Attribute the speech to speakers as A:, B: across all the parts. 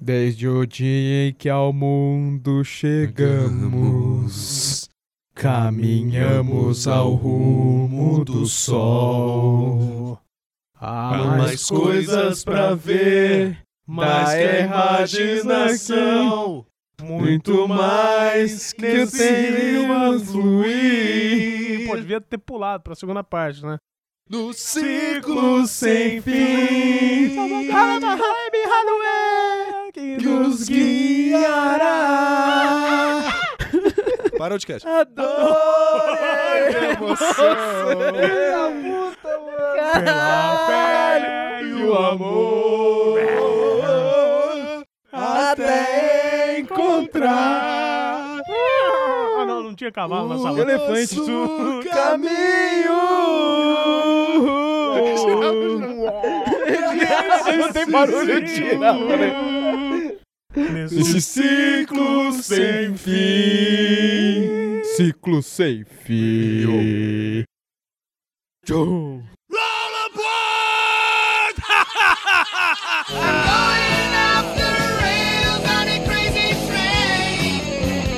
A: Desde o dia em que ao mundo chegamos, caminhamos ao rumo do sol. Há mais coisas pra ver, mais que a imaginação, muito mais que o cinema fluir.
B: Pô, devia ter pulado pra segunda parte, né?
A: No ciclo sem fim. que nos guiará.
C: Parou de cast.
A: Adorei a emoção pela fé e o amor até encontrar
B: Ah, não, não tinha cavalo nessa
A: o
B: luta.
A: elefante
C: nosso
A: do caminho.
B: Não tem barulho de não,
A: tá né? Esse ciclo sem fim. Ciclo sem fim. Tchau.
D: Going off the rails on a crazy train.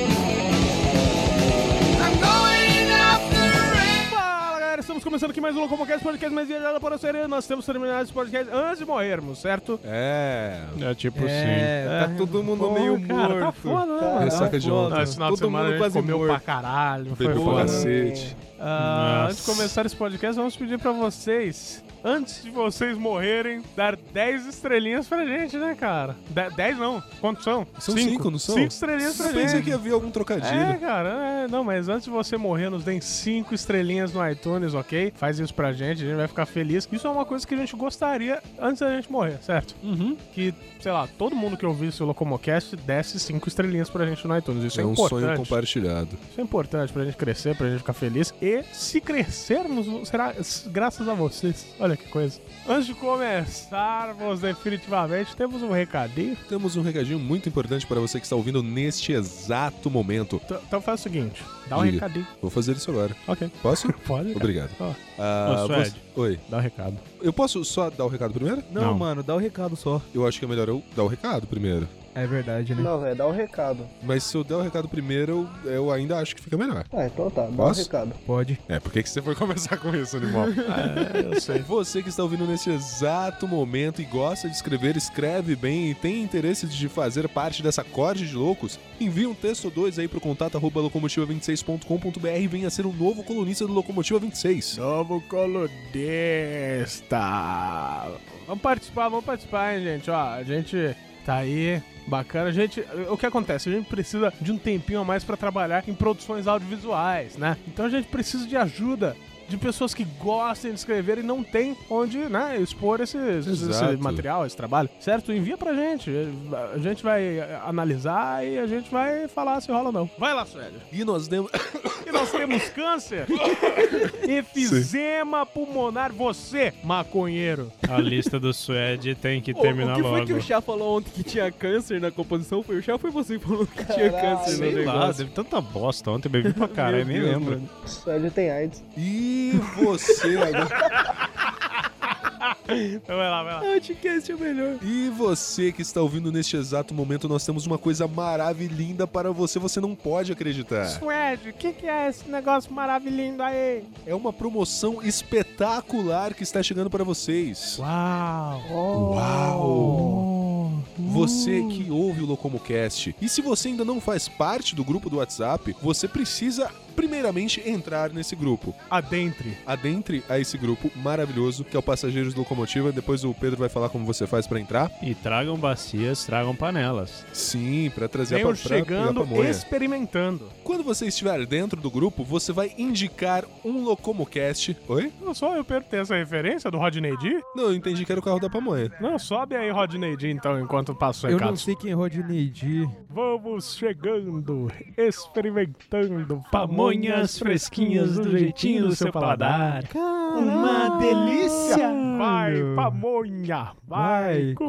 D: I'm going off the rails.
B: Fala galera, estamos começando aqui mais um Locomocast, podcast mais viajado para o sereno. Nós temos terminado esse podcast antes de morrermos, certo?
C: É.
E: É tipo
A: É, tá todo mundo meio
B: cara, tá
A: morto. tá
B: foda, né, mano?
C: Ressaca de ontem.
B: Ah, Esse final de
A: Todo
B: semana
A: mundo
B: a gente
A: quase
B: comeu
A: morto.
B: pra caralho. Foi
C: Bebeu pra
B: foda.
C: cacete.
B: Ah,
E: Nossa.
B: antes de começar esse podcast, vamos pedir pra vocês, antes de vocês morrerem, dar 10 estrelinhas pra gente, né, cara? De 10 não, quantos são?
C: São cinco, não são?
B: 5 estrelinhas pra
C: É, Eu
B: gente.
C: pensei que havia algum trocadilho.
B: É, cara, é, não, mas antes de você morrer, nos deem cinco estrelinhas no iTunes, ok? Faz isso pra gente, a gente vai ficar feliz. Isso é uma coisa que a gente gostaria antes da gente morrer, certo? Uhum. Que, sei lá, todo mundo que ouvisse o Locomocast desse cinco estrelinhas pra gente no iTunes. Isso é,
C: É um
B: importante.
C: sonho compartilhado.
B: Isso é importante pra gente crescer, pra gente ficar feliz. E se crescermos, será s- graças a vocês. Olha que coisa. Antes de começarmos definitivamente, temos um recadinho.
C: Temos um recadinho muito importante para você que está ouvindo neste exato momento.
B: T- Então faz o seguinte, dá um
C: Diga.
B: recadinho.
C: Vou fazer isso agora.
B: Ok.
C: Posso?
B: Pode, cara.
C: Obrigado.
B: Ó.
C: Ah,
E: Ô, Suede.
C: você- Oi.
B: Dá um recado.
C: Eu posso só dar o recado primeiro?
A: Não,
E: Não.
A: mano, dá o recado só.
C: Eu acho que é melhor eu dar o recado primeiro.
A: É verdade, né?
F: Não, velho, dá o recado.
C: Mas se eu der o recado primeiro, eu, eu ainda acho que fica melhor.
F: Ah, então tá, dá o
C: Posso?
F: recado.
A: Pode.
C: É, por que, que você foi começar com isso, animal?
B: É, Eu sei.
C: Você que está ouvindo nesse exato momento e gosta de escrever, escreve bem e tem interesse de fazer parte dessa corte de loucos, envie um texto ou dois aí pro contato arroba locomotiva26.com.br e venha ser um novo colunista do Locomotiva 26.
B: Novo colunista. Vamos participar, vamos participar, hein, gente. Ó, a gente tá aí. Bacana, A gente. O que acontece? A gente precisa de um tempinho a mais pra trabalhar em produções audiovisuais, né? Então a gente precisa de ajuda de pessoas que gostem de escrever e não tem onde, né, expor esse, esse
C: Exato.
B: material, esse trabalho, certo? Envia pra gente. A gente vai analisar e a gente vai falar se rola ou não. Vai lá, Suélio.
C: E nós demos.
B: E nós temos câncer, efizema pulmonar, você, maconheiro.
E: A lista do Suede tem que
A: O,
E: terminar
A: que foi
E: logo.
A: que o Chá falou ontem que tinha câncer na composição? Foi o Chá ou foi você que falou que tinha câncer no
E: Sei lá,
A: negócio?
E: teve tanta bosta ontem, bebi pra caralho, nem
A: Deus,
E: lembro.
A: mano.
F: Sérgio tem AIDS.
C: E você agora.
B: Então vai lá, vai lá.
A: Anticast é o melhor.
C: E você que está ouvindo neste exato momento, nós temos uma coisa maravilhosa para você, você não pode acreditar.
B: Suede, o que, que é esse negócio maravilhoso aí?
C: É uma promoção espetacular que está chegando para vocês.
B: Uau!
C: Uau! Você que ouve o Locomocast. E se você ainda não faz parte do grupo do WhatsApp, você precisa primeiramente entrar nesse grupo.
B: Adentre.
C: Adentre a esse grupo maravilhoso que é o Passageiros do Locomotiva. Depois o Pedro vai falar como você faz pra entrar.
E: E tragam bacias, tragam panelas.
C: Sim, pra trazer a
B: Venham
C: pa- pra- e a
B: chegando,
C: pamonha.
B: experimentando.
C: Quando você estiver dentro do grupo, você vai indicar um Locomocast. Oi?
B: Não só eu perco essa referência do Rodney D?
C: Não, eu entendi que era o carro da pamonha.
B: Não, sobe aí, Rodney D, então, enquanto passo o
A: Eu não
B: recado.
A: sei quem é Rodney D.
B: Vamos chegando, experimentando Ah,
E: Pamonhas fresquinhas do jeitinho do seu paladar. Uma delícia!
B: Vai,
G: Caralho.
B: pamonha. Vai,
G: Vai,
B: curau.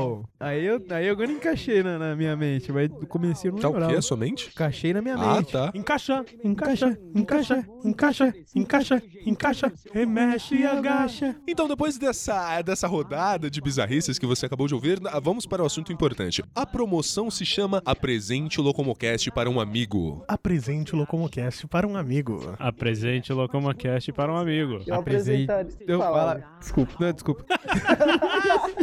G: curau. Aí eu, aí eu agora encaixei na, na minha mente, mas eu comecei a não
C: Tá o
G: lembrar.
C: quê? Somente?
G: Encaixei na minha
C: Ah,
G: mente.
C: tá.
B: Encaixa, encaixa, encaixa, encaixa, encaixa, encaixa, remexe e agacha.
C: Então, depois dessa, dessa rodada de bizarrices que você acabou de ouvir, na- vamos para o assunto importante. A promoção se chama Apresente o Locomocast para um amigo.
B: Apresente o Locomocast para um amigo.
H: Apresente o Locomacast para um amigo.
I: Eu
G: Apresei-
I: apresentaria.
G: Eu
I: Palavra.
G: falo. Desculpa, não, desculpa.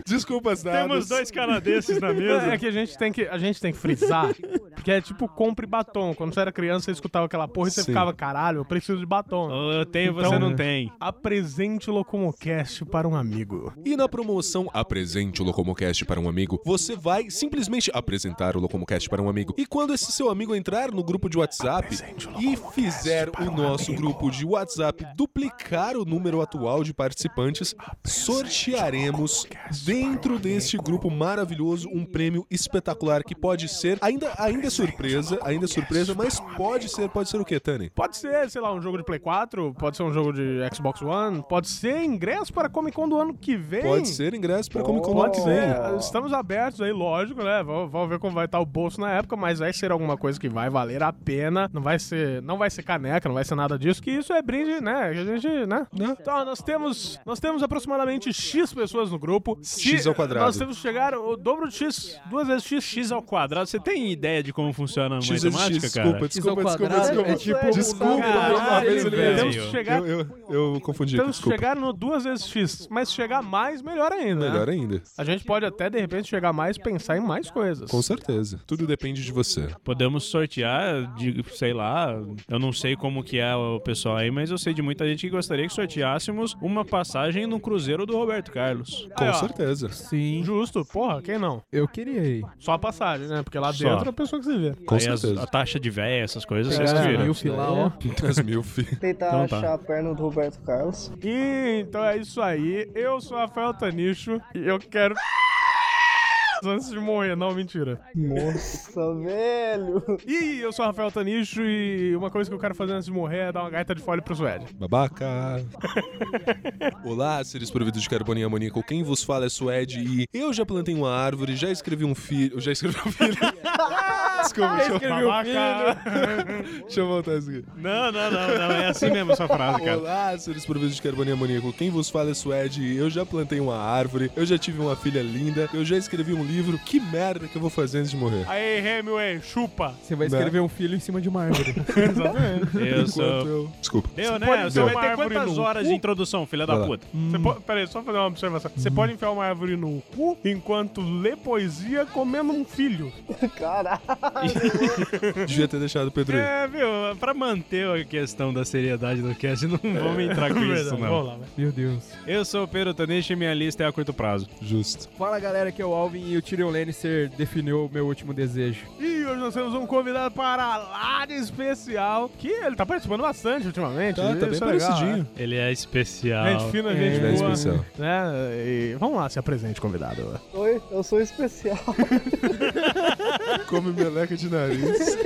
C: Desculpas, dadas.
H: Temos dois canadenses na
B: É
H: mesa.
B: que a gente tem que, a gente tem que frisar. Porque é tipo compre batom. Quando você era criança, você escutava aquela porra e você
C: Sim.
B: ficava, caralho, eu preciso de batom.
H: Eu tenho, você
B: Então-
H: não tem.
B: Apresente o Locomocast para um amigo.
C: E na promoção Apresente o Locomocast para um amigo, você vai simplesmente apresentar o Locomocast para um amigo. E quando esse seu amigo entrar no grupo de WhatsApp
B: Apresente o um
C: e fizer o nosso grupo de WhatsApp duplicar o número atual de participantes, sortearemos
B: um
C: dentro deste grupo maravilhoso um prêmio espetacular que pode ser ainda ainda é surpresa, ainda é surpresa, mas
B: um
C: pode ser, pode ser o quê, Tani?
B: Pode ser, sei lá, um jogo de Play 4, pode ser um jogo de Xbox One, pode ser ingresso para a Comic Con do ano que vem.
C: Pode ser ingresso para Comic Con do ano que
B: Pode ser.
C: vem.
B: Estamos abertos aí, lógico, né? Vamos, vamos ver como vai estar o bolso na época, mas vai ser alguma coisa que vai valer a pena. Não vai ser, não vai ser caneca, não vai ser nada disso. Que isso é brinde, né? Que A gente, né? Então, nós temos, nós temos aproximadamente X pessoas no grupo.
C: X ao quadrado.
B: Nós temos que chegar o dobro de X, duas vezes X, X
H: X ao quadrado. Você tem ideia de como funciona a
C: X,
H: matemática,
C: X,
H: é cara?
C: desculpa, desculpa,
G: X ao
C: desculpa,
G: quadrado
C: desculpa.
G: é tipo-
C: Desculpa,
B: Caralho,
C: uma vez ele
H: velho.
B: Temos que chegar,
C: Eu, eu, eu confundi aqui,
B: temos que
C: desculpa.
B: chegar no duas vezes X, mas se chegar mais, melhor ainda. né?
C: Melhor ainda.
B: A gente pode até, de repente, chegar mais e pensar em mais coisas.
C: Com certeza. Tudo depende de você.
H: Podemos sortear, de, sei lá, eu não sei como que é o pessoal aí, mas eu sei de muita gente que gostaria que sorteássemos uma passagem no cruzeiro do Roberto Carlos.
C: Com
B: Aí, ó.
C: certeza.
G: Sim.
B: Justo, porra, quem não?
G: Eu queria ir.
B: Só a passagem, né? Porque lá
H: Só.
B: dentro é a pessoa que se vê.
C: Com
H: Aí as-
C: certeza.
H: a taxa de véia, essas coisas, vocês
B: É,
G: Cara,
H: que viram.
G: eu fui lá, ó.
C: As mil, fi.
I: Tentar
H: Então tá.
I: achar a perna do Roberto Carlos.
B: E então é isso aí. Eu sou Rafael Tanicho e eu quero. Antes de morrer, não, mentira.
I: Nossa, velho.
B: E eu sou Rafael Tanicho e uma coisa que eu quero fazer antes de morrer é dar uma gaita de fole pro Suede.
C: Babaca. Olá, seres providos de carbono e amoníaco. Quem vos fala é Suede e eu já plantei uma árvore, já escrevi um filho. Já escrevi um filho. Desculpa, deixa eu,
H: um
C: deixa eu voltar isso aqui.
H: Ah, Não, não, não, não. É assim mesmo essa frase, cara.
C: Olá, seres providos de carbono e amoníaco. Quem vos fala é Suede e eu já plantei uma árvore, eu já tive uma filha linda, eu já escrevi um livro. Que merda que eu vou fazer antes de morrer?
B: Aí, Hemingway, chupa.
G: Você vai
C: Né?
G: escrever um filho em cima de uma árvore.
B: Exatamente.
H: Eu sou.
C: eu... Desculpa.
H: Deu,
B: pode
H: né? Você
B: ter
H: vai
B: uma
H: ter
B: árvore
H: quantas
B: no
H: horas
B: cu?
H: de introdução, filha da
C: Vai lá.
H: puta?
B: Você po- Peraí, só fazer uma observação.
H: Hum.
B: Você pode enfiar uma árvore no cu enquanto lê poesia comendo um filho.
I: Caralho.
C: Devia ter deixado o Pedro ir.
H: É, viu? Pra manter a questão da seriedade do cast, não É. vamos entrar com isso,
B: Vamos
H: não.
B: lá, velho.
G: Meu Deus.
H: Eu sou o Pedro Tanish e minha lista é a curto prazo.
C: Justo.
G: Fala galera, aqui é o Alvin e o Tyrion Lannister definiu o meu último desejo.
B: E hoje nós temos um convidado para lá de especial, que ele tá participando bastante ultimamente.
C: Tá, tá bem
B: Isso é legal,
C: parecidinho.
B: né?
H: Ele é especial.
B: Gente fina, gente
G: Ele é
B: boa.
C: especial.
B: Né? E vamos lá, se apresente, convidado.
I: Oi, eu sou especial.
C: Come meleca de nariz.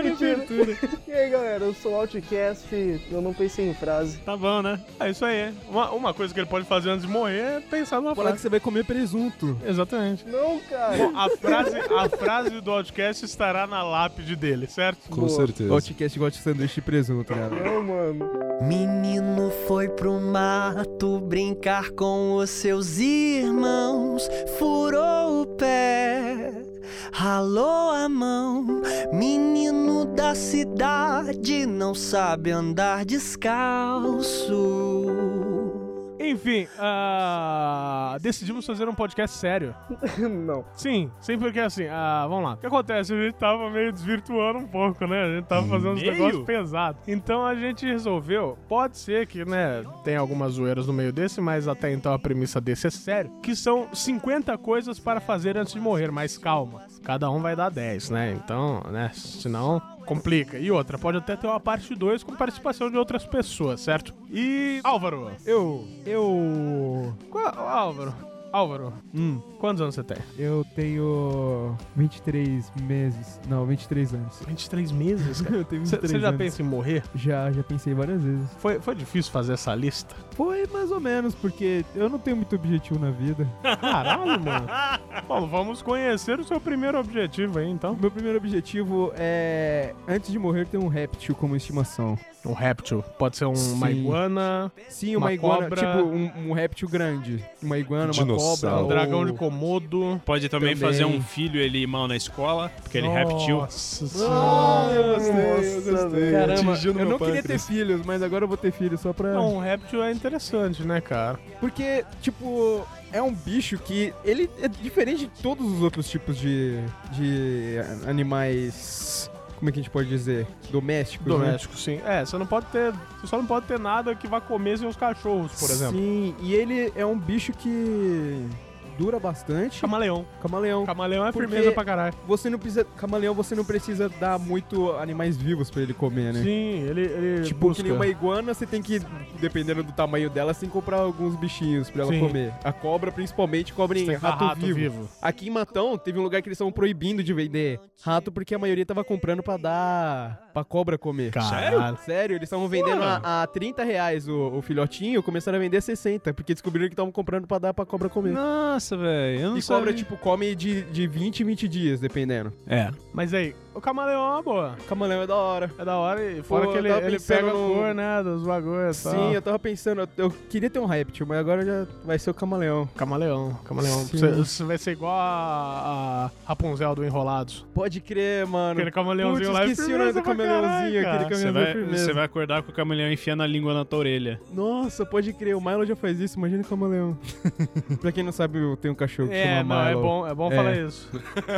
H: abertura.
I: E aí, galera, eu sou o Outcast. Eu não pensei em frase.
H: Tá bom, né?
B: É isso aí. hein? Uma, uma coisa que ele pode fazer antes de morrer é pensar numa
G: Fala que
B: frase.
G: você vai comer presunto.
B: Exatamente.
I: Não, cara.
B: Bom, a frase, a frase do podcast estará na lápide dele, certo?
C: Com
I: Boa.
C: certeza.
G: Podcast gosta de sanduíche de presunto, né? galera.
I: Não, mano.
D: Menino foi pro mato brincar com os seus irmãos, furou o pé, ralou a mão. Menino da cidade não sabe andar descalço.
B: Enfim, ah, decidimos fazer um podcast sério.
I: Não.
B: Sim, sim, porque assim, ah, vamos lá. O que acontece? A gente tava meio desvirtuando um pouco, né? A gente tava fazendo uns
H: Meio?
B: negócios pesados. Então a gente resolveu, pode ser que, né, tem algumas zoeiras no meio desse, mas até então a premissa desse é sério, que são 50 coisas para fazer antes de morrer, mas calma. Cada um vai dar 10, né? Então, né, senão complica. E outra, pode até ter uma parte 2 com participação de outras pessoas, certo? E Álvaro,
G: Eu, eu...
B: qual, Álvaro, Álvaro, hum, quantos anos você tem?
A: Eu tenho 23 meses. Não, 23 anos.
B: 23 meses, cara.
A: Eu tenho 23
B: Você você já
A: anos.
B: pensa em morrer?
A: Já, já pensei várias vezes.
B: Foi, foi difícil fazer essa lista?
A: Foi mais ou menos, porque eu não tenho muito objetivo na vida.
B: Caralho, mano. Bom, vamos conhecer o seu primeiro objetivo aí, então.
A: Meu primeiro objetivo é, antes de morrer, ter um réptil como estimação.
B: Um réptil. Pode ser um, uma
A: Sim.
B: iguana,
A: Sim, uma,
B: Uma
A: iguana,
B: cobra.
A: tipo um, um réptil grande. Uma iguana, uma
C: Dinossauro.
A: cobra.
B: um dragão
A: ou-
B: de Komodo.
H: Pode também,
A: Também.
H: fazer um filho ele mal na escola, porque ele é repetiu.
B: Nossa
A: Ah,
B: senhora.
A: eu gostei, eu
I: Nossa,
A: gostei.
I: velho.
A: Caramba,
C: Atingiu no
A: eu
C: meu
A: não queria ter
C: pâncreas.
A: filhos, mas agora eu vou ter filhos só pra...
B: Não, um réptil é interessante, né, cara?
A: Porque, tipo, é um bicho que ele é diferente de todos os outros tipos de, de animais. Como é que a gente pode dizer?
B: Uhum.
A: Domésticos, né?
B: Doméstico, sim. É, você não pode ter. Você só não pode ter nada que vá comer sem os cachorros, por exemplo.
A: Sim, e ele é um bicho que dura bastante.
B: Camaleão.
A: Camaleão.
B: Camaleão é
A: Porque-
B: firmeza pra caralho.
A: Você não precisa. Camaleão, você não precisa dar muito animais vivos pra ele comer, né?
B: Sim, ele. ele
A: Tipo,
B: busca.
A: que nem uma iguana, você tem que, dependendo do tamanho dela, você tem que comprar alguns bichinhos pra ela
B: Sim.
A: comer. A cobra, principalmente, cobra
B: Tem
A: em
B: que
A: rato,
B: rato
A: vivo. Aqui em Matão, teve um lugar que eles estavam proibindo de vender rato porque a maioria tava comprando pra dar. pra cobra comer.
B: Caralho.
A: Sério, eles estavam vendendo a, a 30 reais o, o filhotinho, começaram a vender a 60, porque descobriram que estavam comprando pra dar pra cobra comer.
H: Nossa, velho. Eu não
A: e cobra, tipo, come de, de 20 em 20 dias, dependendo.
H: É.
B: Mas aí, o camaleão é uma boa.
A: Camaleão é da hora.
B: É da hora e fora
A: Pô,
B: que ele,
A: eu tava
B: ele
A: pensando
B: pega a
A: no-
B: cor, né, dos bagulhos e tal.
A: Sim, eu tava pensando, eu, eu queria ter um réptil, mas agora já vai ser o camaleão.
B: Camaleão, camaleão.
A: Sim.
B: Você, você vai ser igual a, a Rapunzel do Enrolados.
A: Pode crer, mano.
B: Aquele camaleãozinho
A: Putz,
B: lá é
A: esqueci o
B: firmeza
A: nome do
B: pra
A: camaleãozinho,
B: caralho, cara.
A: aquele
H: Você
A: camaleão
H: vai,
A: é firmeza.
H: você vai acordar com o camaleão enfiando a língua na tua orelha.
A: Nossa, pode crer, o Milo já faz isso, imagina o camaleão. pra quem não sabe, eu tenho um cachorro que
B: É,
A: chama
B: não, é
A: Milo.
B: bom, é bom
A: É.
B: falar isso.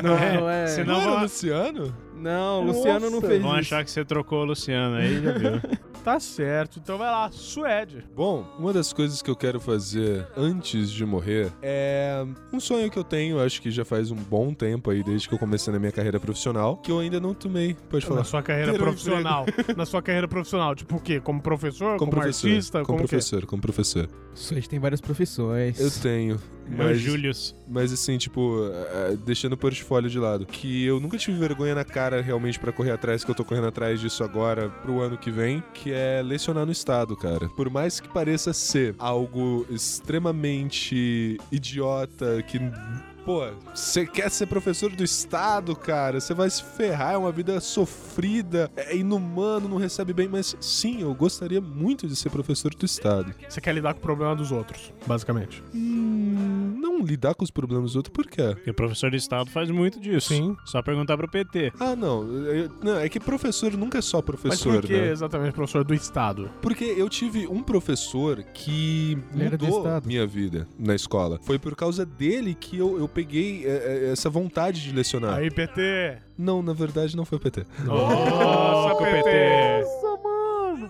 A: Não, não é.
H: Senão
C: Não,
H: vão,
C: Luciano?
A: Não, o Luciano não
I: Nossa.
A: fez
H: vão
A: isso.
H: achar que você trocou o Luciano aí, já viu.
B: Tá certo, então vai lá, Suede.
C: Bom, uma das coisas que eu quero fazer antes de morrer é um sonho que eu tenho, acho que já faz um bom tempo aí, desde que eu comecei na minha carreira profissional, que eu ainda não tomei. Pode falar.
B: Na sua carreira
C: Ter um
B: profissional. Na sua carreira profissional, tipo o quê? Como professor, como, artista,
C: como,
B: como, é? o quê?
C: professor, como professor.
A: Isso, a gente tem várias profissões.
C: Eu tenho.
H: É o
C: Mas,
H: Július.
C: mas assim, tipo, eh, deixando o portfólio de lado, que eu nunca tive vergonha na cara realmente pra correr atrás, que eu tô correndo atrás disso agora pro ano que vem, que é lecionar no estado, cara. Por mais que pareça ser algo extremamente idiota, que Pô, você quer ser professor do estado, cara? Você vai se ferrar, é uma vida sofrida, é inumano, não recebe bem, mas sim, eu gostaria muito de ser professor do estado.
B: Você quer lidar com o problema dos outros, basicamente.
C: Hum, não lidar com os problemas do outro, por quê?
H: Porque o é professor de Estado faz muito disso.
B: Sim.
H: Só perguntar pro PT.
C: Ah, não, eu- não, é que professor nunca é só
B: Mas
C: professor,
B: por que
C: né?
B: exatamente professor do Estado?
C: Porque eu tive um professor que
A: Ele era do
C: mudou
A: Estado.
C: minha vida na escola. Foi por causa dele que eu, eu peguei é, é, essa vontade de lecionar.
B: Aí, PT!
C: Não, na verdade não foi o PT.
B: Ah. Nossa, PT!
I: Nossa, mano.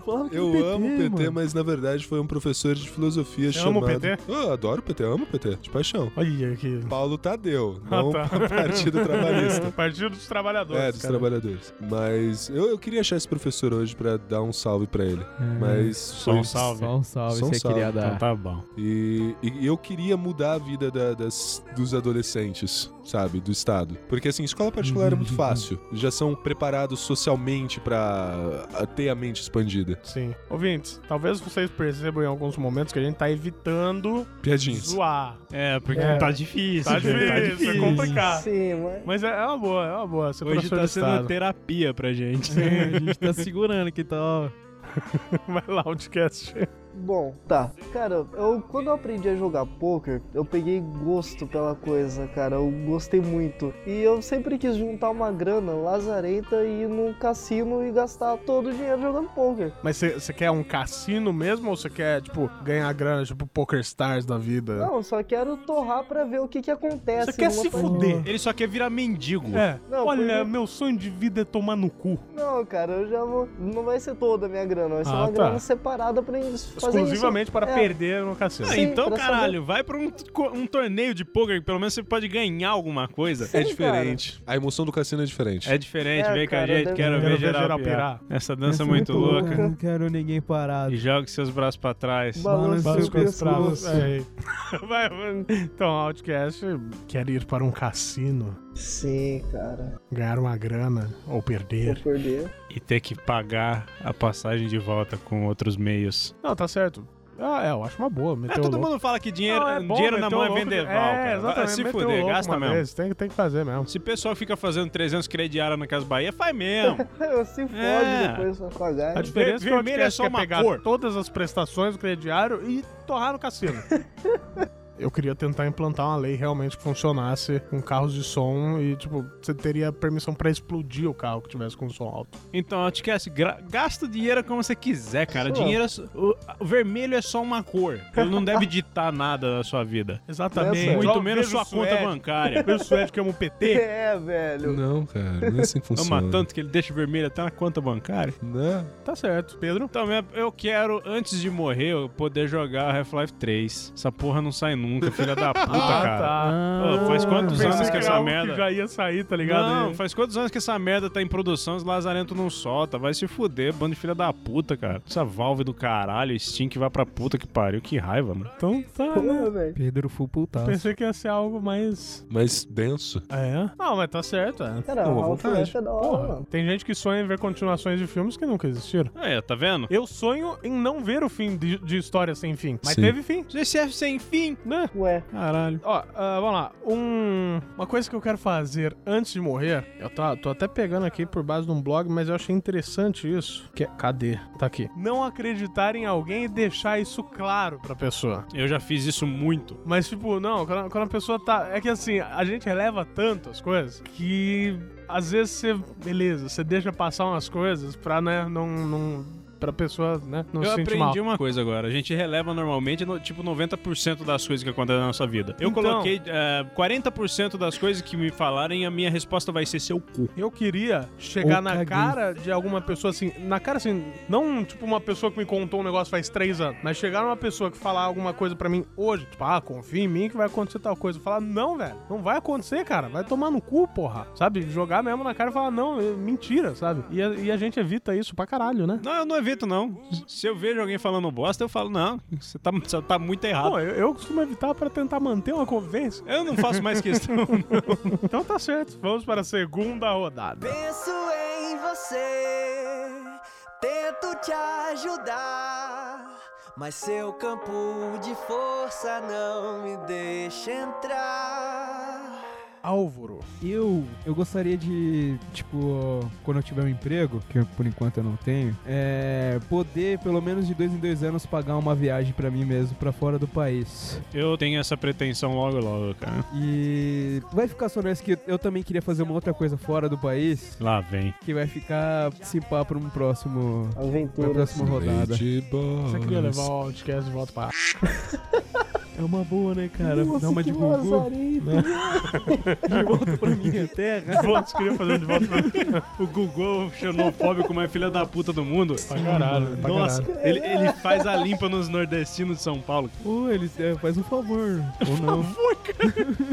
I: Falava que
C: Eu
I: PT,
C: amo o PT,
I: mano.
C: mas na verdade foi um professor de filosofia
B: Você ama
C: chamado.
B: o PT?
C: Eu adoro o PT, amo o PT, de paixão.
B: Olha aqui.
C: Paulo Tadeu, não
B: Ah, tá.
C: Partido Trabalhista.
B: Partido dos Trabalhadores.
C: É, dos
B: cara.
C: trabalhadores. Mas eu, eu queria achar esse professor hoje pra dar um salve pra ele.
A: Uhum.
C: Mas.
H: Só um salve.
A: Só um salve,
C: Só um
A: você
C: salve,
A: queria
H: Então
A: dar.
H: tá bom.
C: E, e eu queria mudar a vida da- das, dos adolescentes, sabe? Do Estado. Porque, assim, escola particular é muito fácil. Já são preparados socialmente pra ah, ter a mente expandida.
B: Sim. Ouvintes, talvez vocês percebam em alguns momentos que a gente tá evitando
C: Piadinhas.
B: zoar.
H: É, porque
I: É.
H: tá difícil.
B: Tá
H: velho,
B: difícil, é complicado.
I: Sim, mas...
B: Mas é, é uma boa, é uma boa. Ser
H: Hoje
B: professor
H: tá
B: de
H: sendo
B: Estado.
H: uma terapia pra gente.
A: a gente tá segurando que tal.
B: Vai lá, Outcast.
I: Bom, tá. Cara, eu quando eu aprendi a jogar poker, eu peguei gosto pela coisa, cara. Eu gostei muito. E eu sempre quis juntar uma grana lazarenta e ir num cassino e gastar todo o dinheiro jogando poker.
B: Mas você quer um cassino mesmo ou você quer, tipo, ganhar grana, tipo, Poker Stars da vida?
I: Não, eu só quero torrar pra ver o que que acontece.
B: Você quer
I: numa
B: se
I: partida.
B: fuder.
H: Ele só quer virar mendigo.
B: É.
I: Não,
B: Olha,
I: porque-
B: meu sonho de vida é tomar no cu.
I: Não, cara, eu já vou. Não vai ser toda a minha grana, vai ser
B: Ah,
I: uma
B: tá.
I: grana separada pra eles fazer isso.
B: exclusivamente para
I: É.
B: perder no cassino.
H: Ah,
I: Sim,
H: então,
I: pra
H: caralho, vai pra um, co- um torneio de poker que pelo menos você pode ganhar alguma coisa.
I: Sim,
C: é diferente. A emoção do cassino é diferente.
H: É diferente,
I: É,
H: vem com a
I: cara,
H: gente,
I: deve-
H: quero,
B: Quero
H: ver geral, pirar. Essa dança é muito louca.
A: Não quero ninguém parado.
H: E joga seus braços pra trás.
I: Balança
B: Para os
I: o pescoço.
B: contratos. Vai, mano. Então, Outcast quer ir para um cassino,
I: Sim, cara.
B: ganhar uma grana ou
I: Vou
B: perder.
I: perder.
H: E ter que pagar a passagem de volta com outros meios.
B: Não, tá certo. Ah, é, eu acho uma boa.
H: É,
B: Meteu
H: todo
B: o louco.
H: mundo fala que dinheiro,
B: Não, é bom,
H: dinheiro na
B: meteu
H: mão
B: o
H: é
B: louco.
H: vendeval,
B: É,
H: cara. Vai
B: exatamente.
H: se
B: meteu o
H: fuder,
B: louco
H: gasta
B: uma
H: mesmo.
B: vez, Tem, tem que fazer mesmo.
H: Se o pessoal fica fazendo 300 crediário na Casa Bahia, faz mesmo.
I: Eu se fode
H: É.
I: depois pra pagar.
B: A diferença é que o Outcast
H: vermelho é só
B: quer
H: uma
B: pegar
H: cor.
B: todas as prestações do crediário e torrar no cassino. Eu queria tentar implantar uma lei realmente que funcionasse com carros de som e, tipo, você teria permissão pra explodir o carro que tivesse com som alto.
H: Então, Outcast, gra- gasta o dinheiro como você quiser, cara. Dinheiro é só- o, o vermelho é só uma cor. Ele não deve ditar nada na sua vida.
B: Exatamente.
I: Nessa.
H: Muito menos sua conta bancária.
B: Veja o Suede que é um PT.
I: É, velho.
C: Não, cara, não é assim que funciona.
H: Ama tanto que ele deixa vermelho até na conta bancária.
C: Né?
B: Tá certo, Pedro.
H: Então, minha- eu quero, antes de morrer, eu poder jogar Half-Life 3. Essa porra não sai nunca, filha da puta,
B: Ah, tá.
H: cara. Ô, faz quantos
B: Pensei
H: anos que
B: era
H: essa
B: algo
H: merda-
B: já ia sair, tá ligado?
H: Não, faz quantos anos que essa merda tá em produção, os lazarento não solta. Vai se fuder, bando de filha da puta, cara. Essa Valve do caralho, Steam que vai pra puta que pariu, que raiva, mano.
B: Então tá, né?
I: Pô, velho.
A: Pedro full putaço.
B: Pensei que ia ser algo mais.
C: Mas denso.
H: Ah,
B: É? Não, mas tá certo, é.
I: Cara,
C: Não, à
I: Half-Life é da hora,
B: Porra,
I: mano.
B: tem gente que sonha em ver continuações de filmes que nunca existiram.
H: É, tá vendo?
B: Eu sonho em não ver o fim de, de história sem fim. Mas
C: Sim.
B: teve fim,
H: GCF sem fim.
B: né?
I: Ué,
H: Caralho.
B: Ó, ah, vamos lá. Um- uma coisa que eu quero fazer antes de morrer, eu tá- tô até pegando aqui por base de um blog, mas eu achei interessante isso. Que é- cadê? Tá aqui. Não acreditar em alguém e deixar isso claro pra pessoa.
H: Eu já fiz isso muito.
B: Mas, tipo, não, quando, quando a pessoa tá. É que assim, a gente releva tanto as coisas que às vezes você. Beleza, você deixa passar umas coisas pra, né, não. não pra pessoa, né, não
H: eu
B: se sentir mal.
H: aprendi uma coisa agora. A gente releva normalmente, no- tipo, 90% das coisas que acontecem na nossa vida. Eu
B: Então.
H: coloquei eh, 40% das coisas que me falarem, a minha resposta vai ser seu cu.
B: Eu queria chegar
A: Ou
B: na
A: caguei.
B: cara de alguma pessoa assim, na cara assim, não tipo uma pessoa que me contou um negócio faz três anos, mas chegar numa pessoa que falar alguma coisa pra mim hoje, tipo, ah, confia em mim que vai acontecer tal coisa. Falar, não, velho, não vai acontecer, cara, vai tomar no cu, porra, sabe? Jogar mesmo na cara e falar, não, é mentira, sabe? E a, e a gente evita isso pra caralho, né?
H: Não, eu não evito, não. Se eu vejo alguém falando bosta, eu falo, não, você tá, você tá muito errado.
B: Pô, eu, eu costumo evitar pra tentar manter uma convivência.
H: Eu não faço mais questão.
B: Então tá certo, vamos para a segunda rodada.
D: Penso em você, tento te ajudar, mas seu campo de força não me deixa entrar.
B: Álvaro.
A: Eu, eu gostaria de, tipo, quando eu tiver um emprego, que eu, por enquanto eu não tenho, é, poder, pelo menos de dois em dois anos, pagar uma viagem pra mim mesmo, pra fora do país.
H: Eu tenho essa pretensão logo, logo, cara.
A: E vai ficar só nessa que eu também queria fazer uma outra coisa fora do país,
H: Lá vem.
A: que vai ficar se pá pra um próximo...
B: Ah,
A: Pra
I: aventura.
A: próxima rodada.
B: Você queria levar o podcast de volta pra.
A: É uma boa, né, cara? Dá uma de
I: que
A: Gugu. né?
I: lazarento.
A: De volta pra minha terra.
H: Vocês queriam fazer de volta pra... O Google xenofóbico mais filha da puta do mundo.
B: Pra caralho, pra
H: Nossa,
B: caralho.
H: ele, ele faz a limpa nos nordestinos de São Paulo.
A: Ô, eles é, faz um favor. Ou não.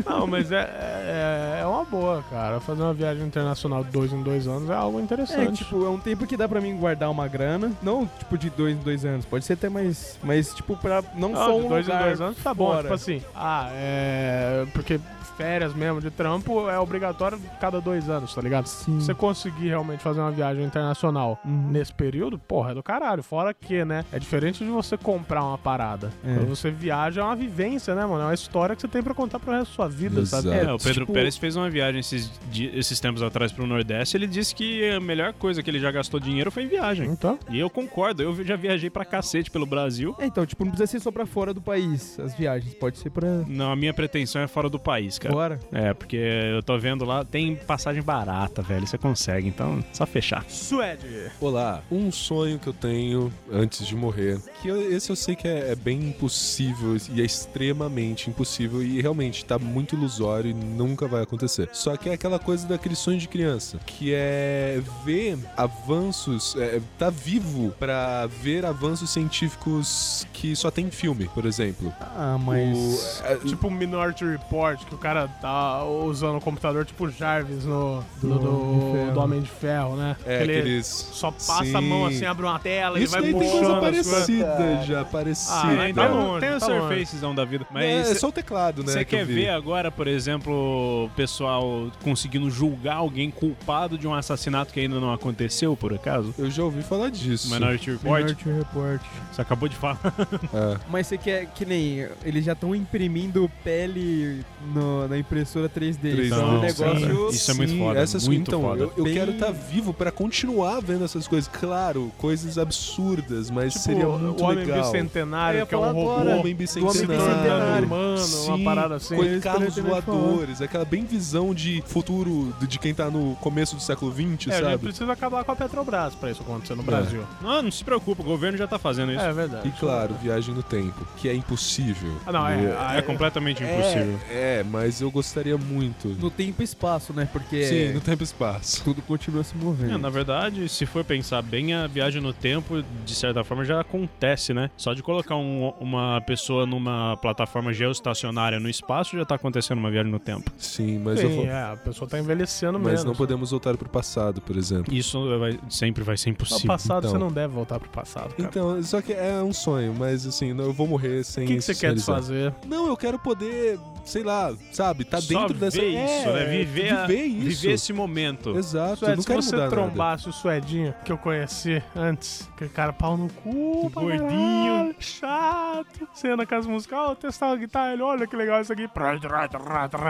B: Não, mas é, é, é uma boa, cara. Fazer uma viagem internacional de dois em dois anos é algo
A: É,
B: interessante.
A: tipo, é um tempo que dá pra mim guardar uma grana. Não, tipo, de dois em dois anos. Pode ser até mais. Mas, tipo, pra não,
B: Não,
A: só
B: Ah, de
A: um
B: dois
A: lugar.
B: em dois anos tá bom.
A: fora.
B: Tipo assim, ah, é. Porque férias mesmo de trampo é obrigatório cada dois anos, tá ligado? Se
A: Sim.
B: você conseguir realmente fazer uma viagem internacional
A: Uhum.
B: nesse período, porra, é do caralho. Fora que, né? É diferente de você comprar uma parada.
A: É.
B: Quando você viaja, é uma vivência, né, mano? É uma história que você tem pra contar pro resto da sua vida, sabe?
C: Exato.
H: É, o Pedro
B: tipo-
H: Pérez fez uma viagem esses, di- esses tempos atrás pro Nordeste. Ele disse que a melhor coisa que ele já gastou dinheiro foi em viagem.
A: Tá.
B: Então,
H: E eu concordo, eu já viajei pra cacete pelo Brasil.
A: É, então, tipo, não precisa ser só pra fora do país. As viagens, pode ser pra
H: Não, a minha pretensão é fora do país, cara.
A: fora.
H: É, porque eu tô vendo lá, tem passagem barata, velho. Você consegue, então é só fechar.
B: Suede.
C: Olá, um sonho que eu tenho antes de morrer, que eu- esse eu sei que é, é bem impossível e é extremamente impossível e realmente tá muito ilusório e nunca vai acontecer. Só que é aquela coisa daquele sonho de criança, que é ver avanços, é, tá vivo pra ver avanços científicos que só tem em filme, por exemplo.
A: Ah,
C: O- é,
B: Tipo o Minority Report, que o cara tá usando o computador tipo Jarvis no, do,
A: Homem de
B: do,
A: Ferro.
B: do Homem de Ferro, né?
C: é,
B: Que ele
C: aqueles...
B: só passa
C: Sim.
B: a mão assim, abre uma tela e
C: Isso
B: vai
C: daí tem
B: puxando.
C: coisa
B: as coisas.
C: parecida
I: Cara.
C: já,
B: Ah,
C: parecida.
B: então não,
H: tem
B: tá
H: o
B: longe.
H: Surfacezão da vida.
C: É,
H: Mas
C: é só o teclado, né?
H: Você
C: que eu
H: quer
C: vi.
H: ver agora, por exemplo, o pessoal conseguindo julgar alguém culpado de um assassinato que ainda não aconteceu, por acaso?
C: Eu já ouvi falar disso.
H: Minority Report,
A: Minority Report.
H: você acabou de falar.
B: então,
C: É.
A: Mas você quer que nem eles já estão imprimindo pele no- na impressora 3D.
B: é
A: Então,
B: um
H: Não,
A: o negócio
H: sim. Isso é muito
C: Sim,
H: foda,
C: Essas,
H: muito
C: então,
H: foda.
C: eu, eu
A: Bem-
C: quero estar vivo pra continuar vendo essas coisas. Claro, coisas absurdas, mas
B: Tipo,
C: seria muito
B: o Homem
C: legal.
B: bicentenário,
I: Eu ia
B: que é um
I: falar
B: robô.
I: agora.
C: O homem
B: se
C: bicentenário.
B: tornando humano, uma
C: Sim,
B: parada assim.
C: com
A: É isso que eu
C: carros
A: também ia falar.
C: voadores, aquela bem visão de futuro de, de quem tá no começo do século XX,
B: É, a gente
C: sabe?
B: precisa acabar com a Petrobras pra isso acontecer
C: É.
B: no Brasil.
H: Não, não se preocupa, o governo já tá fazendo isso.
B: É
C: E
B: verdade.
C: claro, viagem no tempo, que é impossível.
B: Ah, não, é,
H: É, completamente impossível.
C: É, mas eu gostaria muito.
A: no tempo e espaço, né? Porque
C: Sim, no tempo e espaço.
A: tudo continua se movendo.
H: É, na verdade, se for pensar bem, a viagem no tempo, de certa forma, já acontece, né? Só de colocar um- uma pessoa numa plataforma geoestacionária no espaço, já tá acontecendo uma viagem no tempo.
C: Sim, mas eu
B: Sim,
C: falo-
B: é, a pessoa tá envelhecendo
C: Mas
B: mesmo.
C: não podemos voltar pro passado, por exemplo.
H: Isso vai- sempre vai ser
B: No
H: impossível.
B: passado,
C: então.
B: você não deve voltar pro passado, cara.
C: Então, só que é um sonho, mas assim, não- eu vou morrer sem
B: o que, que
C: isso
B: você quer
C: realizar.
B: fazer?
C: Não, eu quero poder, sei lá, sabe, tá
H: Só
C: dentro dessa.
H: ver isso,
C: É,
H: né? Viver, a-
C: viver isso.
H: viver esse é momento.
C: Exato, eu
B: Suede,
C: não
B: é, se
C: quero
B: você
C: mudar né,
B: trombasse o Suedinho que eu conheci antes, aquele cara pau no cu, pra
H: Gordinho.
B: caralho, chato, você ia na casa musical, eu testava a guitarra, ele, olha que legal isso aqui.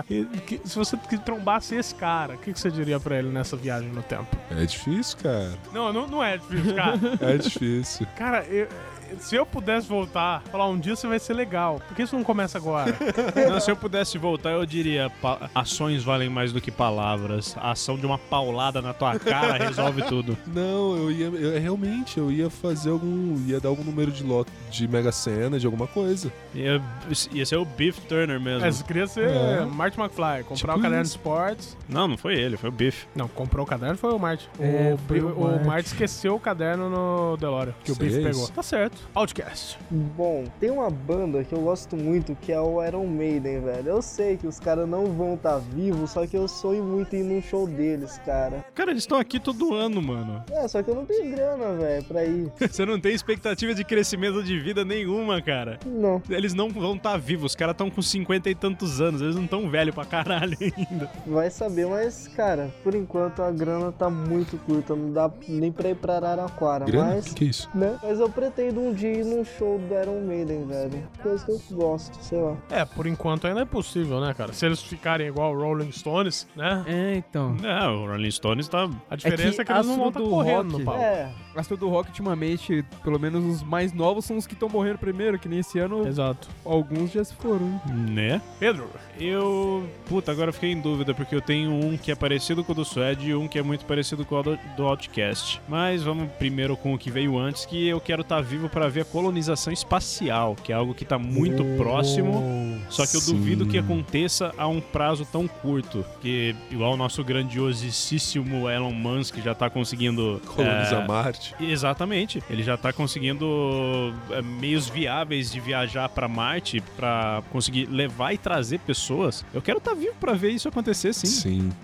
B: E que- se você que trombasse esse cara, o que, que você diria pra ele nessa viagem no tempo?
C: nada. É difícil, cara.
B: Não, não, não é difícil, cara.
C: É difícil.
B: Cara, eu- se eu pudesse voltar, falar um dia você vai ser legal. Por que isso não começa agora?
H: Não, se eu pudesse voltar, eu diria: pa- ações valem mais do que palavras. A ação de uma paulada na tua cara resolve tudo.
C: não, eu ia. eu- é, realmente, eu ia fazer algum. ia dar algum número de lote de Mega Sena, de alguma coisa.
H: Ia, ia ser é o Beef Turner mesmo.
B: Mas eu queria ser
C: É.
B: Marty McFly, comprar o
C: Tipo
B: caderno de
C: isso.
B: esportes.
H: Não, não foi ele, foi o Beef.
B: Não, comprou o caderno foi o Marty.
A: É,
B: o,
A: foi o
B: o, o
A: Marty.
B: Marty esqueceu o caderno no Delório, que o
C: Sei
B: Biff pegou.
C: isso.
B: Tá certo. Outcast.
I: Bom, tem uma banda que eu gosto muito que é o Iron Maiden, velho. Eu sei que os caras não vão estar vivos, só que eu sonho muito em ir num show deles, cara.
H: Cara, eles estão aqui todo ano, mano.
I: É, só que eu não tenho grana, velho, pra ir.
H: Você não tem expectativa de crescimento de vida nenhuma, cara.
I: Não.
H: Eles não vão estar vivos, os caras estão com cinquenta e tantos anos, eles não tão velho pra caralho ainda.
I: Vai saber, mas, cara, por enquanto a grana tá muito curta, não dá nem pra ir pra Araraquara,
C: Grana?
I: mas.
C: Que, que é isso?
I: Né? Mas eu pretendo um dia ir num show do Iron Maiden, velho. Coisa que eu gosto, sei lá.
B: É, por enquanto ainda é possível, né, cara? Se eles ficarem igual o Rolling Stones, né?
A: É, então.
H: É, o Rolling Stones tá.
B: A diferença é que, eles não vão
A: assunto do
B: estar correndo
A: rock.
B: no palco.
I: É,
A: Mas todo rock ultimamente, pelo menos os mais novos são os que estão morrendo primeiro, que nem esse ano
B: Exato.
A: alguns já se foram. né?
H: Né?
B: Pedro,
H: Eu. Puta, agora eu fiquei em dúvida, porque eu tenho um que é parecido com o do Suede e um que é muito parecido com o do, do Outcast. Mas vamos primeiro com o que veio antes, que eu quero estar vivo pra ver a colonização espacial, que é algo que tá muito próximo. Só que eu
C: Sim.
H: duvido que aconteça a um prazo tão curto. Que, igual o nosso grandiosíssimo Elon Musk já tá conseguindo.
C: Colonizar
H: é,
C: Marte.
H: Exatamente. Ele já tá conseguindo é, meios viáveis de viajar pra Marte pra conseguir levar e trazer pessoas. Eu quero estar vivo pra ver isso acontecer, sim.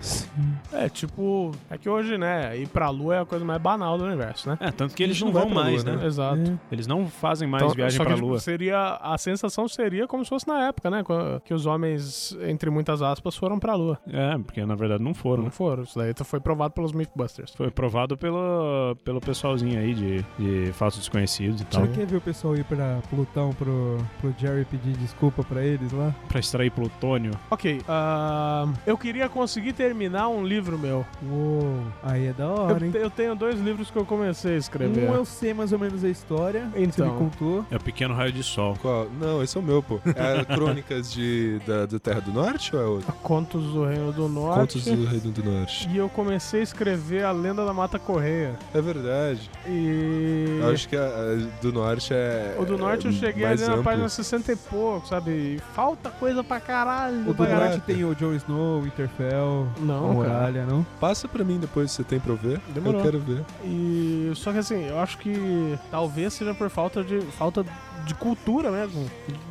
C: Sim.
B: é tipo. É que hoje, né, ir pra lua é a coisa mais banal do universo, né?
H: É, tanto que
C: A
H: eles
C: gente
H: não
C: não
H: vão
C: vai pra
H: mais,
C: Lua,
H: né?
C: né?
A: É.
B: Exato.
H: Eles não fazem mais
B: É. Então,
H: viagem
B: só que,
H: pra
B: tipo,
H: Lua.
B: Seria, a sensação seria como se fosse na época, né? Quando- Que os homens, entre muitas aspas, foram pra Lua.
H: É, porque na verdade não foram,
B: Não
H: né?
B: foram. Isso daí foi provado pelos Mythbusters.
H: Foi provado pelo, pelo pessoalzinho aí de, de fatos desconhecidos e tal.
A: Você quer ver o pessoal ir pra Plutão pro, pro Jerry pedir desculpa pra eles lá?
H: Pra extrair plutônio.
B: Ok. ahn, eu queria conseguir terminar um livro meu.
A: Uou, aí é da
B: Eu,
A: hora, hein?
B: te- eu tenho dois livros que eu comecei a escrever.
C: Um é
A: Um eu sei mais ou menos a história,
B: Então,
A: Silvicultor.
H: É o pequeno raio de sol.
C: Qual? Não, esse é o meu, pô. É a Crônicas de, da, da Terra do Norte ou é outro?
B: Contos do Reino do Norte.
C: Contos do Reino do Norte.
B: E eu comecei a escrever A Lenda da Mata Correia.
C: É verdade.
B: E.
C: Eu acho que a, a do Norte é.
B: O do Norte eu
C: é
B: cheguei
C: mais
B: ali na
C: amplo.
B: página 60 e pouco, sabe? E Falta coisa pra caralho.
A: O do
B: pra caralho.
A: norte tem o Jon Snow, o Winterfell, a
B: Não, cara.
A: muralha, não?
C: Passa pra mim depois se você tem pra eu ver.
B: Demorou.
C: Eu quero ver.
B: E só que assim, eu acho que talvez seja por falta de falta de cultura mesmo,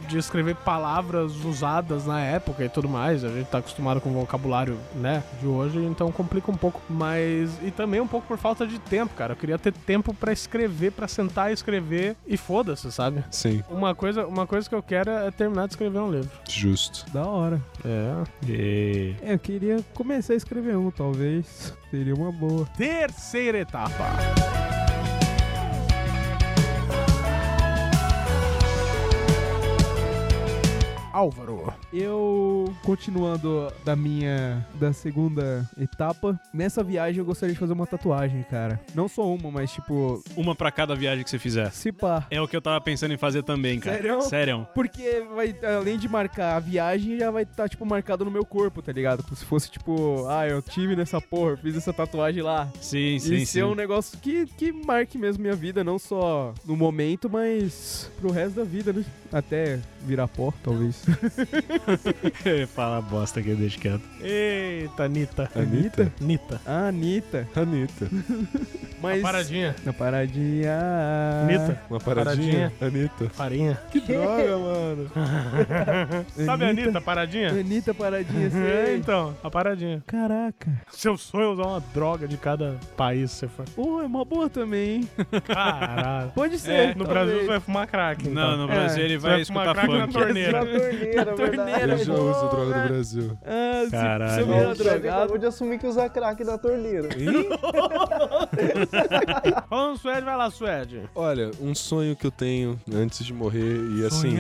B: de escrever palavras usadas na época e tudo mais. A gente tá acostumado com o vocabulário, né, de hoje, então complica um pouco, mas e também um pouco por falta de tempo, cara. Eu queria ter tempo pra escrever, pra sentar e escrever e foda-se, sabe?
C: Sim,
B: Uma coisa, uma coisa que eu quero é terminar de escrever um livro.
C: justo.
A: Da hora.
B: É.
H: E...
A: É, eu queria começar a escrever um, talvez. Seria uma boa.
B: Terceira etapa. Álvaro.
A: Eu, continuando da minha, da segunda etapa, nessa viagem eu gostaria de fazer uma tatuagem, cara. Não só uma, mas tipo,
H: Uma pra cada viagem que você fizer.
A: se pá.
H: É o que eu tava pensando em fazer também, cara.
A: Sério?
H: Sério.
A: Porque vai, além de marcar a viagem, já vai estar, tipo, marcado no meu corpo, tá ligado? Como se fosse, tipo, ah, eu tive nessa porra, eu fiz essa tatuagem lá.
H: Sim, sim,
A: E
H: sim.
A: ser um negócio que, que marque mesmo minha vida, não só no momento, mas pro resto da vida, né? Até virar pó, talvez.
H: Fala bosta que eu deixo quieto.
B: Eita, Anitta.
C: Anitta?
B: Nita.
A: A Anitta.
C: Anitta.
A: Mas...
B: Paradinha.
A: Na paradinha.
B: Anitta.
C: Uma paradinha? Anitta.
B: Farinha.
C: Que droga, mano.
B: Sabe a Anitta, paradinha?
A: Anitta paradinha,
B: É,
A: sei.
B: então, a paradinha.
A: Caraca.
B: Seu sonho é usar uma droga de cada país que você for.
A: Pô, é uma boa também, hein?
B: Caralho.
A: Pode ser.
B: no
A: talvez.
B: Brasil você vai fumar crack. Então.
H: Não, no Brasil ele vai
B: vai fumar
H: escutar
B: crack na
H: funk.
B: torneira.
I: Na torneira,
A: Na
I: verdade.
A: torneira,
C: Eu já
A: boa,
C: uso droga
A: né?
C: no Brasil.
A: Ah, se-
H: Caralho.
A: se eu virar
I: O Thiago acabou
A: drogado.
I: de assumir que usa crack na torneira.
B: Falando Suede, vai lá, Suede.
C: Olha, um sonho que eu tenho antes de morrer e assim.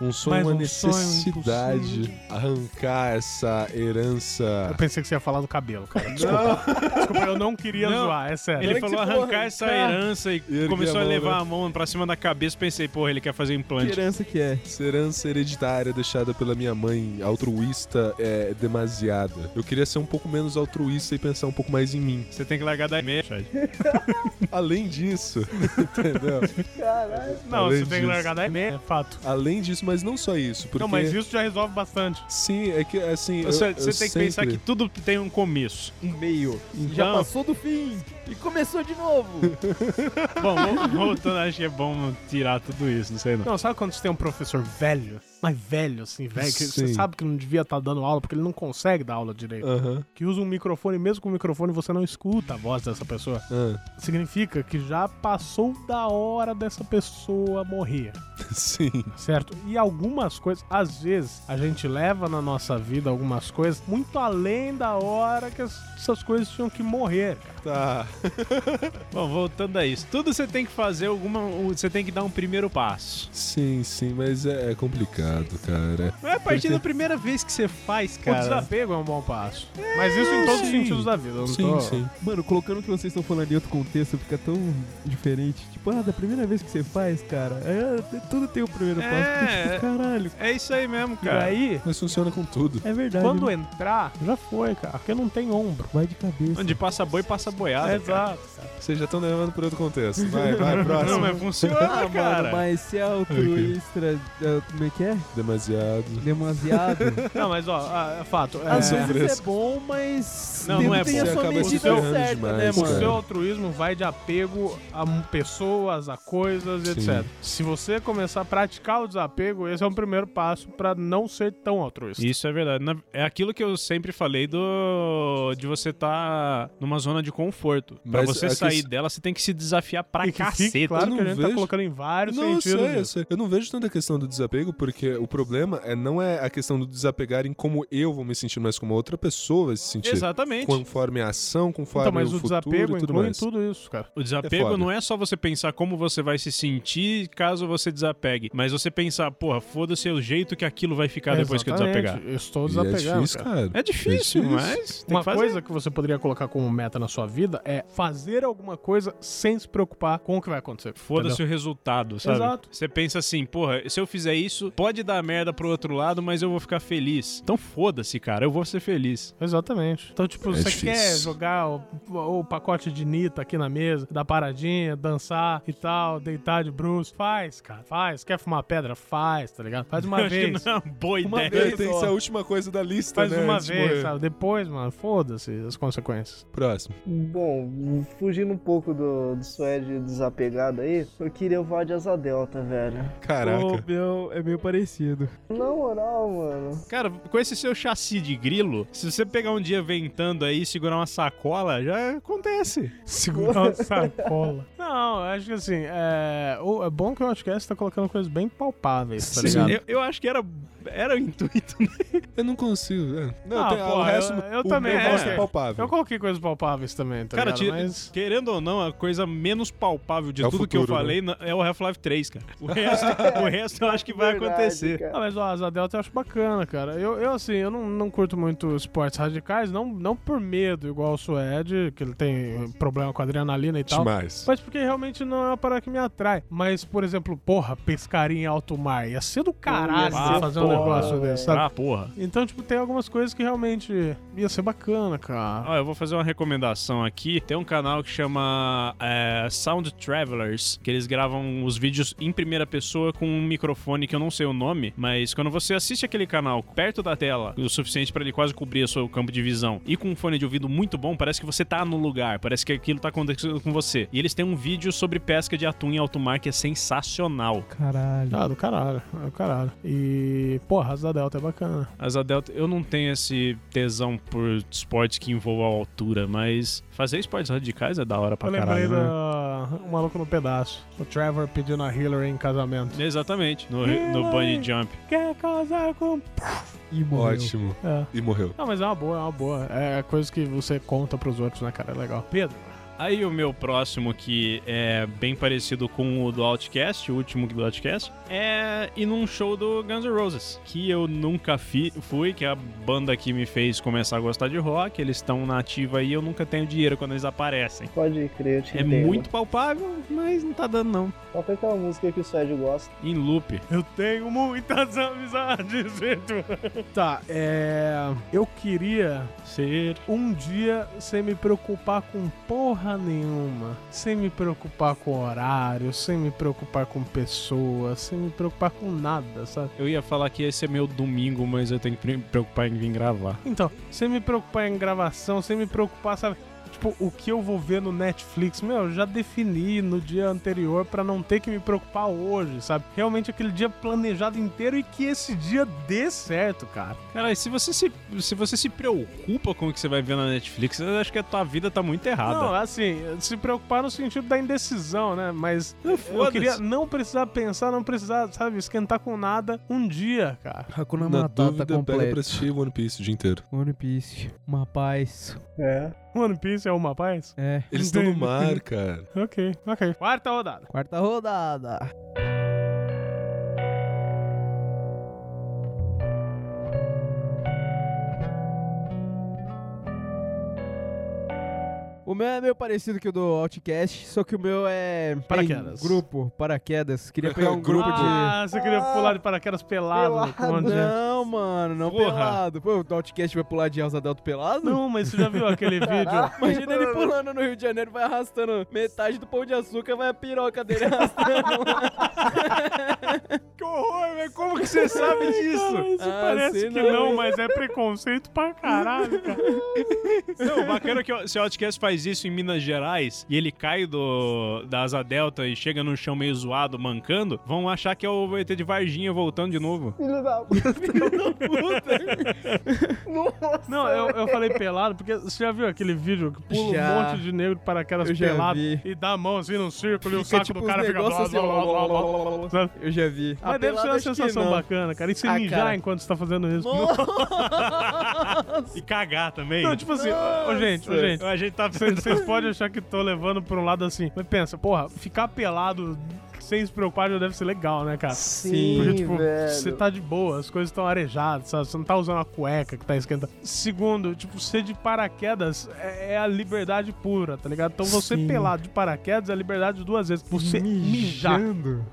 C: Um sonho,
B: mais
C: uma
B: um sonho
C: necessidade. arrancar essa
B: Eu
C: herança.
B: pensei que você ia falar do cabelo, cara. Desculpa. Desculpa, eu não queria
H: Não,
B: zoar, é sério.
H: Ele falou
A: porra,
H: arrancar essa
A: cara.
H: herança e
C: erguer
H: começou
C: a
H: a
C: mão,
H: levar
C: né?
H: a mão pra cima da cabeça. Pensei, porra, ele quer fazer
A: Que
H: implante.
A: herança que é.
C: Essa herança hereditária deixada pela minha mãe, altruísta, é demasiada. Eu queria ser um pouco menos altruísta e pensar um pouco mais em mim.
H: Você tem que largar da meia. Fred.
C: Além disso, entendeu?
I: Caralho.
B: Não,
C: Além
B: você tem que
C: disso.
B: largar da meia, é fato.
C: Além disso, mas não só isso, porque...
B: Não, mas isso já resolve bastante.
C: Sim, é que assim... eu-
H: Você,
C: eu
H: você tem que pensar que
C: sempre-
H: tudo tem um começo.
A: Um meio. Já
H: Então,
A: passou do fim. E começou de novo.
H: bom, vamos- voltando, acho que é bom tirar tudo isso, não sei não.
B: Não, sabe quando você tem um professor velho? Mas velho, assim, velho, que você
C: Sim.
B: sabe que não devia estar dando aula porque ele não consegue dar aula direito.
C: Aham,
B: Que usa um microfone, mesmo com o microfone você não escuta a voz dessa pessoa.
C: ah,
B: Significa que já passou da hora dessa pessoa morrer.
C: sim,
B: Certo? E algumas coisas, às vezes, a gente leva na nossa vida algumas coisas muito além da hora que as- essas coisas tinham que morrer. cara.
C: tá.
H: Bom, voltando a isso. Tudo você tem que fazer, alguma. Você tem que dar um primeiro passo.
C: Sim, sim, mas é, é complicado, cara.
H: Não é a partir da primeira vez que você faz,
B: O
H: cara.
B: desapego é um bom passo. Mas isso em todos os
C: sim.
B: sentidos da vida. eu não
C: Sim,
B: tô-
C: sim.
A: Mano, colocando o que vocês estão falando em outro contexto, fica tão diferente. Tipo, ah, da primeira vez que você faz, cara, é, tudo tem o primeiro
H: É.
A: passo. Tipo, Caralho.
H: É isso aí mesmo,
B: E
H: cara.
B: aí,
C: Mas funciona com tudo.
A: É verdade.
B: quando
A: né?
B: entrar, já foi, cara. Porque não tem ombro.
A: Vai de cabeça.
H: Onde passa boi, passa boiada. cara.
B: Exato.
C: Vocês já estão levando por outro contexto. Vai, vai, próximo.
H: Não, mas funciona,
A: Ah, mano,
H: cara.
A: mas se é altruísta, é, como é que é?
C: Demasiado.
A: Demasiado.
B: Não, mas ó, ah, é fato. é,
A: Às vezes
C: fresco.
A: é bom, mas
H: Não, não é
A: tem
H: bom.
A: a
H: Você
A: sua
C: acaba se
A: medida
C: ferrando
A: certa,
C: demais,
A: né,
B: O
C: cara.
A: mano?
B: seu altruísmo vai de apego a m- pessoas, a coisas,
C: Sim.
B: etc. Se você começar a praticar o desapego, esse é um primeiro passo pra não ser tão altruísta.
H: Isso é verdade. Na- É aquilo que eu sempre falei do de você estar numa zona de conforto. Pra
C: Mas
H: você
C: a que-
H: sair dela, você tem que se desafiar pra
B: E que
H: caceta.
B: fique claro
C: eu
B: que a
C: não
B: gente tá
C: vejo.
B: colocando em vários
C: Não, eu
B: sentidos.
C: sei, eu
B: isso.
C: sei. Eu não vejo tanta questão do desapego, porque Porque o problema é, não é a questão do desapegar em como eu vou me sentir, mas como a outra pessoa vai se sentir.
H: Exatamente.
C: Conforme a ação, conforme
B: Então, mas
C: o,
B: o
C: futuro
B: desapego
C: e tudo
B: inclui
C: mais.
B: tudo isso, cara.
H: O
C: É
H: desapego
C: foda.
H: não é só você pensar como você vai se sentir caso você desapegue, mas você pensar, porra, foda-se é o jeito que aquilo vai ficar depois que eu
B: Exatamente.
H: desapegar.
B: Eu estou
C: E é
B: desapegado.
C: difícil,
B: cara.
C: cara.
H: É difícil,
C: É difícil.
H: mas tem
B: Uma
H: que fazer.
B: coisa que você poderia colocar como meta na sua vida é fazer alguma coisa sem se preocupar com o que vai acontecer.
H: Foda-se o resultado, sabe?
B: Exato.
H: Você pensa assim, porra, se eu fizer isso, pode dar merda pro outro lado, mas eu vou ficar feliz. Então foda-se, cara, eu vou ser feliz.
B: Exatamente. Então, tipo,
C: É
B: você
C: difícil.
B: quer jogar o, o pacote de Nita aqui na mesa, dar paradinha, dançar e tal, deitar de bruxo. Faz, cara, faz. Quer fumar pedra? Faz, tá ligado? Faz uma
H: eu
B: vez.
H: Acho que não é uma boa
B: Uma
H: ideia.
B: vez.
C: É, tem que ser a última coisa da lista,
B: Faz
C: né?
B: uma
C: antes de
B: vez,
H: tipo,
C: morrer.
B: sabe? Depois, mano, foda-se as consequências.
C: Próximo.
I: Bom, fugindo um pouco do, do Suede desapegado aí, eu queria o Vade Asa Delta, velho.
G: O
C: Caraca.
G: meu é meio parecido.
I: Na moral, mano.
H: Cara, com esse seu chassi de grilo, se você pegar um dia ventando aí e segurar uma sacola, já acontece.
B: Segurar uma sacola. Não, eu acho que assim, é, o- é bom que o Outcast tá colocando coisas bem palpáveis, tá ligado?
H: Assim, Eu, eu acho que era, era o intuito, né?
C: Eu não consigo. é. Não,
B: Ah,
C: tem-
B: pô,
C: o resto.
B: eu- eu
C: o
B: também,
C: meu
H: é.
C: resto é palpável.
B: Eu coloquei coisas palpáveis também, tá
H: Cara,
B: ligado?
H: te-
B: Mas...
H: querendo ou não, a coisa menos palpável de
C: É o
H: tudo que eu
C: futuro, né?
H: falei na- é o Half-Life 3, cara. O resto, o resto eu acho que vai
I: Verdade,
H: acontecer.
I: cara.
B: Ah, mas o Asa Delta eu acho bacana, cara. Eu, eu assim, eu não, não curto muito esportes radicais, não, não por medo, igual o Suede, que ele tem problema com adrenalina e tal.
C: Demais.
B: Mas porque realmente não é uma parada que me atrai. Mas, por exemplo, porra, pescaria em alto mar. Ia ser do caralho
H: Ia ser
B: fazer um
H: foda,
B: negócio desse, sabe?
H: Ah, porra.
B: Então, tipo, tem algumas coisas que realmente ia ser bacana, cara.
H: Ó, eu vou fazer uma recomendação aqui. Tem um canal que chama é, Sound Travelers, que eles gravam os vídeos em primeira pessoa com um microfone que eu não sei o nome, mas quando você assiste aquele canal perto da tela, o suficiente pra ele quase cobrir o seu campo de visão, e com um fone de ouvido muito bom, parece que você tá no lugar, parece que aquilo tá acontecendo com você. E eles têm um vídeo sobre pesca de atum em alto mar que é sensacional.
A: Caralho.
B: Ah, do caralho, é do caralho. E, porra, Asa Delta é bacana.
H: Asa Delta, eu não tenho esse tesão por esportes que envolvam a altura, mas fazer esportes radicais é da hora pra
B: eu
H: caralho.
B: lembrei
H: né?
B: da O Maluco no Pedaço. O Trevor pedindo a Hillary em casamento.
H: Exatamente, no,
B: Meu
H: no bunny
B: Deus.
H: jump.
B: Quer casar com.
A: E morreu.
C: Ótimo.
B: É.
C: E morreu.
B: Não, mas é uma boa, é uma boa. É coisa que você conta pros outros, né, cara? É legal. Pedro.
H: Aí o meu próximo, que é bem parecido com o do Outcast, o último do Outcast, é ir num show do Guns N' Roses, que eu nunca fi- fui, que é a banda que me fez começar a gostar de rock, eles estão na ativa aí, eu nunca tenho dinheiro quando eles aparecem.
I: Pode crer, eu te
H: É
I: entendo.
H: muito palpável, mas não tá dando não.
I: Qual que é aquela música que o Suede gosta?
H: Em loop.
B: Eu tenho muitas amizades, Pedro. Tá, é. Eu queria
H: Ser...
B: um dia sem me preocupar com porra nenhuma, sem me preocupar com horário, sem me preocupar com pessoas, sem me preocupar com nada, sabe?
H: Eu ia falar que esse é meu domingo, mas eu tenho que me preocupar em vir gravar.
B: Então, sem me preocupar em gravação, sem me preocupar, sabe? Tipo, o que eu vou ver no Netflix, meu, eu já defini no dia anterior pra não ter que me preocupar hoje, sabe? Realmente aquele dia planejado inteiro e que esse dia dê certo, cara.
H: Cara, e se você se, se você se preocupa com o que você vai ver na Netflix, eu acho que a tua vida tá muito errada.
B: Não, assim, se preocupar no sentido da indecisão, né? Mas eu
H: foda-se.
B: queria não precisar pensar, não precisar, sabe, esquentar com nada um dia, cara.
A: Hakuna
C: Na
A: Matata
C: dúvida, pega pra
A: completo.
C: assistir One Piece o dia inteiro.
A: One Piece. Uma paz.
I: É.
B: One Piece é uma paz?
A: É.
C: Eles estão no mar, cara.
B: Ok, ok. Quarta rodada.
A: Quarta rodada. O meu é meio parecido que o do Outcast, só que o meu é.
B: Paraquedas.
A: Em grupo, paraquedas. Queria pegar um
C: Grupo
A: grupo
C: de-
A: de.
B: ah, você queria pular de paraquedas pelado,
I: pelado.
B: com um monte de gente.
A: Não, mano, não
H: Porra.
A: pelado. Pô, o Outcast vai pular de Elsa Delta pelado?
B: Não, mas você já viu aquele vídeo?
A: Imagina ele pulando no Rio de Janeiro, vai arrastando metade do pão de açúcar, vai a piroca dele arrastando.
H: Que horror, velho. Como que você sabe disso?
B: Isso
A: Ah,
B: parece
A: sei
B: que
A: não,
B: não,
A: hein?
B: mas é preconceito pra caralho, cara.
H: Não, bacana é que o- se o Outcast faz isso em Minas Gerais e ele cai do, da Asa Delta e chega no chão meio zoado, mancando, vão achar que é o ET de Varginha voltando de novo.
I: Filho da puta. Nossa,
B: Não, eu, eu falei pelado, porque você já viu aquele vídeo que pula um
A: Já.
B: monte de negro de paraquedas
A: Eu já
B: pelado
A: vi.
B: e dá a mão assim num círculo e o
A: Fica
B: saco
A: tipo
B: do
A: os
B: cara fica blá,
A: negócios
B: blá,
A: assim,
B: blá, blá, blá, blá, blá, sabe?
A: Eu já vi.
B: Mas deve ser
I: pelado
B: uma
I: acho que
B: sensação
I: não.
B: bacana, cara. E se
I: Ah,
B: mijar
I: cara.
B: enquanto você tá fazendo isso?
H: E cagar também.
B: Não, tipo assim, ô, ô, gente, ô, gente.
H: a gente tá
B: Vocês podem achar que tô levando pra um lado assim. Mas pensa, porra, ficar pelado sem se preocupar já deve ser legal, né, cara?
I: Sim,
B: Porque, tipo,
I: velho.
B: você tá de boa, as coisas estão arejadas, sabe? Você não tá usando a cueca que tá esquentando. Segundo, tipo, ser de paraquedas é, é a liberdade pura, tá ligado? Então você
A: Sim.
B: pelado de paraquedas é a liberdade duas vezes. Você mijar.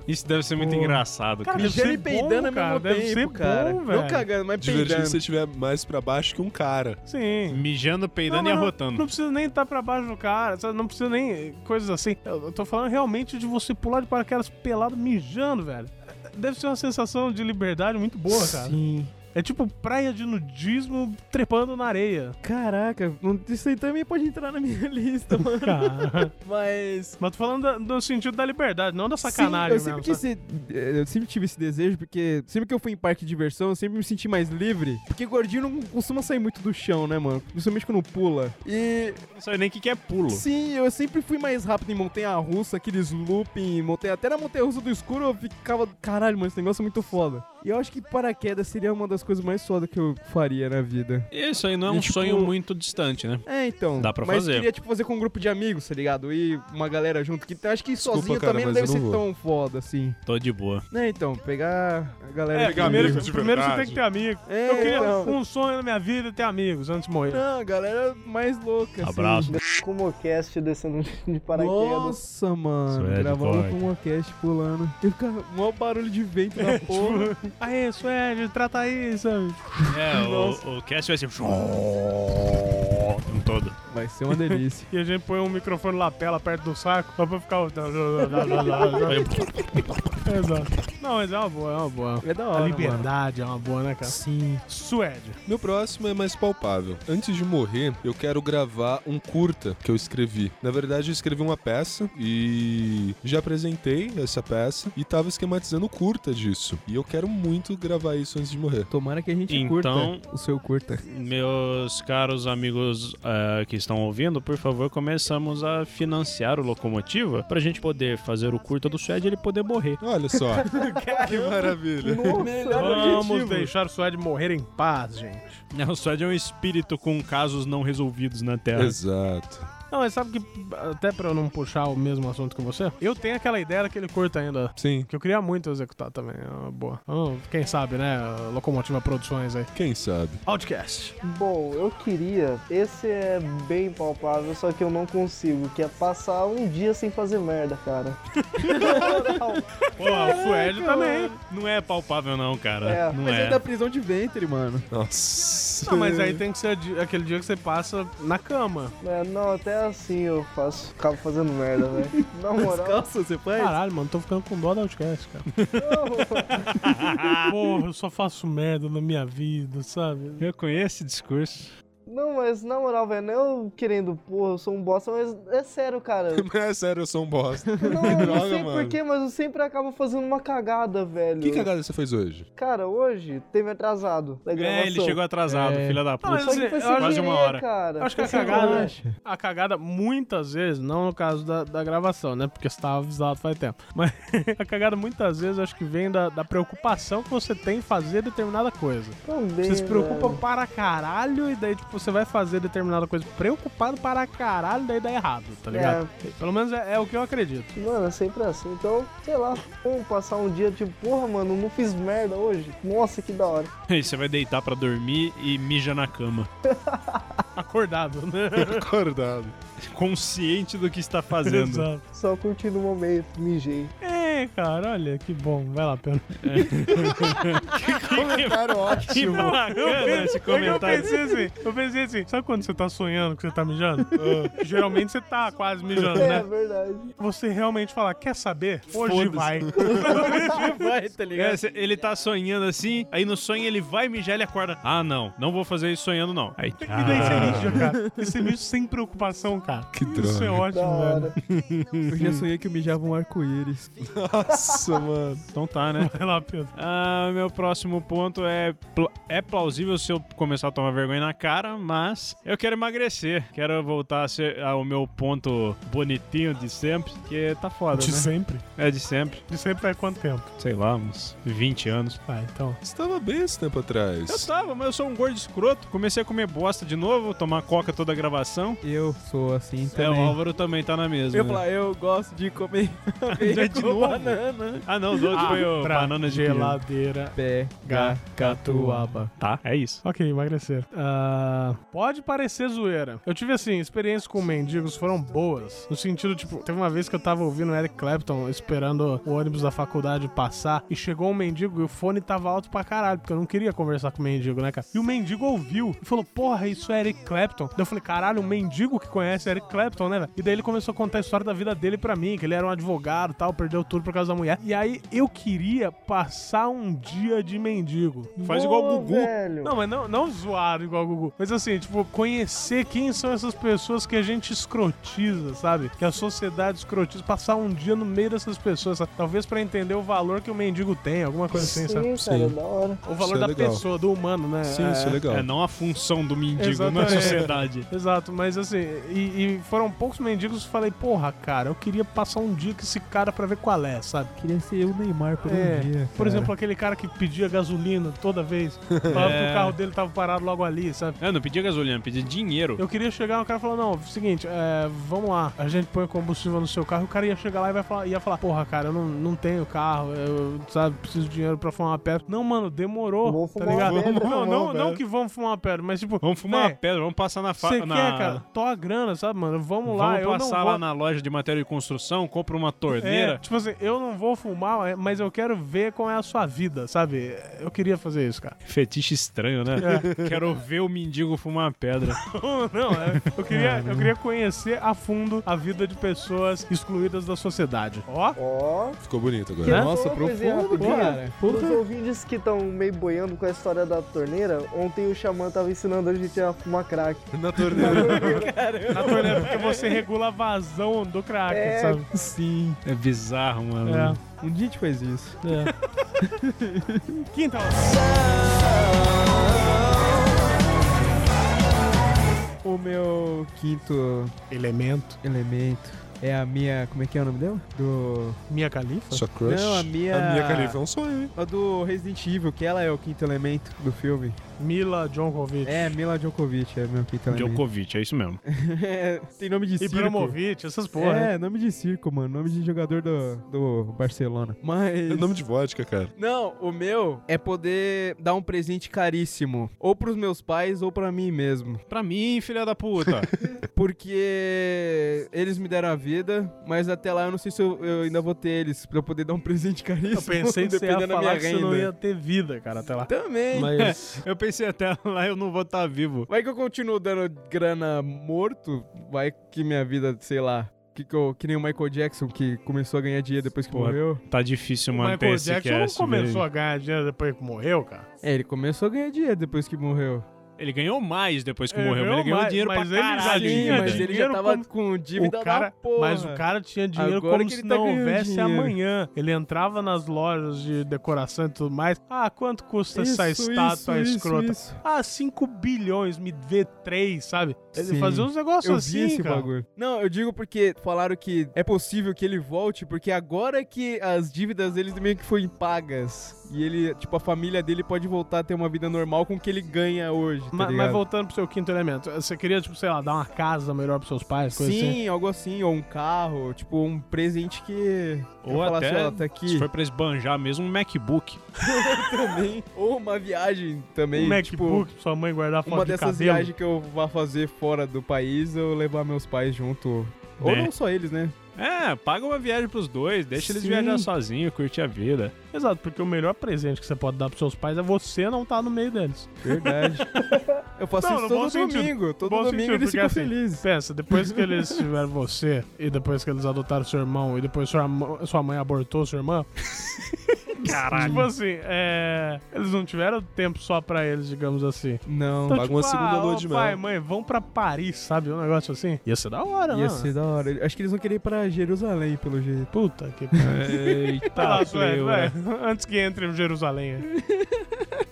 H: Isso deve ser muito
B: Pô.
H: engraçado, cara.
B: Cara, deve
A: Mijando
B: ser
A: e peidando
B: bom,
A: ao mesmo
B: cara. Deve ser
A: tempo, cara.
B: bom, velho.
A: Não cagando, mas
C: Divertido
A: peidando.
C: se você estiver mais pra baixo que um cara.
B: Sim.
H: Mijando, peidando
B: mas
H: e arrotando.
B: Não, precisa nem estar pra baixo do cara, sabe? não precisa nem eh, coisas assim. Eu, eu tô falando realmente de você pular de paraquedas pelado mijando, velho. Deve ser uma sensação de liberdade muito boa, cara.
A: Sim.
B: É tipo praia de nudismo trepando na areia.
A: Caraca, não- isso aí também pode entrar na minha lista, mano.
B: Cara.
A: Mas.
B: Mas tô falando da- do sentido da liberdade, não da
A: Sim,
B: sacanagem
A: eu sempre
B: mesmo.
A: quis ser- eh, eu sempre tive esse desejo, porque sempre que eu fui em parque de diversão, eu sempre me senti mais livre. Porque gordinho não costuma sair muito do chão, né, mano? Principalmente quando pula. E
H: Não sei nem o que, que é pulo.
A: sim, eu sempre fui mais rápido em montanha russa, aqueles looping, montanha. Até na montanha russa do escuro eu ficava. Caralho, mano, esse negócio é muito foda. E eu acho que paraquedas seria uma das coisas mais fodas que eu faria na vida.
H: Isso aí não é um
A: E, tipo,
H: sonho muito distante, né?
A: É, então.
H: Dá pra
A: mas
H: fazer.
A: queria, tipo, fazer com um grupo de amigos, tá ligado? E uma galera junto. Que eu acho que
C: Desculpa,
A: sozinho
C: cara,
A: também não
C: mas
A: deve
C: eu
A: ser
C: não
A: tão foda, assim.
H: Tô de boa.
A: Né, então, pegar a galera.
B: É,
A: que-
C: Pegar
B: primeiro,
C: amigos de
B: primeiro você tem
C: verdade.
B: que ter amigos.
A: É,
B: eu queria
A: então.
B: um sonho na minha vida é ter amigos antes de morrer.
A: Não, a galera mais louca. assim.
H: Abraço.
I: Como o cast descendo de paraquedas.
A: Nossa, mano.
H: Suede,
A: Gravava
H: porta.
A: com um orquestra pulando. E ficava mó barulho de vento na porra.
B: Aê, Suélio, trata aí, sabe?
H: É, o, o cast vai ser. Um todo.
A: Vai ser uma delícia.
B: E a gente põe um microfone lapela perto do saco só pra ficar. Exato. Não, mas é uma boa, é uma boa.
A: É da
B: A
A: hora. mano.
B: liberdade é uma boa, né, cara?
A: Sim.
B: Suede.
C: Meu próximo é mais palpável. Antes de morrer, eu quero gravar um curta que eu escrevi. Na verdade, eu escrevi uma peça e já apresentei essa peça e tava esquematizando o curta disso. E eu quero muito gravar isso antes de morrer.
A: Tomara que a gente
H: Então-
A: curta o seu curta.
H: Meus caros amigos eh, que estão ouvindo, por favor, começamos a financiar o Locomotiva pra gente poder fazer o curta do Suede e ele poder morrer.
C: Olha só. que maravilha.
B: Vamos deixar o Suede morrer em paz, gente.
H: É, O Suede é um espírito com casos não resolvidos na Terra.
C: Exato.
B: Não, mas sabe que, até pra eu não puxar o mesmo assunto que você, eu tenho aquela ideia daquele curta ainda.
C: Sim,
B: Que eu queria muito executar também. É uma boa. Então, quem sabe, né? Locomotiva Produções aí.
C: quem sabe?
B: Outcast.
I: Bom, eu queria. Esse é bem palpável, só que eu não consigo. Que é passar um dia sem fazer merda, cara. Na moral,
H: Pô, o Suede também. Não é palpável, não, cara.
I: É,
H: não
A: Mas
H: é.
A: é da prisão de ventre, mano.
C: Nossa.
B: Não, mas aí tem que ser di- aquele dia que você passa na cama.
I: né, não, até assim eu faço, ficava fazendo merda, velho. Na moral,
A: Calça, você faz?
B: Caralho, mano, tô ficando com dó da Outcast, cara.
I: não.
B: Porra, eu só faço merda na minha vida, sabe?
H: Eu conheço esse discurso.
I: não, mas na moral, velho, não é eu querendo, porra, eu sou um bosta, mas é sério, cara.
C: É sério, eu sou um bosta.
I: Não, eu não
C: Droga,
I: sei
C: mano.
I: porquê, mas eu sempre acabo fazendo uma cagada, velho.
C: Que cagada você fez hoje?
I: Cara, hoje teve atrasado da gravação.
H: É, ele chegou atrasado,
B: É.
H: filha da
B: Não, mas
H: puta.
I: Só que foi
B: Eu
I: sem
H: acho-
I: querer,
H: uma hora.
I: cara.
B: Acho que a
I: Foi sem
B: cagada- né?
I: querer.
B: A cagada, muitas vezes, não no caso da, da gravação, né? Porque você tava avisado faz tempo. Mas a cagada, muitas vezes, acho que vem da, da preocupação que você tem em fazer determinada coisa.
I: Também,
B: Você se preocupa
I: velho.
B: para caralho e daí, tipo, você vai fazer determinada coisa preocupado para caralho, daí dá errado, tá ligado? Pelo menos é, é o que eu acredito.
I: né? É, mano, é sempre assim. Então, sei lá, vamos passar um dia tipo, porra, mano, não fiz merda hoje. Nossa, que da hora.
H: Aí você vai deitar pra dormir e mija na cama.
B: Acordado, né?
C: Acordado.
H: Consciente do que está fazendo.
B: Exato.
I: Só curtindo o momento, mijei.
B: É, cara, olha que bom. Vai lá, Pedro.
C: Cara, ótimo.
H: Que bacana esse
B: Tipo, Eu
H: comentário.
B: pensei assim, eu pensei assim, sabe quando você tá sonhando que você tá mijando?
H: É.
B: Geralmente você tá quase mijando,
I: É,
B: né?
I: verdade.
B: Você realmente fala, quer saber? Hoje vai.
A: Vai, tá
H: É,
A: ligado?
H: cê- ele tá sonhando assim, aí no sonho ele vai mijar e ele acorda. Ah, não, não vou fazer isso sonhando, não. Aí,
B: E daí você mija, cara. E você mija sem preocupação, cara.
C: Que
B: Isso
C: droga.
B: é
I: Da
B: ótimo, velho.
I: hora.
A: Eu já sonhei que eu mijava um arco-íris.
C: Nossa, mano.
H: então tá, né?
B: Vai lá, Pedro.
H: Ah, meu próximo último ponto é pl- é plausível se eu começar a tomar vergonha na cara, mas eu quero emagrecer, quero voltar a ser ao meu ponto bonitinho de sempre, que tá foda,
B: De
H: né?
B: sempre?
H: É de sempre,
B: De sempre faz quanto tempo?
H: sei lá, uns 20 anos.
B: Ah, então.
C: Você tava bem esse tempo atrás.
H: Eu tava, mas eu sou um gordo escroto. Comecei a comer bosta de novo, tomar coca toda a gravação.
A: Eu sou assim
H: É, o
A: também.
H: Álvaro também tá na mesma.
A: eu falar, eu gosto de comer
H: Já
A: aveia
H: de
A: com
H: novo?
A: banana.
H: Ah, não, o outro foi o
B: pra
H: banana de gelado.
B: geladeira.
A: Pé,
B: Gacatuaba.
H: Tá, é isso.
B: Ok, emagrecer. Ah, pode parecer zoeira. Eu tive, assim, experiências com mendigos foram boas. No sentido, tipo, teve uma vez que eu tava ouvindo o Eric Clapton esperando o ônibus da faculdade passar e chegou um mendigo e o fone tava alto pra caralho, porque eu não queria conversar com o mendigo, né, cara? E o mendigo ouviu e falou, porra, isso é Eric Clapton. Daí eu falei, caralho, um mendigo que conhece Eric Clapton, né, velho? E daí ele começou a contar a história da vida dele pra mim, que ele era um advogado e tal, perdeu tudo por causa da mulher. E aí eu queria passar um dia de mendigo.
H: Faz igual o
I: Ô,
H: Gugu.
I: velho.
B: Não, mas não, não zoado igual o Gugu. Mas assim, tipo, conhecer quem são essas pessoas que a gente escrotiza, sabe? Que a sociedade escrotiza. Passar um dia no meio dessas pessoas, sabe? talvez pra entender o valor que o mendigo tem, alguma coisa assim,
I: Sim,
B: sabe?
I: cara,
C: Sim.
I: da hora.
B: O valor
C: Isso é
B: da
C: legal.
B: pessoa, do humano, né?
C: Sim, isso é legal.
H: É, não a função do mendigo na
B: Exatamente.
H: sociedade.
B: Exato, mas assim, e, e foram poucos mendigos que eu falei, porra, cara, eu queria passar um dia com esse cara pra ver qual é, sabe?
A: Queria ser o Neymar por
B: É,
A: um dia.
B: Por
A: cara.
B: exemplo, aquele cara que pedia gasolina toda vez, falava que o
H: É.
B: carro dele tava parado logo ali, sabe?
H: Eu não pedia gasolina, eu pedia dinheiro.
B: Eu queria chegar no cara e falar, não, seguinte, é, vamos lá, a gente põe combustível no seu carro, e o cara ia chegar lá e vai falar, ia falar, porra, cara, eu não, não tenho carro, eu, sabe, preciso de dinheiro pra fumar uma pedra. Não, mano, demorou,
I: Vamos
B: tá
I: fumar uma
B: ligado? não,
I: pedra.
H: Vamos
B: não,
H: fumar uma
B: não
H: pedra.
B: que vamos fumar uma pedra, mas tipo...
H: Vamos fumar
B: né,
H: uma pedra, vamos passar na
B: Você
H: faca.
B: quer,
H: na...
B: cara? Tô a grana, sabe, mano? Vamos lá,
H: Vamos
B: eu não
H: passar
B: vou...
H: lá na loja de material de construção, compra uma
B: É,
H: torneira.
B: tipo assim, eu não vou fumar, é, mas eu quero ver qual é a sua vida, sabe? Eu queria fazer isso, cara.
H: Fetiche estranho, né?
B: É.
H: Quero ver o mendigo fumar uma pedra.
B: Não, não, é- eu queria, eu queria conhecer a fundo a vida de pessoas excluídas da sociedade. Ó,
I: Ó,
C: Ficou bonito agora.
I: Quer falar
A: Nossa,
I: uma coisinha
A: profundo,
I: rapidinha?
A: cara.
I: Os ouvintes que estão meio boiando com a história da torneira, ontem o Xamã tava ensinando a gente a fumar crack.
C: Na torneira.
B: na torneira, né? porque você regula a vazão do crack,
I: É.
B: sabe?
A: Sim.
H: É bizarro, mano.
B: É.
A: Um dia a gente faz isso.
B: Quinta.
A: O meu quinto
B: Elemento.
A: elemento é a minha. Como é que é o nome dela? Do.
B: Minha califa?
C: Sua crush.
A: Não, a minha.
C: A minha Khalifa é um sonho, hein?
A: A do Resident Evil, que ela é o quinto elemento do filme.
B: Mila Djonkovic.
A: É, Mila Djokovic é meu quinto elemento.
H: Djokovic, é isso mesmo.
A: É, Tem nome de circo.
B: Ibramovic, essas porra. né?
A: É, nome de circo, mano. Nome de jogador do, do Barcelona. Mas.
C: É nome de vodka, cara.
A: Não, o meu é poder dar um presente caríssimo. Ou pros meus pais ou pra mim mesmo.
H: Pra mim, filha da puta.
A: Porque eles me deram a vida, mas até lá eu não sei se eu, eu ainda vou ter eles pra eu poder dar um presente caríssimo.
B: Eu pensei que você ia
A: dependendo da
B: falar
A: minha
B: que você não
A: renda.
B: ia ter vida, cara, até lá.
A: Também.
B: Mas...
H: eu pensei até lá, eu não vou estar vivo.
A: Vai que eu continuo dando grana morto, vai que minha vida, sei lá. Que, que, eu- que nem o Michael Jackson, que começou a ganhar dinheiro depois que
H: Porra.
A: morreu.
H: Tá difícil
B: O
H: manter
B: Michael
H: esse
B: Jackson não
H: cast.
B: começou
H: velho.
B: a ganhar dinheiro depois que morreu, cara.
A: É, ele começou a ganhar dinheiro depois que morreu.
H: Ele ganhou mais depois que
B: Ele
H: morreu, mas ele
B: ganhou
H: ganhou
B: mais,
H: dinheiro pra
B: mas ele já
H: caralho.
B: tinha
H: ainda.
A: mas ele já
B: dinheiro
A: tava
B: como-
A: com dívida
B: o cara,
A: da porra.
B: Mas o cara tinha dinheiro
A: Agora
B: como
A: que ele
B: se
A: tá
B: não
A: ganhando
B: houvesse
A: dinheiro.
B: amanhã. Ele entrava nas lojas de decoração e tudo mais. Ah, quanto custa essa
A: Isso,
B: estátua
A: isso,
B: escrota?
A: isso, isso.
B: Ah, 5 bilhões, me vê 3, sabe? Ele
A: Sim.
B: fazia uns negócios
A: Eu
B: assim,
A: vi esse
B: cara.
A: bagulho. Não, eu digo porque falaram que é possível que ele volte, porque agora que as dívidas dele meio que foram pagas. E ele, tipo, a família dele pode voltar a ter uma vida normal com o que ele ganha hoje. Tá
B: Ma- mas,
A: ligado?
B: voltando pro seu quinto elemento, você queria, tipo, sei lá, dar uma casa melhor pros seus pais, coisa assim?
A: Sim, algo assim, ou um carro, tipo um presente que.
H: Ou
A: eu falasse,
H: até,
A: ó, tá aqui
H: Se for pra esbanjar mesmo, um MacBook.
A: também. Ou uma viagem também.
B: Um
A: tipo,
B: MacBook, pra sua mãe guardar foto
A: uma
B: de
A: dessas
B: cabelo.
A: viagens que eu vá fazer fora do país, eu levar meus pais junto. Ou
H: Né.
A: não só eles, né?
H: É, paga uma viagem pros dois, deixa eles
A: Sim.
H: viajar sozinhos, curtir a vida.
B: Exato, porque o melhor presente que você pode dar pros seus pais é você não estar no meio deles.
A: Verdade. eu faço
B: Não,
A: isso
B: no bom
A: todo
B: sentido.
A: domingo. Todo
B: Bom
A: domingo
B: sentido,
A: eles
B: porque
A: ficam
B: assim,
A: felizes.
B: Pensa, depois que eles tiveram você, e depois que eles adotaram seu irmão, e depois sua, irmã- sua mãe abortou sua irmã. Caralho. Tipo assim, é, eles não tiveram tempo só pra eles, digamos assim.
A: Não.
B: Então,
C: Paga
B: tipo,
C: uma segunda
B: ah,
C: lua
B: ô,
C: de
B: Pai,
C: mel.
B: mãe, vão pra Paris, sabe? Um negócio assim. Ia ser da hora, né?
A: Ia ser da hora. Acho que eles vão querer ir pra Jerusalém, pelo jeito.
B: Puta que pariu.
H: Eita,
B: Tá, né? Vai
H: né?
B: lá, Sueli, vai. Antes que entre em Jerusalém.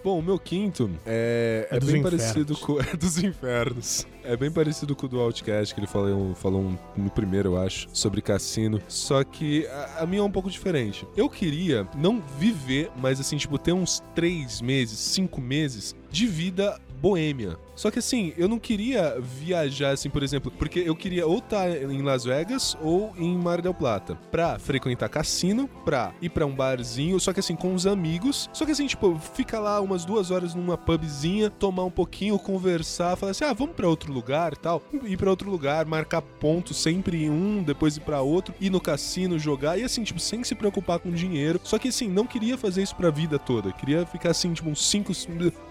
C: Bom, o meu quinto é,
B: É
C: é
B: dos
C: bem
B: infernos.
C: parecido com. É dos infernos. É bem parecido com o do Outcast, que ele falou, falou um- no primeiro, eu acho, sobre cassino. Só que a, a minha é um pouco diferente. Eu queria não viver, mas assim, tipo, ter uns três meses, cinco meses de vida boêmia. Só que assim, eu não queria viajar assim, por exemplo, porque eu queria ou estar em Las Vegas ou em Mar del Plata, pra frequentar cassino, pra ir pra um barzinho, só que assim, com os amigos. Só que assim, tipo, fica lá umas duas horas numa pubzinha, tomar um pouquinho, conversar, falar assim, ah, vamos pra outro lugar tal. Ir pra outro lugar, marcar ponto sempre em um, depois ir pra outro, ir no cassino, jogar, e assim, tipo, sem se preocupar com dinheiro. Só que assim, não queria fazer isso pra vida toda. Queria ficar assim, tipo, uns cinco,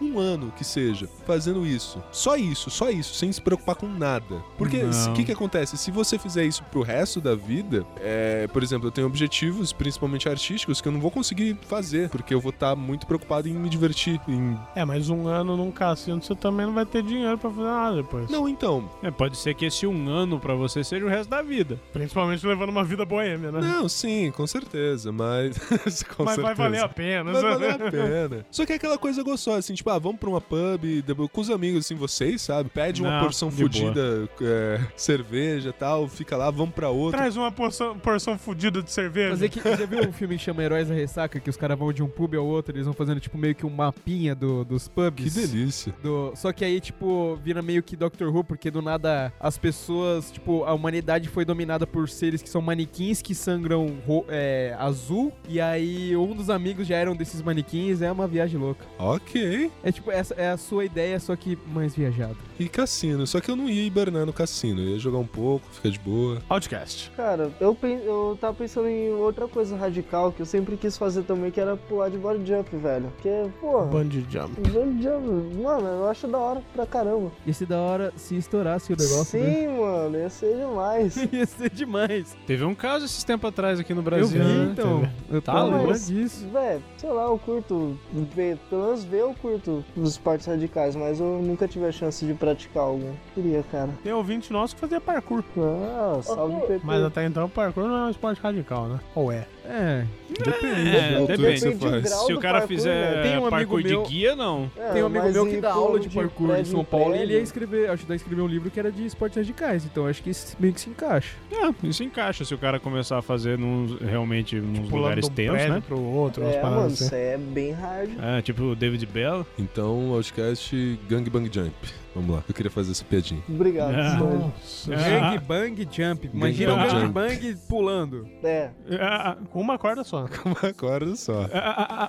C: um ano que seja, fazendo isso. Só isso, só isso, sem se preocupar com nada. Porque
H: Não.
C: o que que acontece? Se você fizer isso pro resto da vida, é, por exemplo, eu tenho objetivos, principalmente artísticos, que eu não vou conseguir fazer, porque eu vou estar muito preocupado em me divertir. Em...
B: É, mas um ano num cassino você também não vai ter dinheiro pra fazer nada depois.
C: Não, então.
H: É, pode ser que esse um ano pra você seja o resto da vida.
B: Principalmente levando uma vida boêmia, né?
C: Não, sim, com certeza, mas. com
B: mas
C: certeza.
B: vai valer a pena. né?
C: Vai
B: sabe?
C: valer a pena. Só que é aquela coisa gostosa, assim, tipo, ah, vamos pra uma pub depois- com os amigos, assim, vocês, sabe? Pede uma
H: Não,
C: porção
H: de boa.
C: fodida, é, cerveja tal, fica lá, vamos pra outra.
B: Traz uma porção, porção fodida de cerveja.
A: Fazer que, já viu um filme que chama Heróis da Ressaca, que os caras vão de um pub ao outro, eles vão fazendo tipo meio que um mapinha do- dos pubs?
C: Que delícia.
A: Do- Só que aí, tipo, vira meio que Doctor Who, porque do nada as pessoas, tipo, a humanidade foi dominada por seres que são manequins que sangram ro- é, azul, e aí um dos amigos já era um desses manequins, é uma viagem louca.
C: Ok.
A: É tipo, essa é a sua ideia, só que mais viajada.
C: E cassino. Só que eu não ia hibernar no cassino. Eu ia jogar um pouco, ficar de boa.
H: Outcast.
I: Cara, eu, pen- eu tava pensando em outra coisa radical que eu sempre quis fazer também, que era pular de body jump, velho. Porque, pô,
B: Bungee jump.
I: body jump, mano, eu acho da hora pra caramba.
A: Ia ser da hora se estourasse o negócio, né?
I: Sim, mano, ia ser demais.
A: Ia ser demais.
H: Teve um caso esses tempos atrás aqui no
A: Eu
H: Brasil.
A: vi,
H: né?
A: então. Eu
H: Tá
A: tava
I: louco.
A: lembrando disso.
I: Véi, sei lá, eu curto ver, pelo menos ver eu curto os esportes radicais, mas eu nunca tive a chance de praticar algum. Queria, cara.
B: Tem ouvinte nosso que fazia parkour.
I: Ah, salve Pepe.
B: Mas até então o parkour não é um esporte radical, né? Ou é?
A: É.
C: Depende.
H: É,
C: da altura que
H: depende
C: você
I: do grau.
C: faz.
H: Se o
I: do
H: cara
I: parkour,
H: fizer
A: né? Tem um amigo
H: parkour de
A: meu-
H: guia, não.
I: É,
A: Tem um amigo
I: mas
A: meu
I: e
A: que dá
I: pulo
A: aula de parkour em
I: prédio
A: São Paulo e
I: prédio?
A: ele é ia escrever, ajudar a escrever um livro que era de esportes radicais, então acho que isso meio que se encaixa.
H: É, isso encaixa se o cara começar a fazer num- realmente nos
A: Tipo,
B: Pulando de
H: lugares
B: um
H: tensos,
B: prédio
H: né?
B: pro outro, umas
I: É,
B: paradas
I: mano,
B: assim.
I: isso é bem hard.
H: É, tipo o David Bell.
C: Então, Outcast Gangbang Jump. Vamos lá. Eu queria fazer essa piadinha.
I: Obrigado,
H: É.
I: Stanley.
B: Nossa.
H: Ah.
A: Gang bang jump. Imagina
H: Gangbang
A: um gang
C: jump.
A: bang pulando.
I: É,
H: Ah,
B: Com uma corda só.
C: Acorda só.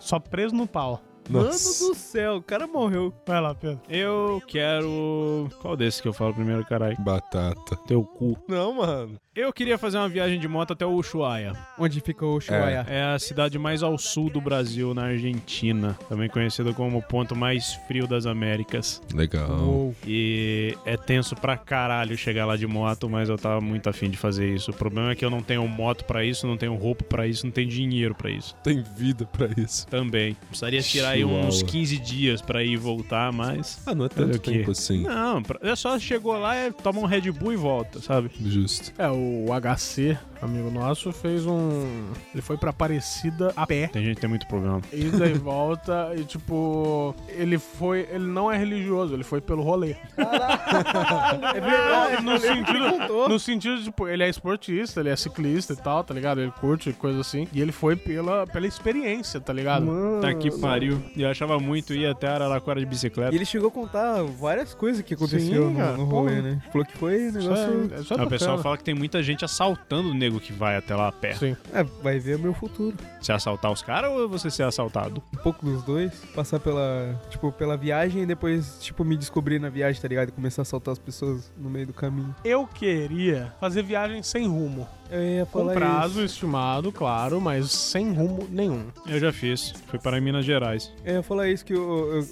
B: Só preso no pau.
C: Nossa.
A: Mano do céu, o cara morreu.
B: Vai lá, Pedro.
H: Eu quero. Qual desses que eu falo primeiro, caralho?
C: Batata.
H: Teu cu.
C: Não, mano.
H: Eu queria fazer uma viagem de moto até o Ushuaia.
A: Onde fica o Ushuaia?
H: É a cidade mais ao sul do Brasil, na Argentina. Também conhecida como o ponto mais frio das Américas.
C: Legal.
A: Uou.
H: E é tenso pra caralho chegar lá de moto, mas eu tava muito afim de fazer isso. O problema é que eu não tenho moto pra isso, não tenho roupa pra isso, não tenho dinheiro pra isso.
C: Tem vida pra isso.
H: Também. Precisaria tirar aí
C: Chihuahua.
H: uns 15 dias pra ir e voltar, mas.
C: Ah, não é
H: Olha
C: tanto
H: o quê?
C: tempo assim.
H: Não, pra- é só chegou lá, é, toma um Red Bull e volta, sabe?
C: Justo.
B: É, o HC, amigo nosso, fez um. Ele foi pra Aparecida a pé.
H: Tem gente que tem muito problema.
B: Ida e volta, e tipo, ele foi. Ele não é religioso, ele foi pelo rolê. É verdade, no
A: Oh.
B: sentido, no sentido, tipo, ele é esportista, ele é ciclista e tal, tá ligado? Ele curte coisa assim. E ele foi pela, pela experiência, tá ligado?
I: mano.
H: Tá que pariu. E eu achava muito ir até Araraquara de bicicleta.
A: E ele chegou a contar várias coisas que aconteceu
B: Sim, cara.
A: no, no rolê, né? Falou que foi um
B: Isso é-
A: negócio.
B: isso é
H: Aí o pessoal
B: bacana.
H: fala que tem muita gente assaltando o nego que vai até lá a pé.
B: Sim.
A: É, vai ver o meu futuro.
H: Você assaltar os caras ou você ser assaltado?
A: Um pouco dos dois. Passar pela. Tipo, pela viagem e depois, tipo, me descobrir na viagem, tá ligado? E começar a soltar as pessoas no meio do caminho.
B: Eu queria fazer viagem sem rumo.
A: Eu ia
B: Com
A: falar
B: prazo
A: isso.
B: estimado, claro, mas sem rumo nenhum.
H: Eu já fiz. Fui para Minas Gerais.
A: Eu ia falar isso que eu. eu-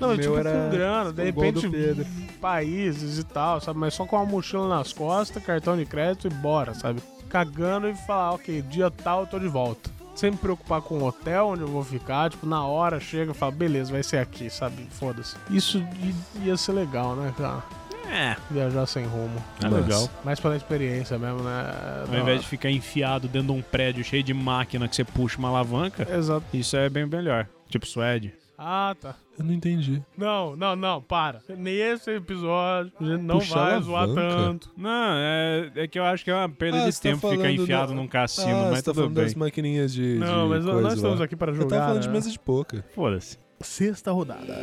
B: Não,
A: meu
B: tipo,
A: era
B: com grana, de
A: o gol do
B: repente,
A: Pedro.
B: países e tal, sabe? Mas só com uma mochila nas costas, cartão de crédito e bora, sabe? Cagando e falar, ok, dia tal eu tô de volta. Sem me preocupar com o hotel onde eu vou ficar, tipo, na hora chega e fala, beleza, vai ser aqui, sabe? Foda-se. Isso i- ia ser legal, né, cara?
H: É,
B: Viajar sem rumo.
H: é
C: Nossa.
H: legal.
B: Mas pela experiência mesmo, né?
H: Ao invés de ficar enfiado dentro de um prédio cheio de máquina que você puxa uma alavanca,
B: Exato.
H: isso é bem melhor. Tipo Suede.
B: Ah, tá.
C: Eu não entendi.
B: Não, não, não, para. Nesse episódio, a gente não
C: Puxar
B: vai zoar
C: alavanca?
B: tanto.
H: Não, é, é que eu acho que é uma perda
C: Ah,
H: de
C: você tá
H: tempo ficar
C: falando
H: enfiado
C: da-
H: num cassino,
C: ah, você
H: mas
C: tá
H: tudo
C: falando
H: bem.
C: das maquininhas de.
B: Não,
C: de
B: mas nós
C: coisa
B: estamos
C: lá.
B: aqui para
C: Eu
B: jogar.
C: tava falando de
B: né?
C: mesa de poker.
H: Foda-se.
B: Sexta rodada.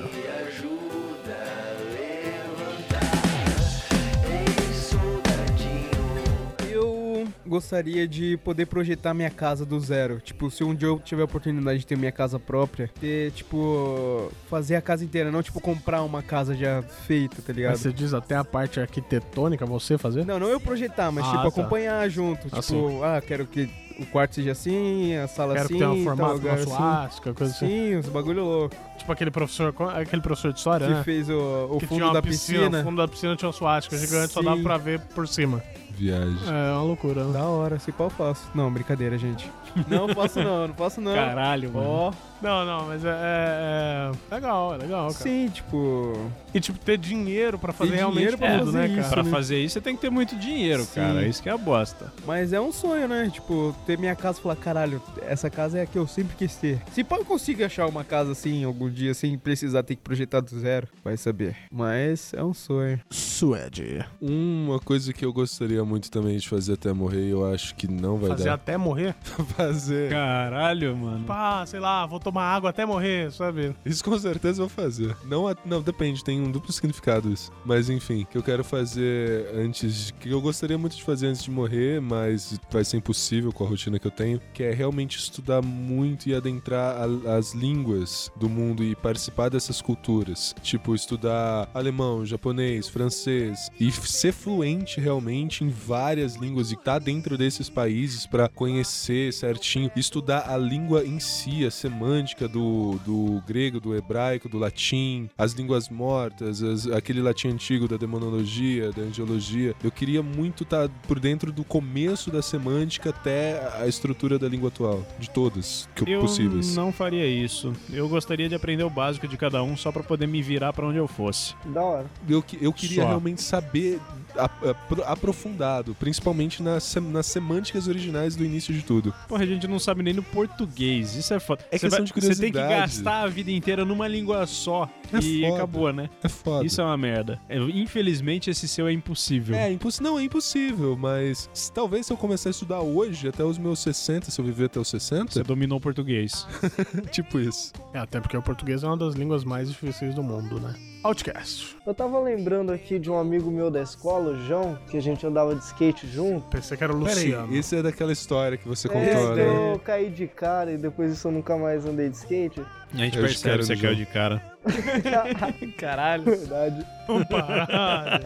A: Eu gostaria de poder projetar minha casa do zero. Tipo, se um dia eu tiver a oportunidade de ter minha casa própria, ter, tipo, fazer a casa inteira, não, tipo, comprar uma casa já feita, tá ligado?
B: Mas você diz até a parte arquitetônica você fazer?
A: Não, não eu projetar, mas,
B: Ah,
A: tipo,
B: tá.
A: acompanhar junto. Tipo,
B: Assim.
A: ah, quero que o quarto seja assim, a sala
B: Quero
A: assim,
B: que tenha um
A: tal
B: formato
A: lugar
B: uma suástica, coisa assim.
A: Sim, uns bagulho louco.
B: Tipo aquele professor, aquele professor de história,
A: que
B: né?
A: fez o, o
B: que tinha
A: fundo
B: uma
A: da
B: piscina,
A: piscina.
B: O fundo da piscina tinha um suástica gigante, só
A: Sim.
B: dava pra ver por cima.
C: Viagem.
B: É uma loucura, né?
A: Da hora, se pau eu faço. Não, brincadeira, gente. Não faço não, não faço não.
H: Caralho, mano.
A: Ó,
B: Não, não, mas é, é- é Legal, é legal, cara.
A: sim, tipo...
B: E tipo, ter dinheiro pra fazer
A: Ter
B: realmente
A: dinheiro pra
B: tudo,
A: fazer
B: né,
A: isso,
B: cara?
H: Pra fazer isso, você tem que ter muito dinheiro,
A: Sim.
H: cara. Isso que é a bosta.
A: Mas é um sonho, né? Tipo, ter minha casa e falar, caralho, essa casa é a que eu sempre quis ter. Se pá, eu consigo achar uma casa assim algum dia, sem precisar ter que projetar do zero, vai saber. Mas é um sonho.
B: Suede.
C: Uma coisa que eu gostaria muito também de fazer até morrer, eu acho que não vai
B: Fazer
C: dar.
B: até morrer?
C: fazer.
H: Caralho, mano.
B: Pá, sei lá, vou tomar água até morrer, sabe?
C: Isso com certeza eu vou fazer. Não, a- não, depende, tem um duplo significado isso. Mas enfim, que eu quero fazer antes. de- que eu gostaria muito de fazer antes de morrer, mas vai ser impossível com a rotina que eu tenho. Que é realmente estudar muito e adentrar a- as línguas do mundo e participar dessas culturas. Tipo, estudar alemão, japonês, francês. E f- ser fluente realmente em várias línguas e estar dentro desses países pra conhecer certinho. Estudar a língua em si, a semântica do, do grego, do hebraico, do latim, as línguas mortas, as- aquele latim antigo da demonologia, da angiologia. Eu queria muito estar por dentro do começo da semântica até a estrutura da língua atual, de todas que
H: Eu
C: possíveis.
H: não faria isso. Eu gostaria de aprender o básico de cada um só pra poder me virar pra onde eu fosse.
I: Da hora.
C: Eu, que- eu queria
H: Só.
C: realmente saber a- apro- aprofundado, principalmente nas, sem- nas semânticas originais do início de tudo.
H: Porra, a gente não sabe nem no português. Isso é foda.
C: É
H: Você
C: questão de
H: Você tem que
C: curiosidade.
H: gastar a vida inteira numa língua só.
C: É
H: e
C: foda.
H: acabou, né?
C: É foda.
H: Isso é uma merda. É, Infelizmente, esse seu é impossível.
C: É, imposs... não, é impossível, mas se- talvez se eu começar a estudar hoje, até os meus 60, se eu viver até os 60,
H: Você dominou o português.
C: tipo isso.
B: É, até porque o português é uma das línguas mais difíceis do mundo, né? Outcast.
I: Eu tava lembrando aqui de um amigo meu da escola, o João, que a gente andava de skate junto.
B: Pensei que era o
C: Peraí,
B: Luciano.
C: isso é daquela história que você
I: É,
C: contou,
I: que
C: né?
I: eu caí de cara e depois disso eu nunca mais andei de skate.
H: A gente
C: Eu espero
H: percebe que você
C: no
H: caiu
C: jogo.
H: de cara.
I: Caralho. Verdade.
B: Vamos parar.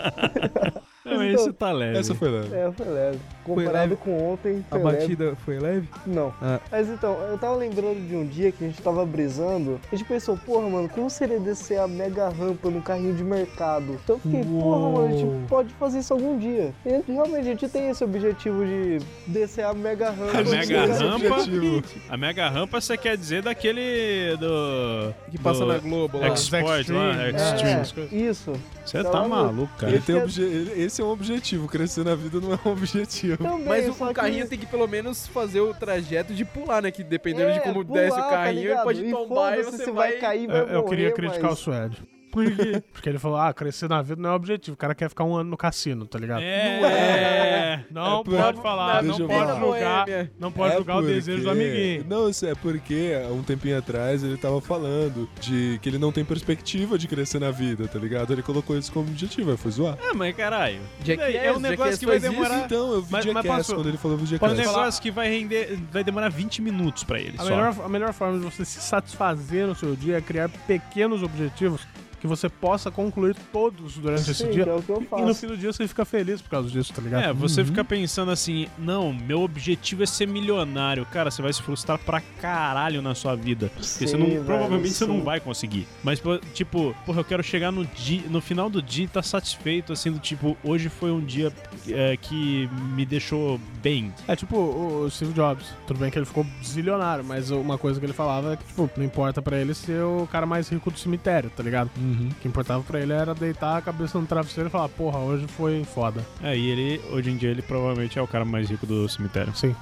H: Não, esse tá leve.
C: Essa foi lá.
I: É, foi leve.
A: leve.
I: Comparado com ontem,
A: A
I: foi leve.
A: batida foi leve?
I: Não.
A: Ah.
I: Mas então, eu tava lembrando de um dia que a gente tava brisando, a gente pensou, porra, mano, como seria descer a mega rampa num carrinho de mercado? Então eu fiquei, porra, mano, a gente pode fazer isso algum dia. E realmente a gente tem esse objetivo de descer a mega rampa.
H: A
C: é
I: num
H: mega
C: um
I: carrinho de
H: rampa?
I: mercado.
H: A mega rampa você quer dizer daquele do.
A: Que passa
H: do
A: na Globo
I: Tá.
A: lá.
B: Ex-
H: Export lá,
B: Extreme.
H: Extreme.
I: É, isso.
H: Você
I: Tá
H: tá
I: maluco.
H: maluco, cara.
C: Ele tem obje- ele- Esse é um objetivo, crescer na vida não é um objetivo.
I: Também,
A: Mas
I: só
A: o
I: que-
A: carrinho tem que pelo menos fazer o trajeto de pular, né? Que dependendo de
I: É,
A: como
I: pular,
A: desce o
I: tá
A: carrinho, ele
I: ligado?
A: pode
I: E
A: tombar e
I: foda-se
A: você
I: se
A: vai...
I: cair, vai
B: É, eu, eu queria
I: morrer,
B: criticar o
I: É. mas-
B: Suede. Por quê? Porque ele falou, ah, crescer na vida não é objetivo. O cara quer ficar um ano no cassino, tá ligado?
H: É.
B: Não
C: É por-
B: pode falar,
C: Deixa
B: não
C: eu
B: pode
C: falar.
B: julgar,
A: Boêmia.
B: não pode
C: É
B: julgar o desejo do
C: porque-
B: amiguinho.
C: Não, isso é porque há um tempinho atrás ele tava falando de que ele não tem perspectiva de crescer na vida, tá ligado? Ele colocou isso como objetivo, aí foi zoar.
H: Ah, mas caralho.
A: Jackass,
H: é um negócio
A: Jackass
H: que vai
A: faz isso,
H: demorar.
C: Então, eu vi
H: Mas- mas
C: Jackass
H: posso-
C: quando ele falou do
H: É um
C: Jackass.
H: negócio que vai render. Vai demorar 20 minutos pra ele.
B: A
H: só.
B: melhor, a melhor forma de você se satisfazer no seu dia é criar pequenos objetivos que você possa concluir todos durante esse
I: Sim,
B: dia.
I: é o que eu
B: E no
I: faço.
B: fim do dia você fica feliz por causa disso, tá ligado?
H: É, você fica pensando assim, não, meu objetivo é ser milionário. Cara, você vai se frustrar pra caralho na sua vida. Porque você
I: Sim,
H: não,
I: velho,
H: provavelmente você não
I: sim.
H: vai conseguir. Mas, pô, tipo, porra, eu quero chegar no dia, no final do dia e tá satisfeito, assim, do tipo, hoje foi um dia é, que me deixou bem.
B: É tipo o o Steve Jobs. Tudo bem que ele ficou zilionário, mas uma coisa que ele falava é que, tipo, não importa pra ele ser o cara mais rico do cemitério, tá ligado?
C: Uhum.
B: O que importava pra ele era deitar a cabeça no travesseiro e falar, porra, hoje foi foda.
H: É, e ele, hoje em dia, ele provavelmente é o cara mais rico do cemitério.
B: Sim.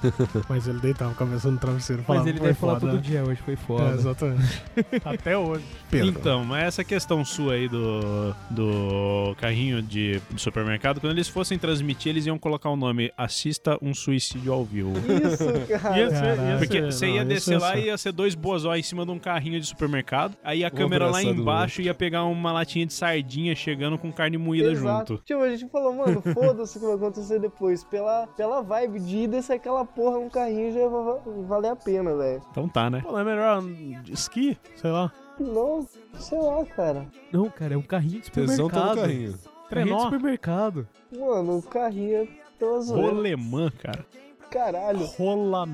B: Mas ele deitava a cabeça no travesseiro e falava,
A: Mas ele
B: foi
A: deve falar
B: foda.
A: todo dia, hoje foi foda.
B: É, exatamente. Até hoje.
H: Então, mas essa questão sua aí do, do carrinho de, de supermercado, quando eles fossem transmitir, eles iam colocar o nome Assista um Suicídio ao Vivo.
I: Isso, cara.
B: Ia ser- ia ser-
H: Porque você ia
B: é, não, ia
H: descer
B: ser
H: lá
B: assim.
H: e ia ser dois bozó em cima de um carrinho de supermercado. Aí a
C: Um
H: câmera lá
C: abraçado no
H: embaixo ia pegar uma latinha de sardinha chegando com carne moída
I: Exato.
H: junto.
I: Tipo, a gente falou, mano, foda-se o que vai acontecer depois. Pela, pela vibe de ida, se aquela porra num carrinho já va- valer a pena, velho.
H: Então tá, né?
B: Pô, não é melhor um esqui, sei lá.
I: Não, sei lá, cara.
A: Não, cara, é um carrinho de
C: Tesão
A: supermercado.
C: tá no carrinho.
A: Carrinho de
B: Trenó.
A: supermercado.
I: Mano, o carrinho é pela zoeira.
H: Rolemã, cara.
I: Caralho.
B: Rola...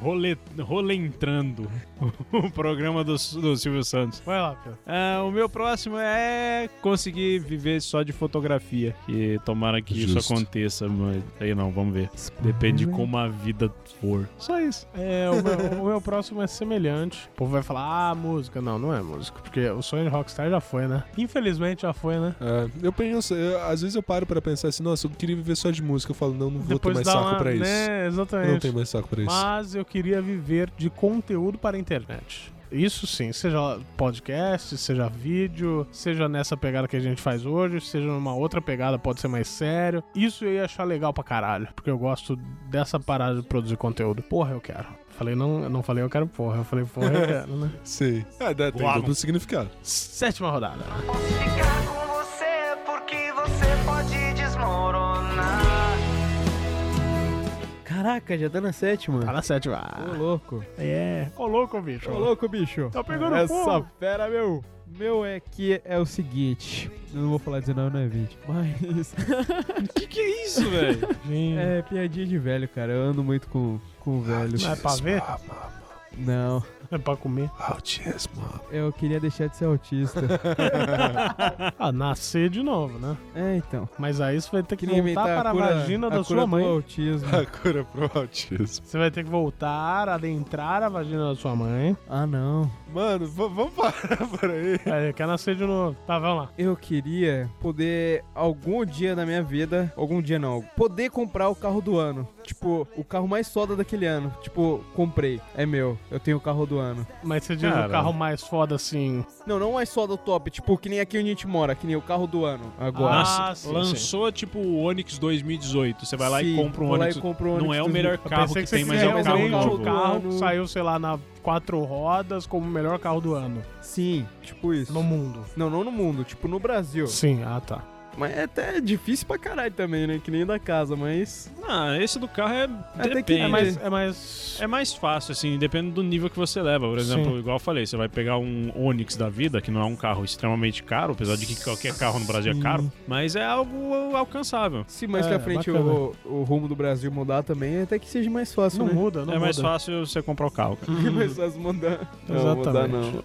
H: Role, role entrando. o programa do, do Silvio Santos.
B: Vai lá, Pedro.
H: Ah, o meu próximo é conseguir viver só de fotografia. Que tomara que isso
C: Justo.
H: aconteça, mas aí não, vamos ver. Depende de como a vida for. Só isso.
B: É, o meu, o meu próximo é semelhante. O povo vai falar, ah, música. Não, não é música. Porque o sonho de Rockstar já foi, né? Infelizmente já foi, né?
C: É, eu penso, eu- às vezes eu paro pra pensar assim, nossa, eu queria viver só de música. Eu falo, não, não vou ter mais
B: dá
C: saco
B: uma-
C: pra isso.
B: Né?
C: Eu
B: Exatamente.
C: não tenho mais saco pra isso.
B: Mas eu queria viver de conteúdo para a internet. Isso sim, seja podcast, seja vídeo, seja nessa pegada que a gente faz hoje, seja numa outra pegada, pode ser mais sério. Isso eu ia achar legal pra caralho, porque eu gosto dessa parada de produzir conteúdo. Porra, eu quero. Falei, não, eu não falei eu quero porra, eu falei porra, eu quero, né?
C: Sei. Ah, dá, tem
H: Uau.
C: duplo significado.
B: Sétima rodada.
D: Ficar com você é porque você pode desmoronar.
A: Caraca, já tá na
B: Tá
A: sétima.
B: na sétima.
A: Ô, louco.
B: É. Ô louco, bicho.
A: Ô, Tá louco, bicho.
B: Tá pegando
A: Essa
B: fogo.
A: fera, meu. Meu é que é o seguinte. Eu não vou falar 19, não é 20. Mas.
H: Que que é isso, velho?
B: Gente.
A: É piadinha de velho, cara. Eu ando muito com, com velho.
H: Ah,
B: Não é pra ver?
A: Não.
B: É pra comer.
C: Autismo.
A: Eu queria deixar de ser autista.
B: Ah, nascer de novo, né?
A: é, então.
B: Mas aí você vai ter que
A: Queria
B: voltar
A: inventar
B: para
A: a
B: a,
A: cura,
B: vagina
A: a
B: da
A: cura
B: sua mãe.
A: do autismo.
C: A cura pro autismo.
B: Você vai ter que voltar, adentrar a vagina da sua mãe.
A: Ah, não.
C: Mano, v- vamos parar por aí.
B: Aí É, quer nascer de novo. Tá, vamos lá.
A: Eu queria poder, algum dia na minha vida, algum dia não, poder comprar o carro do ano. Tipo, o carro mais soda daquele ano. Tipo, comprei, é meu, eu tenho o carro do ano.
B: Mas você diz o
H: Cara.
B: carro mais foda assim.
A: Não, não mais soda top, tipo, que nem aqui onde a gente mora, que nem o carro do ano. Agora.
B: Ah,
H: Nossa,
B: sim,
H: lançou tipo o Onix 2018. Você vai lá
A: Sim,
H: e compra um
A: vou lá
H: Onix.
A: e compro um
H: Não
A: Onix
H: é o
A: 2000.
H: melhor
B: Eu
H: carro
B: pensei
H: que tem,
B: você
H: mas
B: queria
H: é um carro
B: realmente
A: novo.
B: O
H: novo.
B: carro
A: Do ano.
B: saiu, sei lá, na quatro rodas como o melhor carro do ano
A: Sim, tipo isso.
B: no mundo.
A: Não, não no mundo, tipo no Brasil.
B: Sim, ah tá.
A: Mas é até difícil pra caralho também, né? Que nem da casa, mas.
H: Não, esse do carro é.
A: Até que-
H: depende.
B: É
H: É
B: mais.
H: mais,
B: É mais.
H: fácil, assim, depende do nível que você leva. Por exemplo,
B: Sim.
H: igual eu falei, você vai pegar um Onix da vida, que não é um carro extremamente caro, apesar de que qualquer carro no Brasil é caro, mas é algo alcançável.
A: Se mais
B: É,
A: pra frente
B: bacana.
A: o, o rumo do Brasil mudar também, até que seja mais fácil,
B: Não
A: né?
B: muda, não muda.
H: é mais fácil você comprar o carro, cara.
A: É mais fácil mudar. Não, mudar
B: Uhum. Exatamente.
A: não.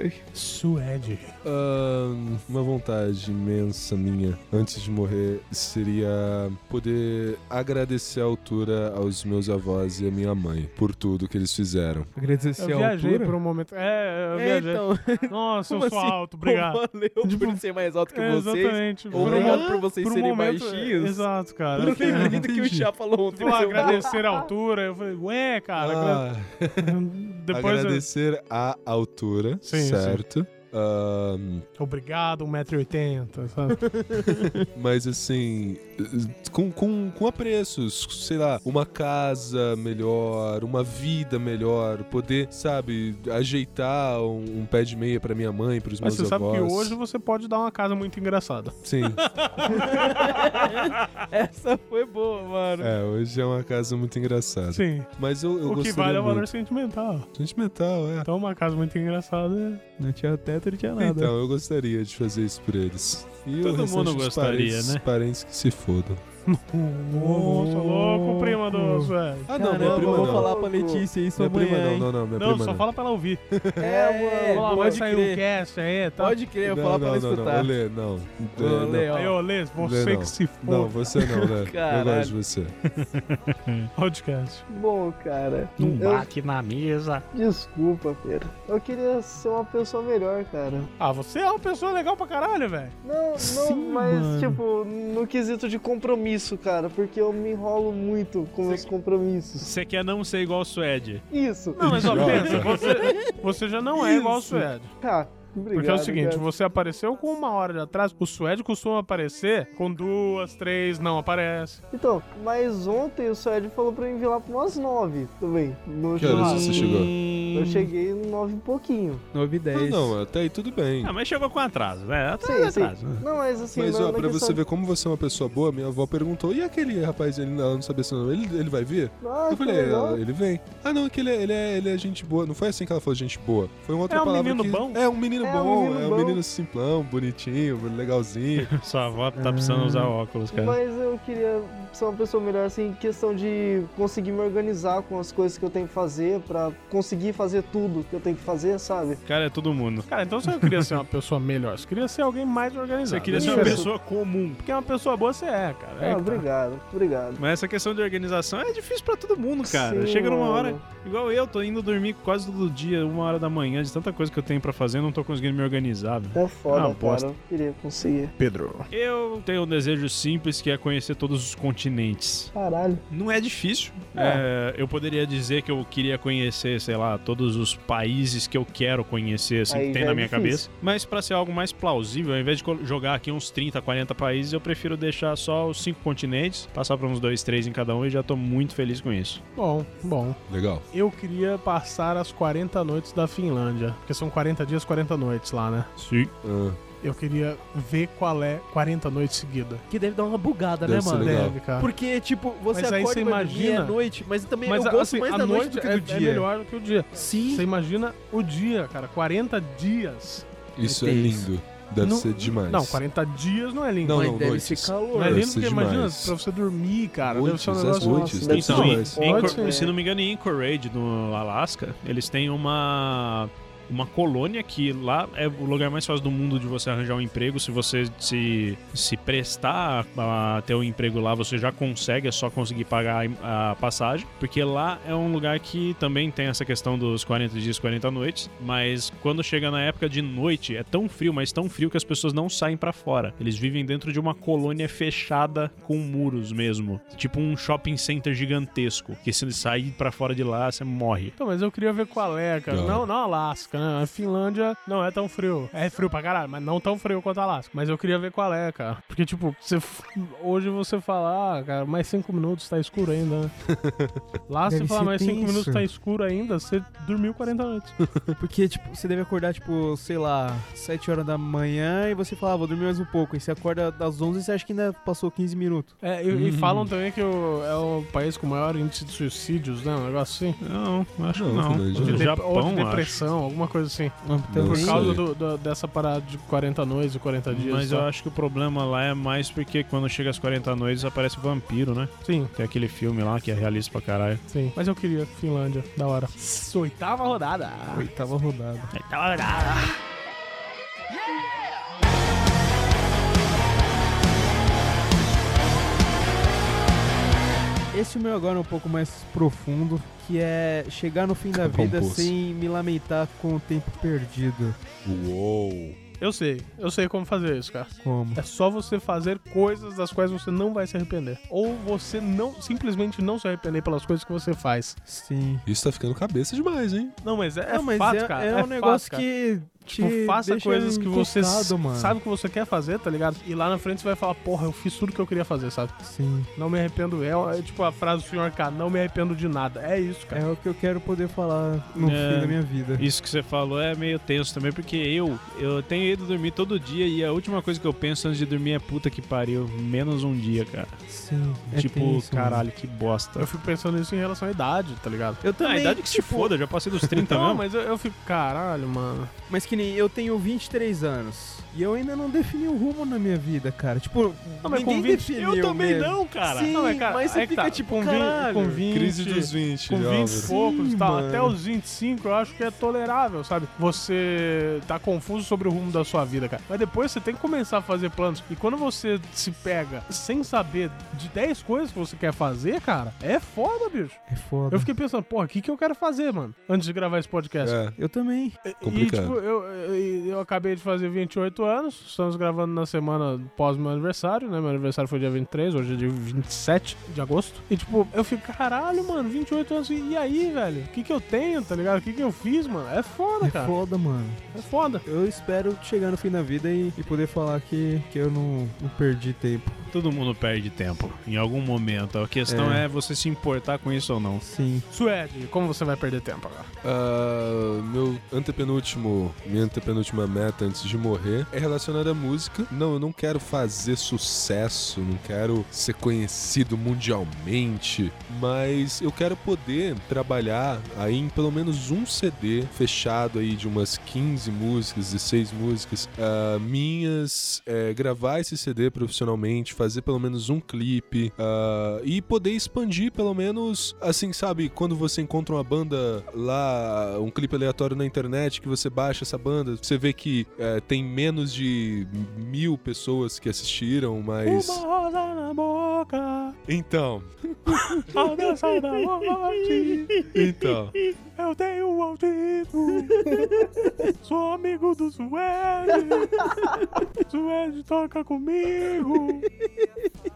A: Ai.
B: Suede.
C: Ahn, uma vontade imensa minha antes de morrer seria poder agradecer à altura aos meus avós e à minha mãe por tudo que eles fizeram.
A: Agradecer
B: Eu
A: a
B: viajei
A: altura?
B: por um momento. É, eu
A: É,
B: viajei.
A: então,
B: Nossa, eu
A: como
B: sou
A: assim?
B: alto, obrigado. Tipo,
A: valeu por ser mais alto que
B: É,
A: vocês.
B: exatamente.
A: Ou
B: Obrigado.
A: obrigado por vocês
B: Por um
A: serem
B: momento,
A: baixinhos.
B: Exato, cara.
A: Eu fiquei bonito que o Chá falou ontem.
B: Vou lá
A: mas eu-
B: agradecer a altura. Eu falei, ué, cara. agra-
C: Ah,
B: Depois eu-
C: agradecer à altura,
B: Sim, sim.
C: certo? Ahn,
B: Obrigado, 1,80m, sabe?
C: mas assim, com, com, com apreços, sei lá, uma casa melhor, uma vida melhor, poder, sabe, ajeitar um, um pé de meia pra minha mãe, pros
B: Mas
C: meus
B: você sabe
C: avós.
B: que hoje você pode dar uma casa muito engraçada.
C: Sim.
A: Essa foi boa, mano.
C: É, hoje é uma casa muito engraçada.
B: Sim.
C: Mas eu, eu
B: o que
C: gostaria
B: vale é o valor
C: muito.
B: sentimental.
C: Sentimental, é.
B: Então, uma casa muito engraçada. é-
A: Não tinha teto, não tinha nada.
C: Então, eu gostaria de fazer isso por eles. E o
H: Todo
C: restante
H: mundo
C: dos
H: gostaria,
C: parentes,
H: né?
C: parentes que se fodam.
H: Nossa, louco, prima doce, velho.
C: Ah, não,
A: Caramba,
C: minha prima
A: eu vou
C: não.
A: falar pra Letícia isso
C: Minha
A: amanhã,
C: prima não,
A: é, hein?
C: não, não, minha
H: Não,
C: prima
H: só
C: não.
H: fala pra ela ouvir.
A: É,
B: Olha lá, vai
A: pode
B: sair um
A: crer.
B: cast aí, tá?
A: Pode crer, eu vou falar pra ela
C: não, não, não,
A: escutar.
C: Lê, não. Lê,
A: Ô, Lê, ó.
B: Aí, ô, Lês,
C: Lê,
B: você
C: não.
B: que se
C: não. Não,
B: foda.
C: você não, Lê. Eu
A: Caralho.
C: gosto de você.
B: um
H: Podcast.
I: É Bom, cara,
H: Não
I: eu-
H: bate na mesa.
I: desculpa, Pedro. Eu queria ser uma pessoa melhor, cara.
B: Ah, você é uma pessoa legal pra caralho, velho.
I: Não, não, mas tipo, no quesito de compromisso, cara, porque eu me enrolo muito com meus compromissos.
H: Você quer não ser igual o Suede?
I: Isso.
B: Não, mas ó,
C: Idiota.
B: pensa, você, você já não é igual o
I: Isso.
B: Suede.
I: Tá, obrigado.
B: Porque é o seguinte,
I: cara.
B: você apareceu com uma hora de atraso, o Suede costuma aparecer com duas, três, não aparece.
I: Então, mas ontem o Suede falou pra eu enviar lá pra umas nove também. No
C: Que horas você
I: churrasco.
C: chegou?
I: Eu cheguei no nove e pouquinho.
A: 9 e 10.
C: Ah, não, até aí tudo bem.
H: Ah, mas chegou com atraso, né?
C: Tá
I: Sim,
H: Atraso,
I: sim.
H: atraso.
I: Não, mas assim,
C: Mas,
I: na-
C: ó,
I: na
C: pra
I: questão-
C: você ver como você é uma pessoa boa, minha avó perguntou, e aquele rapaz, ele ela não sabia se não, ele, ele vai vir?
I: Ah,
C: eu
I: que
C: falei,
I: legal.
C: "Ah, ele vem. Ah, não, que ele é, ele, é, ele é gente boa. Não foi assim que ela falou gente boa. Foi uma outra
B: É um
C: palavra
B: menino
C: que-
B: bom?
C: É um menino
I: É um
C: bom,
I: menino
C: é um
I: bom.
C: menino simplão, bonitinho, legalzinho.
H: Sua avó tá precisando
B: Ah.
H: usar óculos,
C: é,
H: cara.
I: Mas eu queria ser uma pessoa melhor, assim, em questão de conseguir me organizar com as coisas que eu tenho que fazer, pra conseguir fazer tudo que eu tenho que fazer, sabe? Ah,
H: Cara, é todo mundo.
B: Cara, então você não queria ser uma pessoa melhor, você queria ser alguém mais organizado.
H: Você queria ser uma
I: é-
B: Isso. é
H: pessoa comum.
B: Porque uma pessoa boa você é, cara. É que
I: Ah,
B: tá.
I: obrigado, obrigado.
H: Mas essa questão de organização é difícil pra todo mundo, cara.
I: Sim,
H: Chega numa
I: mano.
H: hora, igual eu, tô indo dormir quase todo dia, uma hora da manhã, de tanta coisa que eu tenho pra fazer, eu não tô conseguindo me organizar. velho.
I: É foda,
H: Ah, bosta.
I: cara. Eu queria conseguir.
H: Eu tenho um desejo simples que é conhecer todos os continentes.
I: Caralho.
H: Não é difícil. É, eu poderia dizer que eu queria conhecer, sei lá, todos os países que eu quero conhecer, assim,
I: Aí
H: que tem
I: já
H: na
I: é
H: minha
I: difícil.
H: cabeça. Mas pra ser algo mais plausível, ao invés de col- jogar aqui uns 30, 40 países, eu prefiro deixar só os cinco continentes, passar pra uns dois, três em cada um e já tô muito feliz com isso.
B: Bom, bom.
C: Legal.
B: Eu queria passar as 40 noites da Finlândia. Porque são 40 dias, 40 noites lá, né?
H: Sim.
C: Ah,
B: Eu queria ver qual é 40 noites seguida.
J: Que deve dar uma bugada,
C: é. Deve
J: né,
C: ser
J: mano?
C: Tá legal.
B: Deve, cara.
J: Porque, tipo, você
B: Mas aí
J: acorda
B: você
J: e vai dormir
B: imagina-
J: à noite, mas
A: é
J: também
B: Mas
J: eu gosto
B: assim,
J: mais
B: a
J: da noite,
B: noite
J: do que
B: é,
J: do
B: é
J: dia.
B: melhor do que o dia.
J: Sim.
B: Você imagina o dia, cara. 40 dias.
C: isso é
J: Deve ter
C: lindo. Deve
B: Não-
C: ser demais.
B: Não, 40 dias não é lindo.
C: Não,
J: mas
C: não,
J: deve
C: noites.
J: ser calor.
B: Não é
C: Deve
B: lindo
C: ser
B: porque imagina,
C: demais.
B: pra você dormir, cara, deve ser um
C: Noites, as
B: negócio...
C: noites, deve
B: Nossa, deve
C: ser
B: ser
H: Então, em,
C: demais.
H: em
B: Pode
H: Cor-
I: ser.
H: se não me engano, em Anchorage, no Alasca, eles têm uma uma colônia que lá é o lugar mais fácil do mundo de você arranjar um emprego. Se você se, se prestar a ter um emprego lá, você já consegue, é só conseguir pagar a im- a, passagem. Porque lá é um lugar que também tem essa questão dos 40 dias, 40 noites. Mas quando chega na época de noite, é tão frio, mas tão frio que as pessoas não saem pra fora. Eles vivem dentro de uma colônia fechada com muros mesmo. Tipo um shopping center gigantesco. Que se sair pra fora de lá, você morre.
B: Então, mas eu queria ver qual é, cara.
C: Não.
B: Não, não Alasca, né? A Finlândia não é tão frio. É frio pra caralho, mas não tão frio quanto a Alasca. Mas eu queria ver qual é, cara. Porque, tipo, você f- hoje você fala, ah, cara, mais cinco minutos tá escuro ainda, né? Lá
A: Deve
B: você fala,
A: ser
B: mais cinco
A: tenso.
B: minutos tá escuro ainda, você dormiu 40 noites.
A: Porque, tipo, você deve acordar, tipo, sei lá, 7 horas da manhã e você fala, ah, vou dormir mais um pouco. E você acorda das 11 e você acha que ainda passou 15 minutos.
B: É, e, e falam também que o- é o país com o maior índice de suicídios, né? Um negócio assim.
H: Não, acho que
C: Não,
H: não.
C: Finlândia
H: De
C: não.
B: De dep- ou
H: Japão,
B: de
H: acho.
B: depressão, alguma coisa assim.
A: Então,
C: Não
B: Por
C: sei.
B: causa do- do- dessa parada de 40 noites e 40 dias.
H: Mas
B: tá?
H: eu acho que o problema lá é mais porque quando chega às 40 noites aparece o vampiro, né?
B: Sim,
H: Tem aquele filme lá que é realista pra caralho.
B: sim. Mas eu queria Finlândia, da hora. Oitava rodada.
A: Oitava rodada. Esse meu agora é um pouco mais profundo, que é chegar no fim da
C: Capão
A: vida
C: Poço.
A: sem me lamentar com o tempo perdido.
C: Uou.
B: Eu sei, eu sei como fazer isso, cara.
A: Como?
B: É só você fazer coisas das quais você não vai se arrepender. Ou você não, simplesmente não se arrepender pelas coisas que você faz.
A: Sim.
C: Isso tá ficando cabeça demais, hein?
B: Não, mas é,
A: Não, mas
B: fato,
A: é,
B: cara.
A: é um
B: fato,
A: negócio
B: cara.
A: que
B: Tipo,
A: te
B: faça
A: deixa
B: coisas que você
A: encucado, mano.
B: sabe que você quer fazer, tá ligado? E lá na frente você vai falar, porra, eu fiz tudo que eu queria fazer, sabe?
A: Sim.
B: Não me arrependo. É, é tipo a frase do senhor K, não me arrependo de nada. É isso, cara.
A: É o que eu quero poder falar no
H: É.
A: fim da minha vida.
H: Isso que você falou é meio tenso também, porque eu eu tenho ido dormir todo dia e a última coisa que eu penso antes de dormir é puta que pariu, menos um dia, cara.
A: Sim. é
H: tipo,
A: tenso, mano.
H: caralho, que
A: É.
H: bosta.
B: Eu fico pensando nisso em relação à idade, tá ligado?
A: Eu
H: Ah, a
A: também,
H: idade que se
A: tipo,
H: foda, eu já passei dos 30
B: Não,
H: mesmo.
B: mas eu, eu fico, caralho, mano.
A: Mas que nem eu tenho 23 anos. E eu ainda não defini o rumo na minha vida, cara. Tipo,
H: Não, mas
A: ninguém
H: com 20
A: definiu.
H: Eu também
A: mesmo.
H: não, cara.
A: Sim,
H: Não, mas, cara,
A: mas você
H: é que
A: fica
H: tá.
A: tipo, um
B: Caralho.
A: com 20.
C: Crise dos 20,
B: Com 20 e
C: Álvaro.
B: poucos e tal,
A: mano.
B: até os 25 eu acho que é tolerável, sabe? Você tá confuso sobre o rumo da sua vida, cara. Mas depois você tem que começar a fazer planos. E quando você se pega sem saber de 10 coisas que você quer fazer, cara, é foda, bicho.
A: É foda.
B: Eu fiquei pensando, porra, o que, que eu quero fazer, mano? Antes de gravar esse podcast.
C: É,
A: Eu também.
C: complicado.
B: E, tipo, eu, eu, eu acabei de fazer 28 anos, estamos gravando na semana pós meu aniversário, né? Meu aniversário foi dia 23, hoje é dia 27 de agosto. E, tipo, eu fico, caralho, mano, 28 anos, e e aí, velho? O que que eu tenho, tá ligado? O que que eu fiz, mano? É foda,
A: É
B: cara.
A: foda, mano.
B: É foda.
A: Eu espero chegar no fim da vida e, e poder falar que, que eu não, não perdi tempo.
H: Todo mundo perde tempo em algum momento. A questão
A: É.
H: é você se importar com isso ou não.
A: Sim.
B: Suede, como você vai perder tempo agora?
C: Ah, meu antepenúltimo, minha antepenúltima meta antes de morrer é relacionada à música. Não, eu não quero fazer sucesso, não quero ser conhecido mundialmente, mas eu quero poder trabalhar aí em pelo menos um CD fechado aí de umas 15 músicas, 16 músicas ah, minhas, eh, gravar esse CD profissionalmente, fazer pelo menos um clipe ah, e poder expandir pelo menos, assim, sabe, quando você encontra uma banda lá, um clipe aleatório na internet que você baixa essa banda, você vê que eh, tem menos de mil pessoas que assistiram, mas.
B: Uma rosa na boca,
C: Então,
B: a dança da morte,
C: então.
B: eu tenho um autismo, sou amigo do Suede, Suede toca comigo.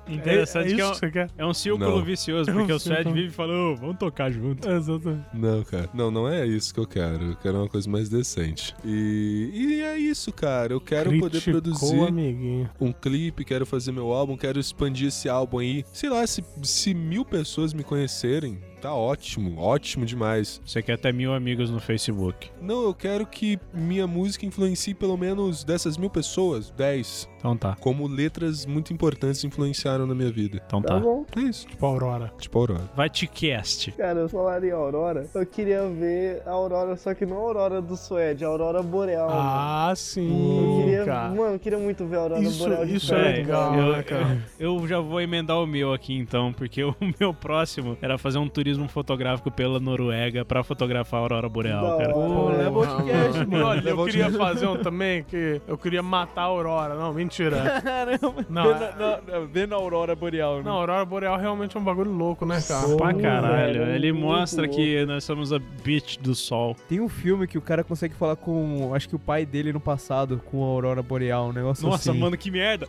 H: Interessante
B: é, é
H: que é
B: isso
H: um,
B: que você quer?
H: é um círculo
C: Não.
B: É
H: vicioso, porque o Suede vive falando, "Ô, vamos tocar junto.
B: Exatamente.
C: Não, cara. Não, não é isso que eu quero. Eu quero uma coisa mais decente. E, e é isso, cara. Eu quero poder produzir.
B: amiguinho.
C: um clipe, quero fazer meu álbum, quero expandir esse álbum aí. Sei lá, se, se mil pessoas me conhecerem, tá ótimo, ótimo demais.
H: Você quer até mil amigos no Facebook.
C: Não, eu quero que minha música influencie pelo menos dessas mil pessoas, 10,
H: Então tá,
C: como letras muito importantes influenciaram na minha vida.
H: então
I: Tá
H: tá.
I: bom.
C: É isso,
B: Tipo Aurora.
C: tipo Aurora.
H: Vai te cast.
I: Cara, eu falaria Aurora. Eu queria ver a Aurora, só que não a Aurora do Suede, a Aurora Boreal. mano.
B: Ah,
I: Eu
B: sim,
I: queria,
B: cara.
I: mano, eu queria muito ver a Aurora
B: Isso-
I: Boreal de
B: isso é
I: perto,
B: legal,
I: mano.
H: eu,
B: né, cara?
H: eu já vou emendar o meu aqui então, porque o meu próximo era fazer um turismo fotográfico pela Noruega pra fotografar a Aurora Boreal,
I: Da
H: cara.
I: hora.
A: Pô, leva o podcast,
B: Mano, é, olha,
C: Leva
B: eu
C: o
B: queria
A: é.
C: dinheiro.
B: fazer um também que eu queria matar a Aurora. Não, mentira.
A: Caramba.
B: Não,
A: Vendo-
B: é-
A: não, não, Vendo a Aurora Boreal. né?
B: não, a Aurora Boreal realmente é um bagulho louco, né, cara?
H: Pra caralho,
I: velho,
H: ele
I: muito
H: mostra
I: louco.
H: que nós somos a bitch do sol.
A: Tem um filme que o cara consegue falar com, acho que o pai dele no passado, com a Aurora Boreal, um negócio
H: Nossa,
A: assim.
H: mano, que merda!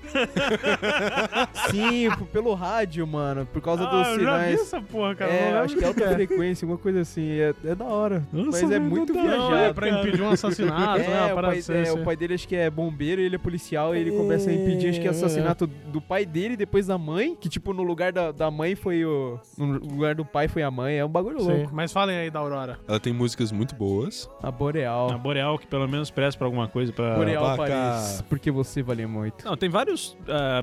A: Sim, p- pelo rádio, mano, por causa
H: ah,
A: dos
H: eu já vi
A: sinais.
H: essa porra, cara.
A: é,
H: não
A: acho que é alta frequência, alguma coisa assim. É, é da hora. mas é muito
B: Não, é
A: viajado.
B: pra impedir um
H: Ah,
B: assassinato, né?
A: é,
B: uma
A: o
B: parada
A: pai,
B: assim,
A: é,
B: assim.
A: o pai dele acho que é bombeiro e ele é policial e ele começa a impedir acho que é assassinato do pai dele e depois da mãe, que tipo no lugar da, da mãe foi o... no lugar do pai foi a mãe, é um bagulho
B: Sim,
A: louco.
B: mas falem aí da Aurora.
C: Ela tem músicas muito boas.
A: A Boreal.
H: Na Boreal, que pelo menos presta pra alguma coisa. Pra...
A: Boreal
C: Abaca.
A: Paris, porque você vale muito.
H: Não, tem várias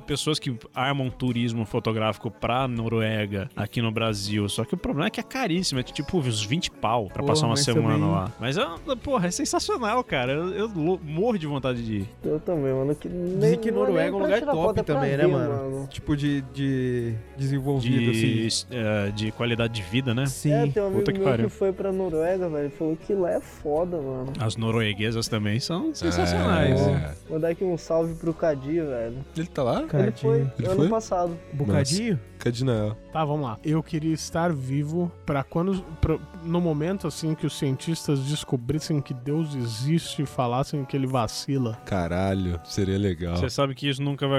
H: pessoas que armam turismo fotográfico pra Noruega aqui no Brasil. Só que o problema é que é caríssimo. É tipo uns 20 pau pra
A: Porra,
H: passar uma
A: mas
H: semana
A: também-
H: lá. Mas, é uma- porra, é sensacional, cara. Eu, eu lo- morro de vontade de ir.
I: Eu também, mano. Que nem,
A: Dizem que
I: não é
A: Noruega
I: nem
A: é um
I: pra
A: lugar
I: tirar foto,
A: top
I: é pra
A: também, né,
I: ver,
A: mano? Tipo de, de desenvolvido,
J: assim.
H: De,
B: assim.
H: eh, de qualidade de vida, né?
A: assim. Sim.
I: É, tem um amigo
H: Puta que
I: meu
H: pariu.
I: que foi pra Noruega, velho, falou que lá é foda, mano.
H: As norueguesas também são sensacionais.
C: É.
I: Mandar aqui um salve pro Cadi, velho.
C: Ele tá lá?
I: Ele foi
A: Cadinho.
C: Ele
I: ano
C: foi?
I: passado.
A: Bocadinho?
C: Cadinael.
B: Tá, vamos lá. Eu queria estar vivo pra quando pra- no momento assim que os cientistas descobrissem que Deus existe e falassem que ele vacila.
C: Caralho, seria legal.
H: Você sabe que isso nunca vai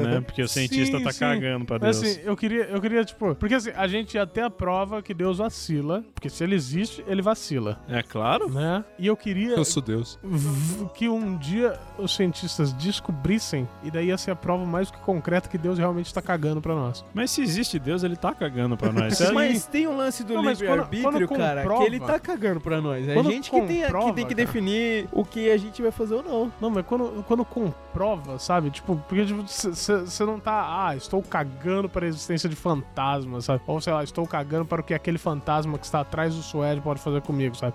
H: né? Porque o cientista
B: Sim,
H: tá
B: sim.
H: cagando pra Deus.
B: Mas assim, eu queria, eu queria tipo, porque assim, a gente ia ter a prova que Deus vacila, porque se ele existe, ele vacila,
H: É claro.
B: né? E eu queria
C: Eu sou Deus.
B: v- que um dia os cientistas descobrissem e daí ia ser a prova mais que concreta que Deus realmente tá cagando pra nós.
H: Mas se existe Deus, ele tá cagando pra nós.
A: Mas
J: tem um lance do
B: Não, mas quando-
J: livre-arbítrio,
B: quando
J: cara,
B: comprova-
J: que ele tá cagando pra nós. É a
B: Quando
J: gente que tem, que, tem
B: comprova,
J: que
B: cara.
J: definir o que a gente vai fazer ou não.
B: Não, mas quando, quando comprova, sabe? Tipo, porque você não tá, ah, estou cagando para a existência de fantasmas, sabe? Ou sei lá, estou cagando para o que aquele fantasma que está atrás do Suede pode fazer comigo, sabe?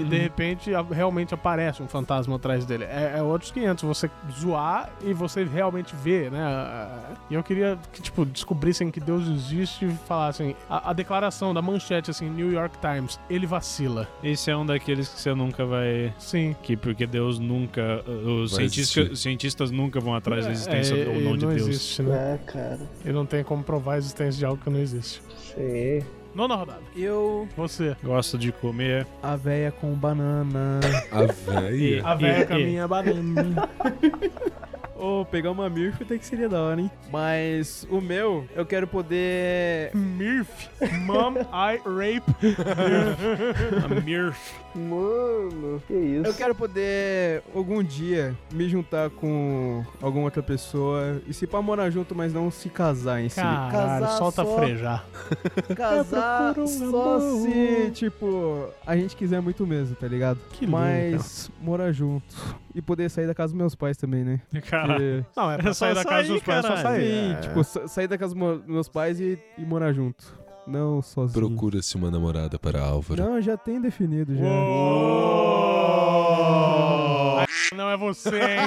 B: e de repente a- realmente aparece um fantasma atrás dele. É, é outros 500, você zoar e você realmente ver, né? E eu queria que, tipo, descobrissem que Deus existe e falassem a, a declaração da manchete, assim, New York Times, ele vacila.
H: Esse é um daqueles que você nunca vai.
B: Sim.
H: Que porque Deus nunca. uh, Os
C: Vai
H: cientistas,
C: existir.
H: os cientistas nunca vão atrás da existência
B: É,
H: ou
B: e
H: não de Deus.
B: existe, né?
I: É, cara.
B: Eu não tenho como provar a existência de algo que não existe.
I: Sim.
B: Nona rodada.
J: Eu.
B: Você.
H: Gosta de comer.
A: A véia com banana.
C: A véia.
B: A velha
H: e-
B: caminha banana.
A: Ô, pegar uma MIRF até que seria da hora, hein?
J: Mas o meu, eu quero poder.
B: Mirf. Mom, I rape.
H: A mirf.
I: Mano, que isso?
A: Eu quero poder algum dia me juntar com alguma outra pessoa e se pá morar junto, mas não se casar em si.
B: Caralho,
I: Casar
B: solta
I: só-
B: frejar.
A: Casar
B: procuro um
A: só
B: amor.
A: se, tipo, a gente quiser muito mesmo, tá ligado?
B: Que lindo.
A: Mas morar junto. E poder sair da casa dos meus pais também, né?
H: Cara,
A: Porque-
B: Não, é pra
H: É só
B: sair da casa
H: sair,
B: dos pais, é só
H: caralho.
B: sair.
A: Sim, tipo, sa- sair da casa dos mo- meus pais e, e morar junto. Não sozinho.
C: Procura-se uma namorada para Álvaro.
A: Não, já tem definido já.
B: Uou! Não é você, hein?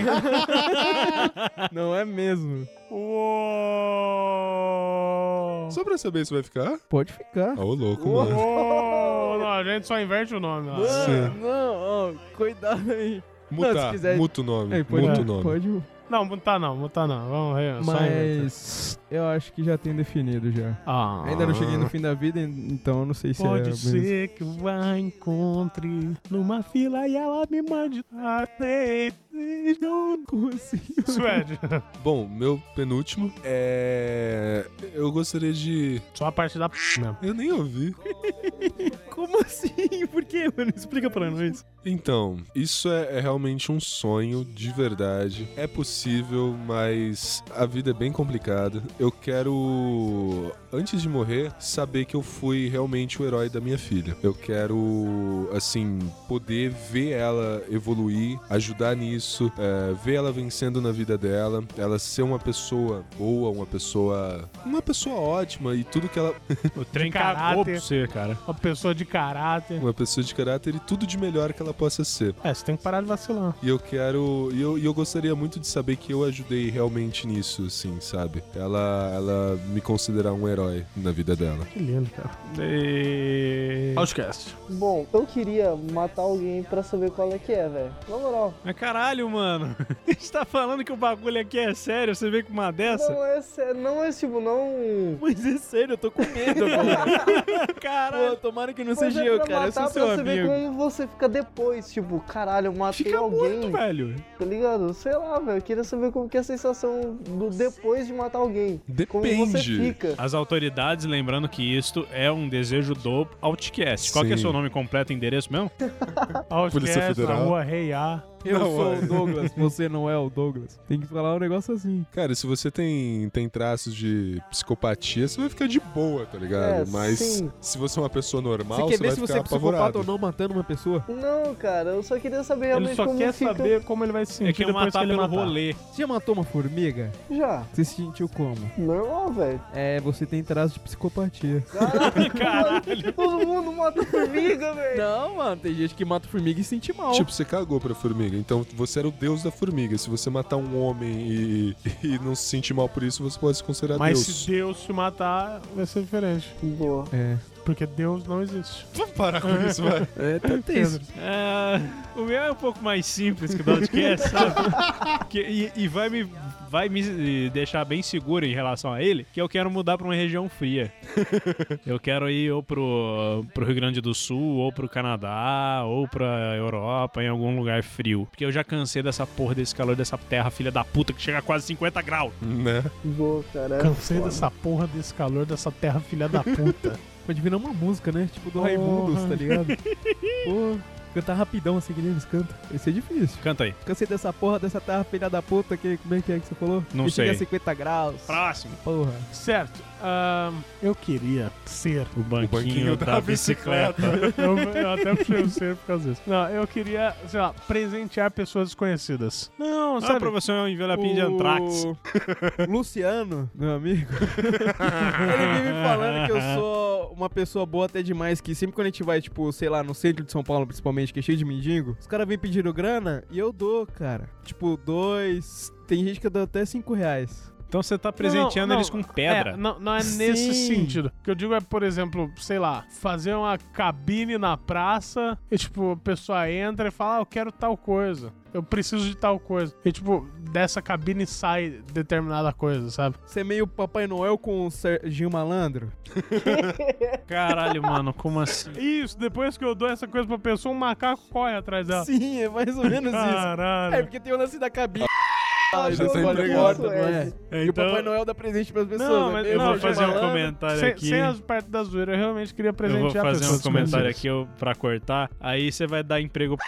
A: Não é mesmo.
B: Uou!
C: Só pra saber se vai ficar? Ah,
A: Pode ficar.
C: Ô, louco, mano.
B: Uou! Não, a gente só inverte o nome. ó.
C: Sim.
J: Não, ó, cuidado aí.
C: Mutar,
J: quiser-
C: muta o nome.
A: É, pode,
C: muta o nome.
A: pode
B: Não, mutar não, mutar não. Vamos
A: É então.
B: ver. só inventa.
A: Mas eu acho que já tem definido já.
B: Ah.
A: Ainda não cheguei no fim da vida, então eu não sei se é.
B: Pode
A: mesmo.
B: ser que eu a encontre numa fila e ela me mande até. Não consigo. Suede.
C: Bom, meu penúltimo é. Eu gostaria de.
B: Só a parte da p mesmo.
C: Eu nem ouvi.
J: Como assim? Por quê, mano? Explica pra nós.
C: Então, isso é, é realmente um sonho de verdade. É possível, mas a vida é bem complicada. Eu quero, antes de morrer, saber que eu fui realmente o herói da minha filha. Eu quero, assim, poder ver ela evoluir, ajudar nisso, é, ver ela vencendo na vida dela, ela ser uma pessoa boa, uma pessoa. Uma pessoa ótima e tudo que ela
H: o trem
B: caráter.
H: cagou pra você, cara.
B: Uma pessoa de caráter.
C: uma pessoa de caráter e tudo de melhor que ela possa ser.
B: É, você tem que parar de vacilar.
C: E eu quero. E eu, e eu gostaria muito de saber que eu ajudei realmente nisso, assim, sabe? Ela, ela me considerar um herói na vida dela.
B: Que lindo, cara.
H: E...
B: Outcast.
I: Bom, eu queria matar alguém pra saber qual é que é, velho. Na moral.
H: Mas caralho, mano. A gente tá falando que o bagulho aqui é sério, você vem com uma dessa?
I: Não é, sé- não é tipo, não.
J: Mas é sério, eu tô com medo, cara. Pô,
H: Caralho.
J: tomara que não
I: Mas
J: seja
I: é
J: eu,
I: pra
J: cara. Eu sou
I: matar
J: seu
I: pra você ver
J: amigo.
I: como você fica depois, tipo, caralho, eu matei
H: Fica
I: alguém,
H: morto, velho.
I: tá ligado? Sei lá, velho, eu queria saber como que é a sensação do depois de matar alguém. Como você
C: Depende.
I: fica.
H: As autoridades, lembrando que isto é um desejo do Outcast. Qual que é
C: Sim.
H: seu nome completo e endereço mesmo?
C: Polícia
B: Outcast, na
C: Federal.
B: rua Rei A.
A: Eu sou
C: é.
A: o Douglas, você não é o Douglas. Tem que falar um negócio assim.
C: Cara, se você tem, tem traços de psicopatia, você vai ficar de boa, tá ligado?
I: É,
C: Mas
I: sim.
C: se você é uma pessoa normal,
A: Você
C: você,
A: quer ver se
C: vai ficar
A: você é psicopata
C: apavorado.
A: ou não matando uma pessoa?
I: Não, cara, eu só queria saber realmente
B: Ele só
I: como
B: quer
I: fica.
B: saber como ele vai se sentir
H: É que eu
B: depois que
H: matar
B: ele
H: pelo
B: matar.
H: rolê.
A: Você já matou uma formiga?
I: Já.
A: Você se sentiu como?
I: Normal, velho.
A: É, você tem traço de psicopatia.
I: Caralho. Todo mundo mata formiga, velho.
J: Não, mano, tem gente que mata formiga e se sente mal.
C: Tipo, você cagou pra formiga. Então você era o deus da formiga. Se você matar um homem e, e não se sentir mal por isso, você pode se considerar
B: Mas
C: deus.
B: se Deus te matar, vai ser diferente.
I: Boa.
A: É.
B: Porque Deus não existe.
C: Vamos parar com isso, vai.
A: É, tanto isso.
H: É, o meu é um pouco mais simples que o do Outcast, sabe? Que- e, e vai me vai me deixar bem seguro em relação a ele, que eu quero mudar pra uma região fria. Eu quero ir ou pro, pro Rio Grande do Sul, ou pro Canadá, ou pra Europa, em algum lugar frio. Porque eu já cansei dessa porra, desse calor, dessa terra filha da puta que chega a quase 50 graus.
C: né?
I: Boa, cara.
B: Cansei dessa porra, desse calor, dessa terra filha da puta.
A: Tipo, Pode virar uma música, né? Tipo do Raimundos, tá ligado? Pô, Cantar rapidão assim que nem eles cantam. Ia ser difícil.
H: Canta aí.
A: Cansei dessa porra, dessa terra filha da puta, que como é que é que você falou?
H: Não
A: que chega
H: sei.
A: a 50 graus.
H: Próximo.
A: Porra.
B: Certo. ahn, eu queria ser.
H: O banquinho,
C: banquinho
H: da,
C: da
H: bicicleta.
B: Eu, eu até puxei o ser por causa disso. Não, eu queria, sei lá, presentear pessoas desconhecidas. Não,
H: Só
B: sabe?
H: pra você é um envelopinho de antrax.
A: O Luciano, meu amigo, ele vive falando que eu sou uma pessoa boa até demais, que sempre quando a gente vai, tipo, sei lá, no centro de São Paulo, principalmente, que é cheio de mendigo, os caras vêm pedindo grana e eu dou, cara. Tipo, dois... Tem gente que eu dou até cinco reais.
H: Então você tá presenteando
B: não,
H: eles com pedra.
B: É, não, não é nesse
A: Sim.
B: sentido. O que eu digo é, por exemplo, sei lá, fazer uma cabine na praça e, tipo, a pessoa entra e fala, ah, eu quero tal coisa. Eu preciso de tal coisa. E, tipo, dessa cabine sai determinada coisa, sabe?
A: Você é meio Papai Noel com o Serginho Malandro?
H: Caralho, mano, como assim?
B: Isso, depois que eu dou essa coisa pra pessoa, um macaco corre atrás
H: Tá.
B: dela.
A: Sim, é mais ou menos
H: Ah,
A: isso. É,
B: Caralho.
A: porque tem o lance da cabine.
I: Ah,
C: já
I: eu
C: tá
I: não
C: entregado,
I: posso,
A: não é?
I: Ed.
A: E o Papai
H: Então,
A: Noel dá presente pras pessoas.
B: Não,
A: né?
B: mas-
A: Eu
H: eu vou
A: sou
H: fazer um
A: malandro.
H: comentário
B: Sem,
H: aqui.
B: sem as partes da zoeira, eu realmente queria
H: Eu vou
B: presentear
H: fazer um
B: pessoas
H: comentário
B: desconhecidas.
H: aqui eu- pra cortar. Aí você vai dar emprego pra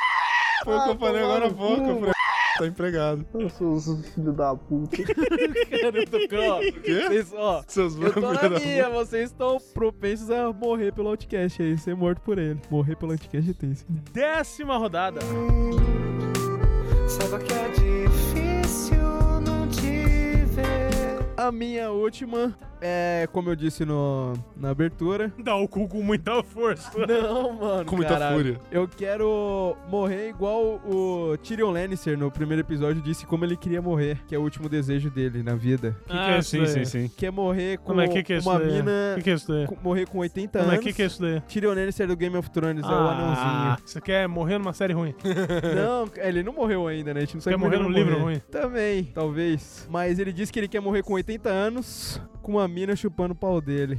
C: Foi o que eu falei agora há
I: tomar no
C: pouco. Eu falei, tá empregado.
I: Ah, Eu sou os filho da puta.
A: Cara, eu tô ficando, ó, vocês, ó,
C: Seus
A: eu tô na
C: bagulho da-
A: minha, vocês estão propensos a morrer pelo Outcast aí, ser morto por ele. Morrer pelo Outcast é tem sim.
B: Décima rodada.
D: Saiba que é difícil não te ver.
A: A minha última é, como eu disse no, na abertura.
B: Dá o cu com muita força.
A: Não, mano.
C: Com muita
A: caralho.
C: fúria.
A: Eu quero morrer igual o Tyrion Lannister no primeiro episódio disse como ele queria morrer, que é o último desejo dele na vida.
H: Ah,
B: é isso
H: sim,
B: daí?
H: sim, sim.
A: Que é morrer com
B: Como é que que é isso
A: uma
B: daí?
A: mina.
B: O que, que é isso daí?
A: com- morrer com 80
B: Como é
A: anos.
B: que, que é isso Ah. daí?
A: Tyrion Lannister do Game of Thrones, é o anãozinho.
B: Você quer morrer numa série ruim?
A: Não, ele não morreu ainda, né? A gente não sabe
B: Quer
A: como ele
B: morrer num
A: vai
B: livro ruim?
A: Também, talvez. Mas ele disse que ele quer morrer com 80 anos, com uma mina chupando o pau dele.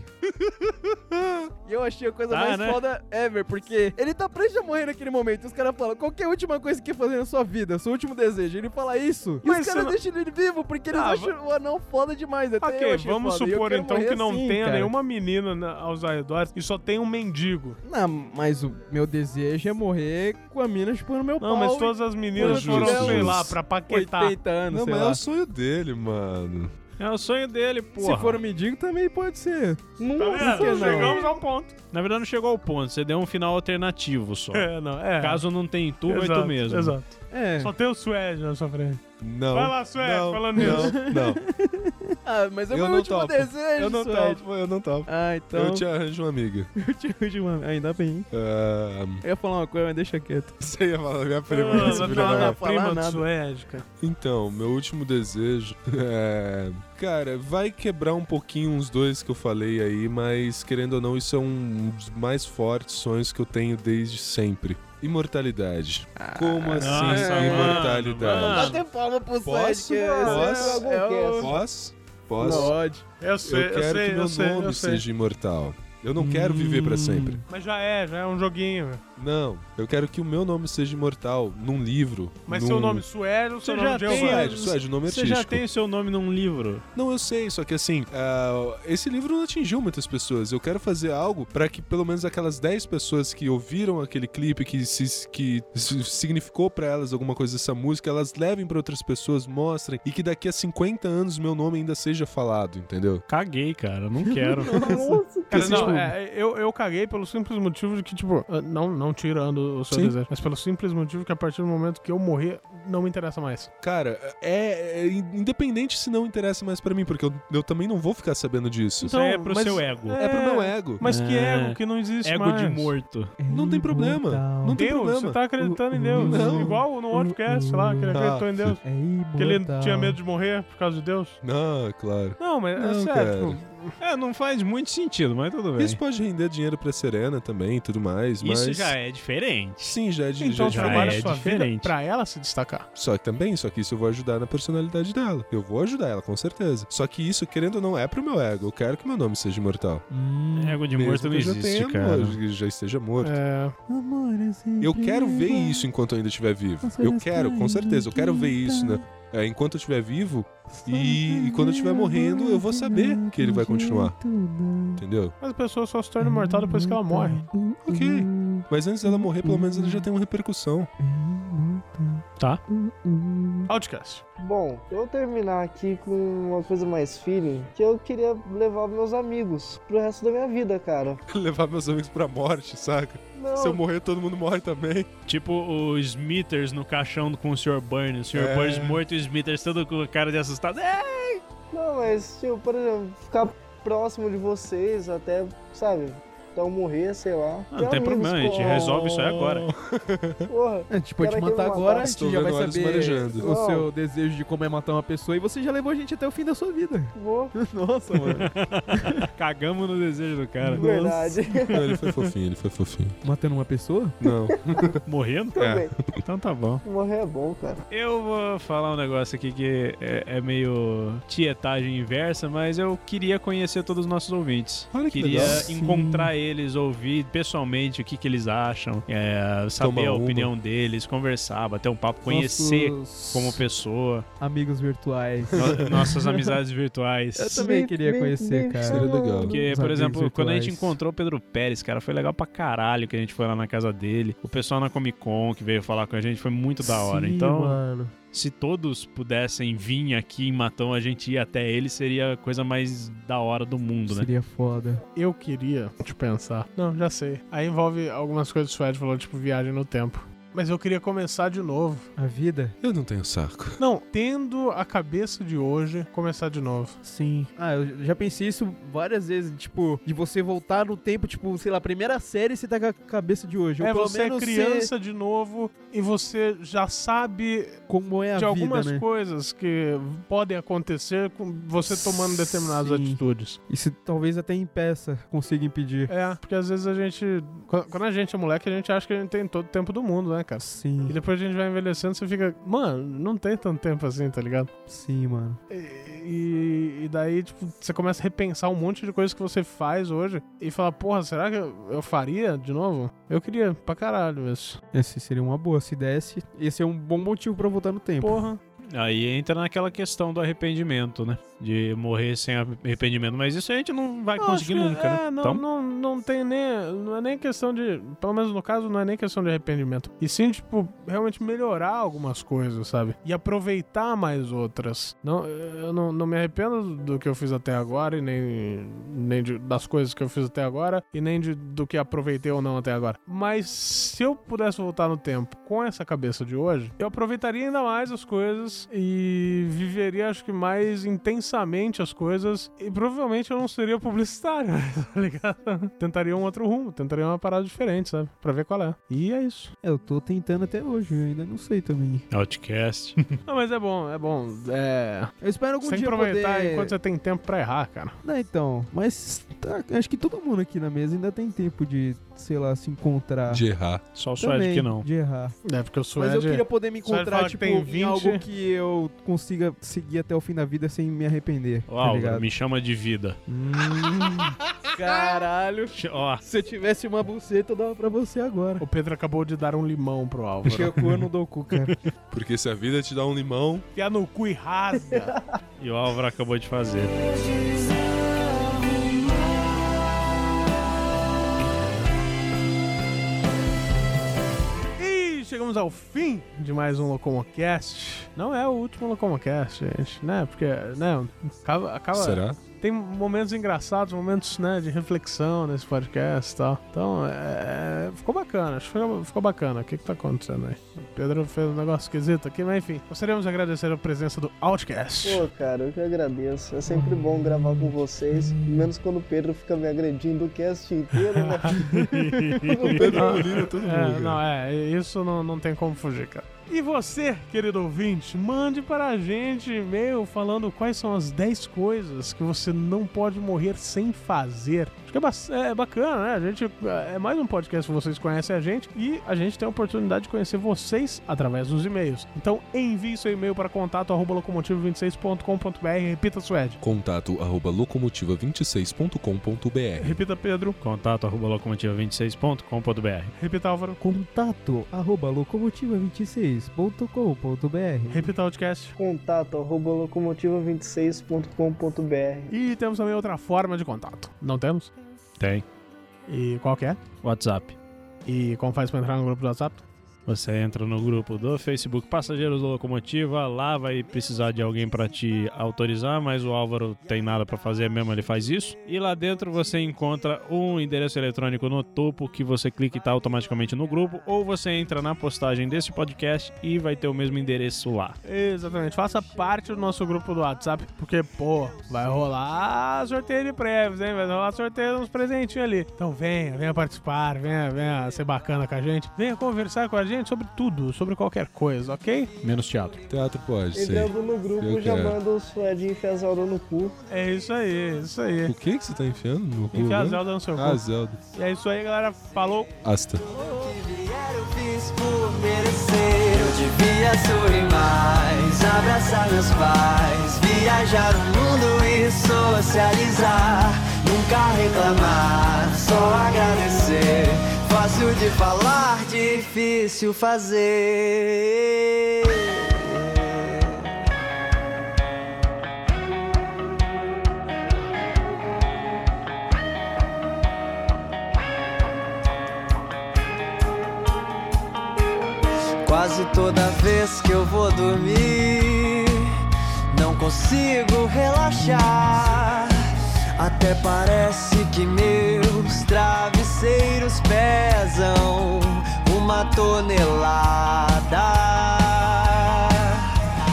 A: E eu achei a coisa
H: Tá,
A: mais
H: né?
A: foda ever, porque ele tá prestes a morrer naquele momento. E os caras falam, qual que é a última coisa que quer fazer na sua vida? Seu último desejo. Ele fala isso. E
B: Mas
A: os
B: você
A: caras
B: não-
A: deixam ele vivo, porque eles
B: Ah,
A: acham o anão foda demais. Até eu
B: ok,
A: achei
B: vamos
A: foda. E eu
B: supor
A: quero
B: então
A: morrer
B: que não
A: assim,
B: tenha
A: cara.
B: nenhuma menina na- aos arredores e só tem um mendigo.
A: Não, mas o meu desejo é morrer com a mina chupando meu pau.
B: Não, mas
A: e
B: todas as
A: Pois
B: meninas foram,
A: Jesus.
B: sei lá, pra paquetar.
A: 80 anos,
C: Não,
A: sei
C: mas
A: lá.
C: é o sonho dele, mano.
H: É o sonho dele, porra.
A: Se for um mendigo, também pode ser.
B: Tá
A: por que
B: vendo?
A: não?
B: Chegamos ao ponto.
H: Na verdade, não chegou ao ponto. Você deu um final alternativo só.
B: É, não, é.
H: Caso não tenha tu,
B: exato,
H: vai tu mesmo.
B: Exato.
A: É.
B: Só tem o Suede na sua frente.
C: Não.
B: Vai lá, Sué,
C: não,
B: falando
C: não,
B: nisso.
C: Não,
A: Ah, mas é o
C: Eu
A: meu
C: não
A: último
C: topo.
A: desejo,
C: Eu não
A: Suede.
C: topo, eu não topo.
A: Ah, então.
C: Eu te arranjo uma amiga.
A: eu te arranjo uma- Ainda bem.
C: Ah,
A: Eu ia falar uma coisa, mas deixa quieto.
C: você ia falar minha prima.
B: Ah,
C: esse
B: vai
C: filho
B: falar
C: da
B: da
A: falar
B: prima do
A: nada.
B: Suede, cara.
C: Então, meu último desejo é. Cara, vai quebrar um pouquinho uns dois que eu falei aí, mas querendo ou não, isso é um dos mais fortes sonhos que eu tenho desde sempre. Imortalidade.
B: Ah,
C: Como assim
H: nossa, mano,
C: imortalidade?
H: mano.
I: Bater palma pro
C: Posso?
I: Sérgio, que é
C: Posso?
I: é o...
C: Posso? Posso?
A: Pode.
B: Eu
C: Eu
B: sei, eu,
C: quero
B: sei,
C: que meu
B: eu sei,
C: nome
B: eu sei. Hum.
C: seja imortal. Eu não quero viver pra sempre.
B: Mas já é, já é um joguinho. velho.
C: Não, eu quero que o meu nome seja imortal num livro.
B: Mas
C: num...
B: seu nome Suede ou seu
H: Você
B: nome
H: já
B: de
H: tem-
B: alguém?
C: Suede, Suede, o nome
H: Você
C: artístico.
H: já tem o seu nome num livro.
C: Não, eu sei, só que assim, ah, esse livro não atingiu muitas pessoas. Eu quero fazer algo pra que pelo menos aquelas 10 pessoas que ouviram aquele clipe, que, se- que s- significou pra elas alguma coisa dessa música, elas levem pra outras pessoas, mostrem, e que daqui a 50 anos meu nome ainda seja falado, entendeu?
H: Caguei, cara. Não quero.
B: Cara,
C: Porque,
B: não,
C: tipo,
B: é, eu, eu caguei pelo simples motivo de que, tipo, ah, não, não tirando o seu
C: Sim.
B: desejo, mas pelo simples motivo que a partir do momento que eu morrer, não me interessa mais.
C: Cara, é, é independente se não interessa mais pra mim, porque eu, eu também não vou ficar sabendo disso.
H: Isso aí é
B: Então,
H: pro
B: mas-
H: seu ego.
C: É, pro meu ego.
B: Mas que
H: É.
B: ego que não existe
H: Ego
B: mais.
H: de morto.
C: Não tem problema. Não tem
B: Deus,
C: problema.
B: você tá acreditando em Deus.
C: Não.
B: Igual no Outcast lá, que ele
C: Ah.
B: acreditou em Deus.
A: É
B: Que ele tinha medo de morrer por causa de Deus.
C: Ah, claro.
B: Não, mas
C: Não,
B: é
C: cara.
B: sério. tipo,
H: É, não faz muito sentido, mas tudo bem.
C: Isso pode render dinheiro pra Serena também e tudo mais, mas...
H: Isso já é diferente.
C: Sim, já é de
B: então
C: já é
B: trabalha
H: é
B: sua vida
H: diferente.
B: pra ela se
H: tá.
B: destacar.
C: Só que também, só que isso eu vou ajudar na personalidade dela. Eu vou ajudar ela, com certeza. Só que isso, querendo ou não, é pro meu ego. Eu quero que meu nome seja imortal.
H: Ego de
C: Mesmo
H: morto não
C: que eu já
H: existe,
C: tenha
H: cara.
C: mor- já esteja morto.
B: É,
C: Eu quero ver isso enquanto eu ainda estiver vivo. Eu quero, com certeza. Eu quero ver isso, né? É, enquanto eu estiver vivo e, e quando eu estiver morrendo, eu vou saber que ele vai continuar. Entendeu? Hum.
B: mas a pessoa só se torna imortal depois que ela morre.
C: Ok. Mas antes dela morrer, pelo menos ela já tem uma repercussão.
B: Outcast.
I: Bom, eu vou terminar aqui com uma coisa mais feeling, que eu queria levar meus amigos pro resto da minha vida, cara.
C: Levar meus amigos pra morte, saca?
I: Não,
C: Se eu morrer, todo mundo morre também.
H: Tipo o Smithers no caixão com o Sr. Burns. O Sr.
C: É.
H: Burns morto e o Smithers todo com a cara de assustado. É!
I: não, mas, tipo, por exemplo, ficar próximo de vocês até, sabe, até eu morrer, sei lá.
H: Ah,
I: Ter
H: não tem
I: amigos,
H: problema, a gente
I: porra.
H: resolve isso aí
B: é
H: agora.
I: Porra,
A: A gente pode
I: Cara,
A: te
I: que
A: matar
I: eu vou
A: agora,
I: matar.
A: a
C: Estou
A: gente já vai
C: vendo olhos
A: saber
C: marejando.
A: o
I: Não.
A: seu desejo de como é matar uma pessoa e você já levou a gente até o fim da sua vida.
I: vou.
A: Nossa, mano.
H: Cagamos no desejo do cara.
I: Verdade.
C: Não, ele foi fofinho, ele foi fofinho.
A: Matando uma pessoa?
C: Não.
H: Morrendo?
I: Também.
H: Então tá bom.
I: Morrer é bom, cara.
H: Eu vou falar um negócio aqui que é, é meio tietagem inversa, mas eu queria conhecer todos os nossos ouvintes.
C: Olha que
H: queria
C: legal.
H: encontrar eles, ouvir pessoalmente o que, que eles acham, é, saber
C: Tomar
H: a
C: uma.
H: opinião deles, conversar, bater um papo, conhecer
A: Nossos
H: como pessoa,
A: Amigos virtuais.
H: no- nossas amizades virtuais.
A: Eu também queria conhecer, cara.
C: Seria legal.
H: Porque,
A: Os
H: por
A: amigos
H: exemplo, quando a gente
A: virtuais.
H: encontrou o Pedro Pérez, cara, foi legal pra caralho que a gente foi lá na casa dele. O pessoal na Comic Con que veio falar com a gente foi muito da hora.
A: Sim,
H: então,
A: Mano.
H: se todos pudessem vir aqui em Matão, a gente ir até ele, seria a coisa mais da hora do mundo, né?
A: Seria foda.
B: Eu queria te pensar. Não, já sei. Aí envolve algumas coisas que o Fred falou, tipo viagem no tempo. Mas eu queria começar de novo.
A: A vida?
C: Eu não tenho saco.
B: Não, tendo a cabeça de hoje, começar de novo.
A: Sim. Ah, eu já pensei isso várias vezes, tipo, de você voltar no tempo, tipo, sei lá, primeira série você tá com a cabeça de hoje. Ou
B: é,
A: pelo
B: você é
A: menos
B: criança de novo e você já sabe
A: como é a
B: de
A: vida,
B: algumas
A: né?
B: coisas que podem acontecer com você tomando determinadas
A: Sim.
B: atitudes.
A: Isso talvez até impeça, consiga impedir.
B: É, porque às vezes a gente. Quando quando a gente é moleque, a gente acha que a gente tem todo o tempo do mundo, né, cara?
A: Sim,
B: E depois a gente vai envelhecendo, você fica, mano, não tem tanto tempo assim, tá ligado?
A: sim, mano.
B: E, e daí, tipo, você começa a repensar um monte de coisa que você faz hoje e fala, porra, será que eu, eu faria de novo? Eu queria pra caralho isso.
A: Esse seria uma boa. Se desse, esse é um bom motivo pra voltar no tempo.
B: Porra.
H: Aí entra naquela questão do arrependimento, né? De morrer sem arrependimento. Mas isso a gente não
A: Tá
H: vai conseguir
B: Acho que-
H: nunca, né?
B: é, não,
H: Então-
B: não, não tem nem. Não é nem questão de. Pelo menos no caso, não é nem questão de arrependimento. E sim, tipo, realmente melhorar algumas coisas, sabe? E aproveitar mais outras. Não, eu não, não me arrependo do que eu fiz até agora, e nem, nem de- das coisas que eu fiz até agora, e nem de, do que aproveitei ou não até agora. Mas se eu pudesse voltar no tempo com essa cabeça de hoje, eu aproveitaria ainda mais as coisas e viveria, acho que, mais intensamente as coisas. E provavelmente eu não seria publicitário, tá ligado? Tentaria um outro rumo, tentaria uma parada diferente, sabe? Pra ver qual é. E é isso.
A: É, eu tô tentando até hoje, eu ainda não sei também.
H: Outcast.
B: Não, mas é bom, é bom. É.
A: Eu espero algum
B: Sem
A: dia
B: aproveitar
A: poder...
B: enquanto você tem tempo pra errar, cara.
A: Não, então, mas tá- acho que todo mundo aqui na mesa ainda tem tempo de, sei lá, se encontrar.
C: De errar.
H: Só o
A: Também,
H: Suede que não.
A: De errar.
B: É, porque o
A: Mas
B: Suede.
A: eu queria poder me
B: Suede
A: encontrar,
B: fala que
A: tipo,
B: tem
A: em
B: 20.
A: algo que eu consiga seguir até o fim da vida sem me arrepender.
H: Ó,
A: tá
H: Álvaro,
A: ligado?
H: me chama de vida.
A: Hum, caralho.
H: Ó,
A: Se eu tivesse uma buceta, eu dava pra você agora.
B: O Pedro acabou de dar um limão pro
A: Porque
B: Álvaro.
A: a cor não dou o cu, cara.
C: Porque se a vida te dá um limão,
B: Enfiar no cu e rasga.
H: e o Álvaro acabou de fazer.
B: E chegamos ao fim de mais um Locomocast. Não é o último Locomocast, gente, né? Porque, né, acaba... acaba-
C: será?
B: Tem momentos engraçados, momentos, né, de reflexão nesse podcast e tal. Então, é... Ficou bacana, acho que ficou, ficou bacana. O que que tá acontecendo aí? O Pedro fez um negócio esquisito aqui, mas enfim. Gostaríamos de agradecer a presença do Outcast.
I: Pô, cara, eu que agradeço. É sempre bom gravar com vocês, menos quando o Pedro fica me agredindo o cast inteiro, né?
C: Pedro Molina, todo mundo.
B: É,
C: cara.
B: não, é, isso não, não tem como fugir, cara. E você, querido ouvinte, mande para a gente e-mail falando quais são as 10 coisas que você não pode morrer sem fazer. Acho que é, ba- é bacana, né? A gente é mais um podcast que vocês conhecem a gente e a gente tem a oportunidade de conhecer vocês através dos e-mails. Então envie seu e-mail para contato arroba locomotivo26.com.br. Repita, Suede.
C: Contato arroba locomotiva26.com.br
B: Repita, Pedro.
H: Contato arroba locomotiva26.com.br.
B: Repita, Álvaro.
A: Contato arroba locomotiva26.com.br
B: Repita, Outcast.
I: Contato arroba locomotiva26.com.br.
B: E temos também outra forma de contato. Não temos?
H: Tem.
B: E qual que é?
H: WhatsApp.
B: E como faz pra entrar no grupo do WhatsApp?
H: Você entra no grupo do Facebook Passageiros da Locomotiva, lá vai precisar de alguém pra te autorizar, mas o Álvaro tem nada pra fazer mesmo, ele faz isso. E lá dentro você encontra um endereço eletrônico no topo que você clica e tá automaticamente no grupo, ou você entra na postagem desse podcast e vai ter o mesmo endereço lá.
B: Exatamente, faça parte do nosso grupo do WhatsApp, porque, pô, vai rolar sorteio de prêmios, hein? Vai rolar sorteio uns presentinhos ali. Então venha, venha participar, venha, venha ser bacana com a gente, venha conversar com a gente sobre tudo, sobre qualquer coisa, ok?
H: Menos teatro.
C: Teatro pode ser.
K: Entrando no grupo,
C: Eu
K: já
C: quero.
K: manda o Suedinho Fezaldo no cu.
B: É isso aí, é isso aí.
C: O que que você tá enfiando no cu?
B: Enfia a
C: né?
B: Zelda no seu
C: Ah,
B: corpo.
C: Zelda.
B: E é isso aí, galera. Falou!
C: Asta.
I: vier eu fiz por merecer. Eu devia sorrir mais, abraçar meus pais, viajar o mundo e socializar. Nunca reclamar, só agradecer. Fácil de falar, difícil fazer. Quase toda vez que eu vou dormir, não consigo relaxar. Até parece que meus travesseiros pesam uma tonelada.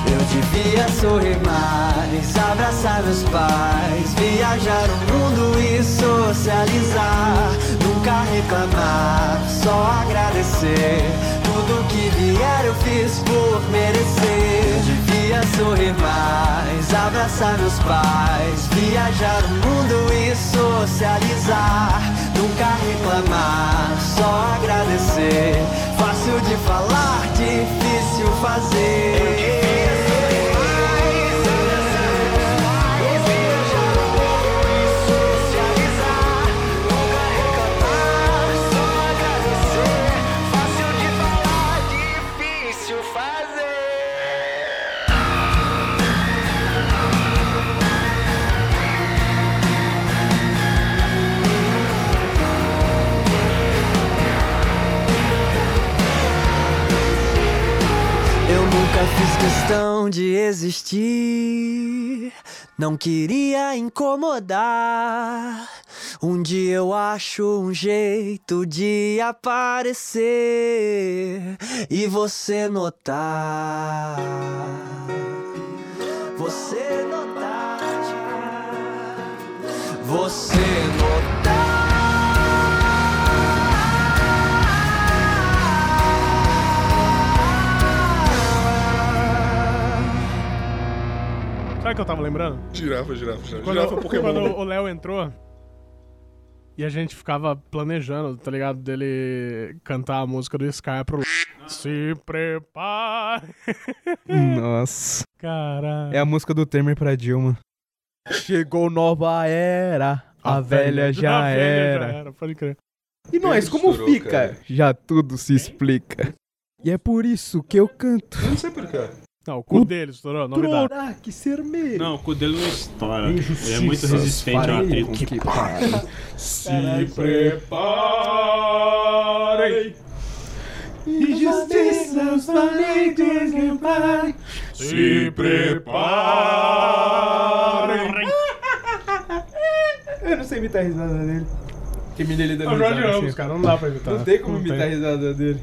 I: Eu devia sorrir mais, abraçar meus pais, viajar o mundo e socializar. Nunca reclamar, só agradecer. Tudo que vier eu fiz por merecer. Eu devia sorrir mais, abraçar meus pais, viajar o mundo e socializar. Nunca reclamar, só agradecer. Fácil de falar, difícil fazer. Eu nunca fiz questão de existir. Não queria incomodar. Um dia eu acho um jeito de aparecer e você notar. Você notar. Você notar.
B: Sabe o que eu tava lembrando?
C: Girafa, girafa, girafa.
B: Quando, quando o Léo entrou e a gente ficava planejando, tá ligado? Dele cantar a música do Sky pro Léo. Se prepare.
A: Nossa.
B: Caralho.
A: É a música do Temer pra Dilma. Chegou nova era, a, velha, já,
B: A velha
A: era.
B: já era. Pode crer.
A: E nós, como
C: Misturou,
A: fica?
C: cara.
A: Já tudo se explica. E é por isso que eu canto.
C: Eu não sei É porquê.
B: Não, o cu
A: O
B: dele estourou, novidade.
A: Trorá, Ah, que sermelho.
H: Não, o cu dele não estoura. Ele é muito
A: Injustiças
H: resistente ao
A: farei
H: atrito.
A: com que pare.
C: Se preparem.
A: Injustiças farei deslimpar.
C: Se preparem.
A: Eu não sei imitar a risada dele. Que me dele da
B: cara, não dá pra evitar.
A: assim. Não tem como imitar a
B: tem.
A: risada dele.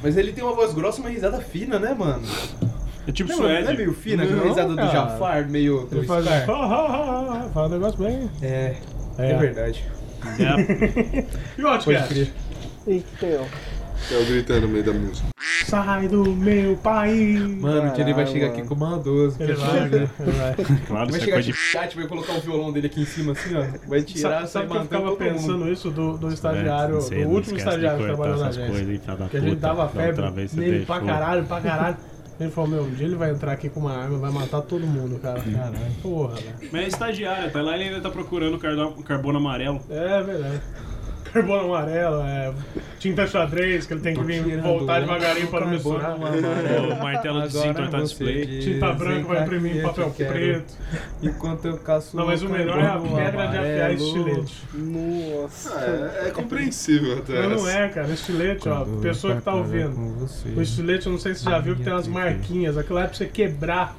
A: Mas ele tem uma voz grossa e uma risada fina, né, mano?
H: É tipo
A: Não, não é
H: suede.
A: meio fina, aquela
B: Não,
A: risada
B: cara.
A: do Jafar, meio do
B: Ele faz
A: Scar.
B: isso. Faz um negócio bem.
A: É, é, verdade.
H: É,
B: E o é?
A: Pode
B: Outcast?
A: crer.
K: E que tem, ó.
C: Eu gritando no meio da música.
B: Sai do meu país.
A: Mano, o dia ele vai chegar aqui com uma 12.
B: Ele vai, ele vai.
A: Vai
H: claro, isso é
A: chegar
H: coisa de
A: de chat, vai colocar o violão dele aqui em cima, assim, ó. Vai tirar, sai
B: Sabe, sabe que eu
A: matando
B: ficava
A: todo mundo.
B: pensando isso do, do
H: É,
B: estagiário,
H: não sei,
B: do
H: não
B: último
H: esquece de
B: estagiário que
H: cortar
B: trabalhou na
H: essas
B: agência?
H: coisas, hein, filha da
B: Que a gente
H: puta.
B: dava
H: Da
B: febre
H: outra vez você
B: nele pra
H: deixou.
B: caralho, pra caralho. Ele falou, meu, um dia ele vai entrar aqui com uma arma, vai matar todo mundo, cara. Caralho, porra, velho.
H: Mas é estagiário, tá lá ele ainda tá procurando o carda- o carbono um amarelo.
B: É verdade. Carbono amarelo, é, tinta xadrez, que ele tem que vir
H: um
B: voltar devagarinho para misturar.
A: É,
H: O martelo de Sinton tá display.
B: Tinta branca vai imprimir em papel preto. Não, mas o melhor é a pedra de afiar estilete.
C: É, é compreensível até.
B: Não, não é, cara. Estilete, ó. Pessoa que tá ouvindo. O estilete, eu não sei se você já viu, que tem umas marquinhas. Aquilo lá é pra você quebrar.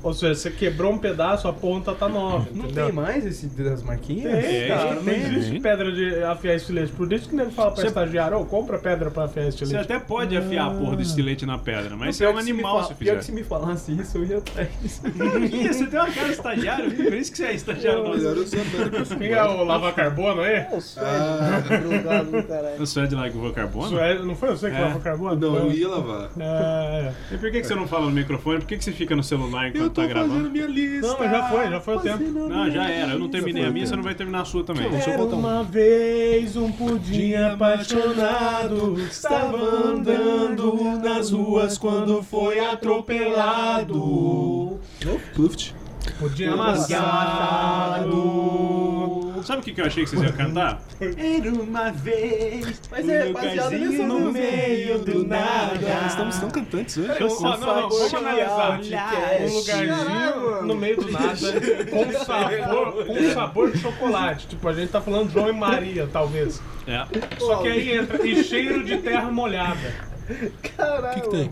B: Ou seja, você quebrou um pedaço, a ponta tá nova. Não tem mais esse das marquinhas? Tem, cara. Não
H: tem.
B: existe pedra de afiar estilete. Por isso que nem fala pra estagiário, ô, compra pedra pra afiar
H: Você
B: estilete.
H: até pode afiar a porra do estilete na pedra, mas você é um animal se fizer.
A: me falasse isso, eu ia atrás.
H: Ih, você tem uma cara de estagiário, por isso que você é estagiário nosso.
C: Melhor usar pedra pra
B: Quem é o Lava Carbono aí?
I: É o Suede, drogado do caralho.
H: O Suede é lá que voa carbono?
B: Sué- Não foi você que
H: É.
B: Lava Carbono?
C: Não, eu
B: Foi.
C: ia lavar.
B: É, é.
H: E por que, que você não fala no microfone? Por que, que você fica no celular enquanto
C: Eu tô
H: tá gravando?
C: fazendo minha lista.
B: Não, mas já foi, já foi o tempo.
H: Não, já era. Eu não terminei a minha, você não vai terminar a sua também.
C: Deixa eu
B: Era
C: botar um.
B: uma vez um pudim apaixonado estava andando nas ruas quando foi atropelado.
C: Luft.
B: Pudim amassado.
H: Amassado. Sabe o que, que eu achei que vocês iam cantar? Era uma vez.
J: Mas é baseado nessa
H: no
J: música.
H: meio do nada.
C: Estamos tão cantantes hoje.
H: Eu só não, não, vamos analisar.
B: Um lugarzinho no meio do nada com um sabor, com um sabor de chocolate. Tipo, a gente tá falando João e Maria, talvez.
H: É.
B: Só que aí entra e cheiro de terra molhada.
C: O que, que tem?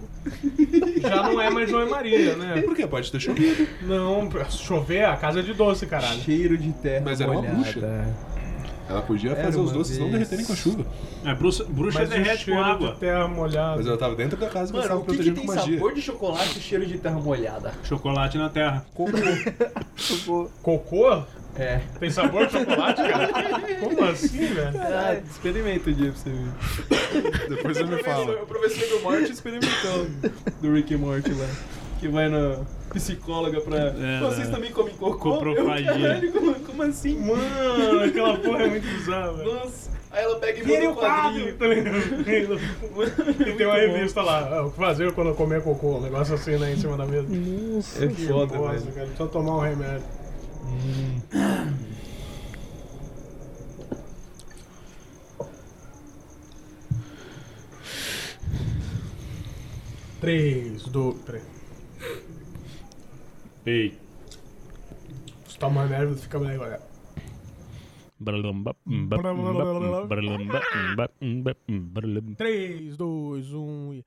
B: Já não é mais João e Maria, né?
C: Por que? Pode ter chovido.
B: Não, pra chover, a casa é de doce, caralho.
J: Cheiro de terra.
C: Mas era uma bruxa. Ela podia fazer os doces não derreterem com a chuva.
H: É, bruxa, bruxa
B: Mas o
H: derrete com
B: cheiro
H: água.
B: de terra molhada.
C: Mas é- ela tava dentro da casa que
J: Mano, o
C: estava
J: que, que
C: protegendo
J: tem
C: com magia.
J: sabor de chocolate e cheiro de terra molhada?
H: Chocolate na terra.
B: Cocô?
J: É.
B: Tem sabor de chocolate, cara? Como assim, velho?
J: Caralho, Ah, experimenta o dia pra você ver.
C: Depois você me fala.
J: O professor do Morty experimentou do Rick e Morty lá. Que vai na psicóloga pra.
H: É,
J: Vocês também comem cocô?
H: Coprofagia.
J: Eu, caralho, como, como assim?
B: Mano, aquela porra é muito bizarra, velho.
J: Nossa. Aí ela pega e
B: Vira
J: muda
B: o
J: o
B: quadro,
J: quadrinho.
B: tá ligado? E tem uma revista lá, é, o que fazer quando eu comer cocô, um negócio assim, né, em cima da mesa.
J: É foda,
B: Nossa, cara, só tomar um remédio. Três, dois, três.
H: Ei.
B: Se toma remédio, você fica melhor. olha. Três, dois, um e...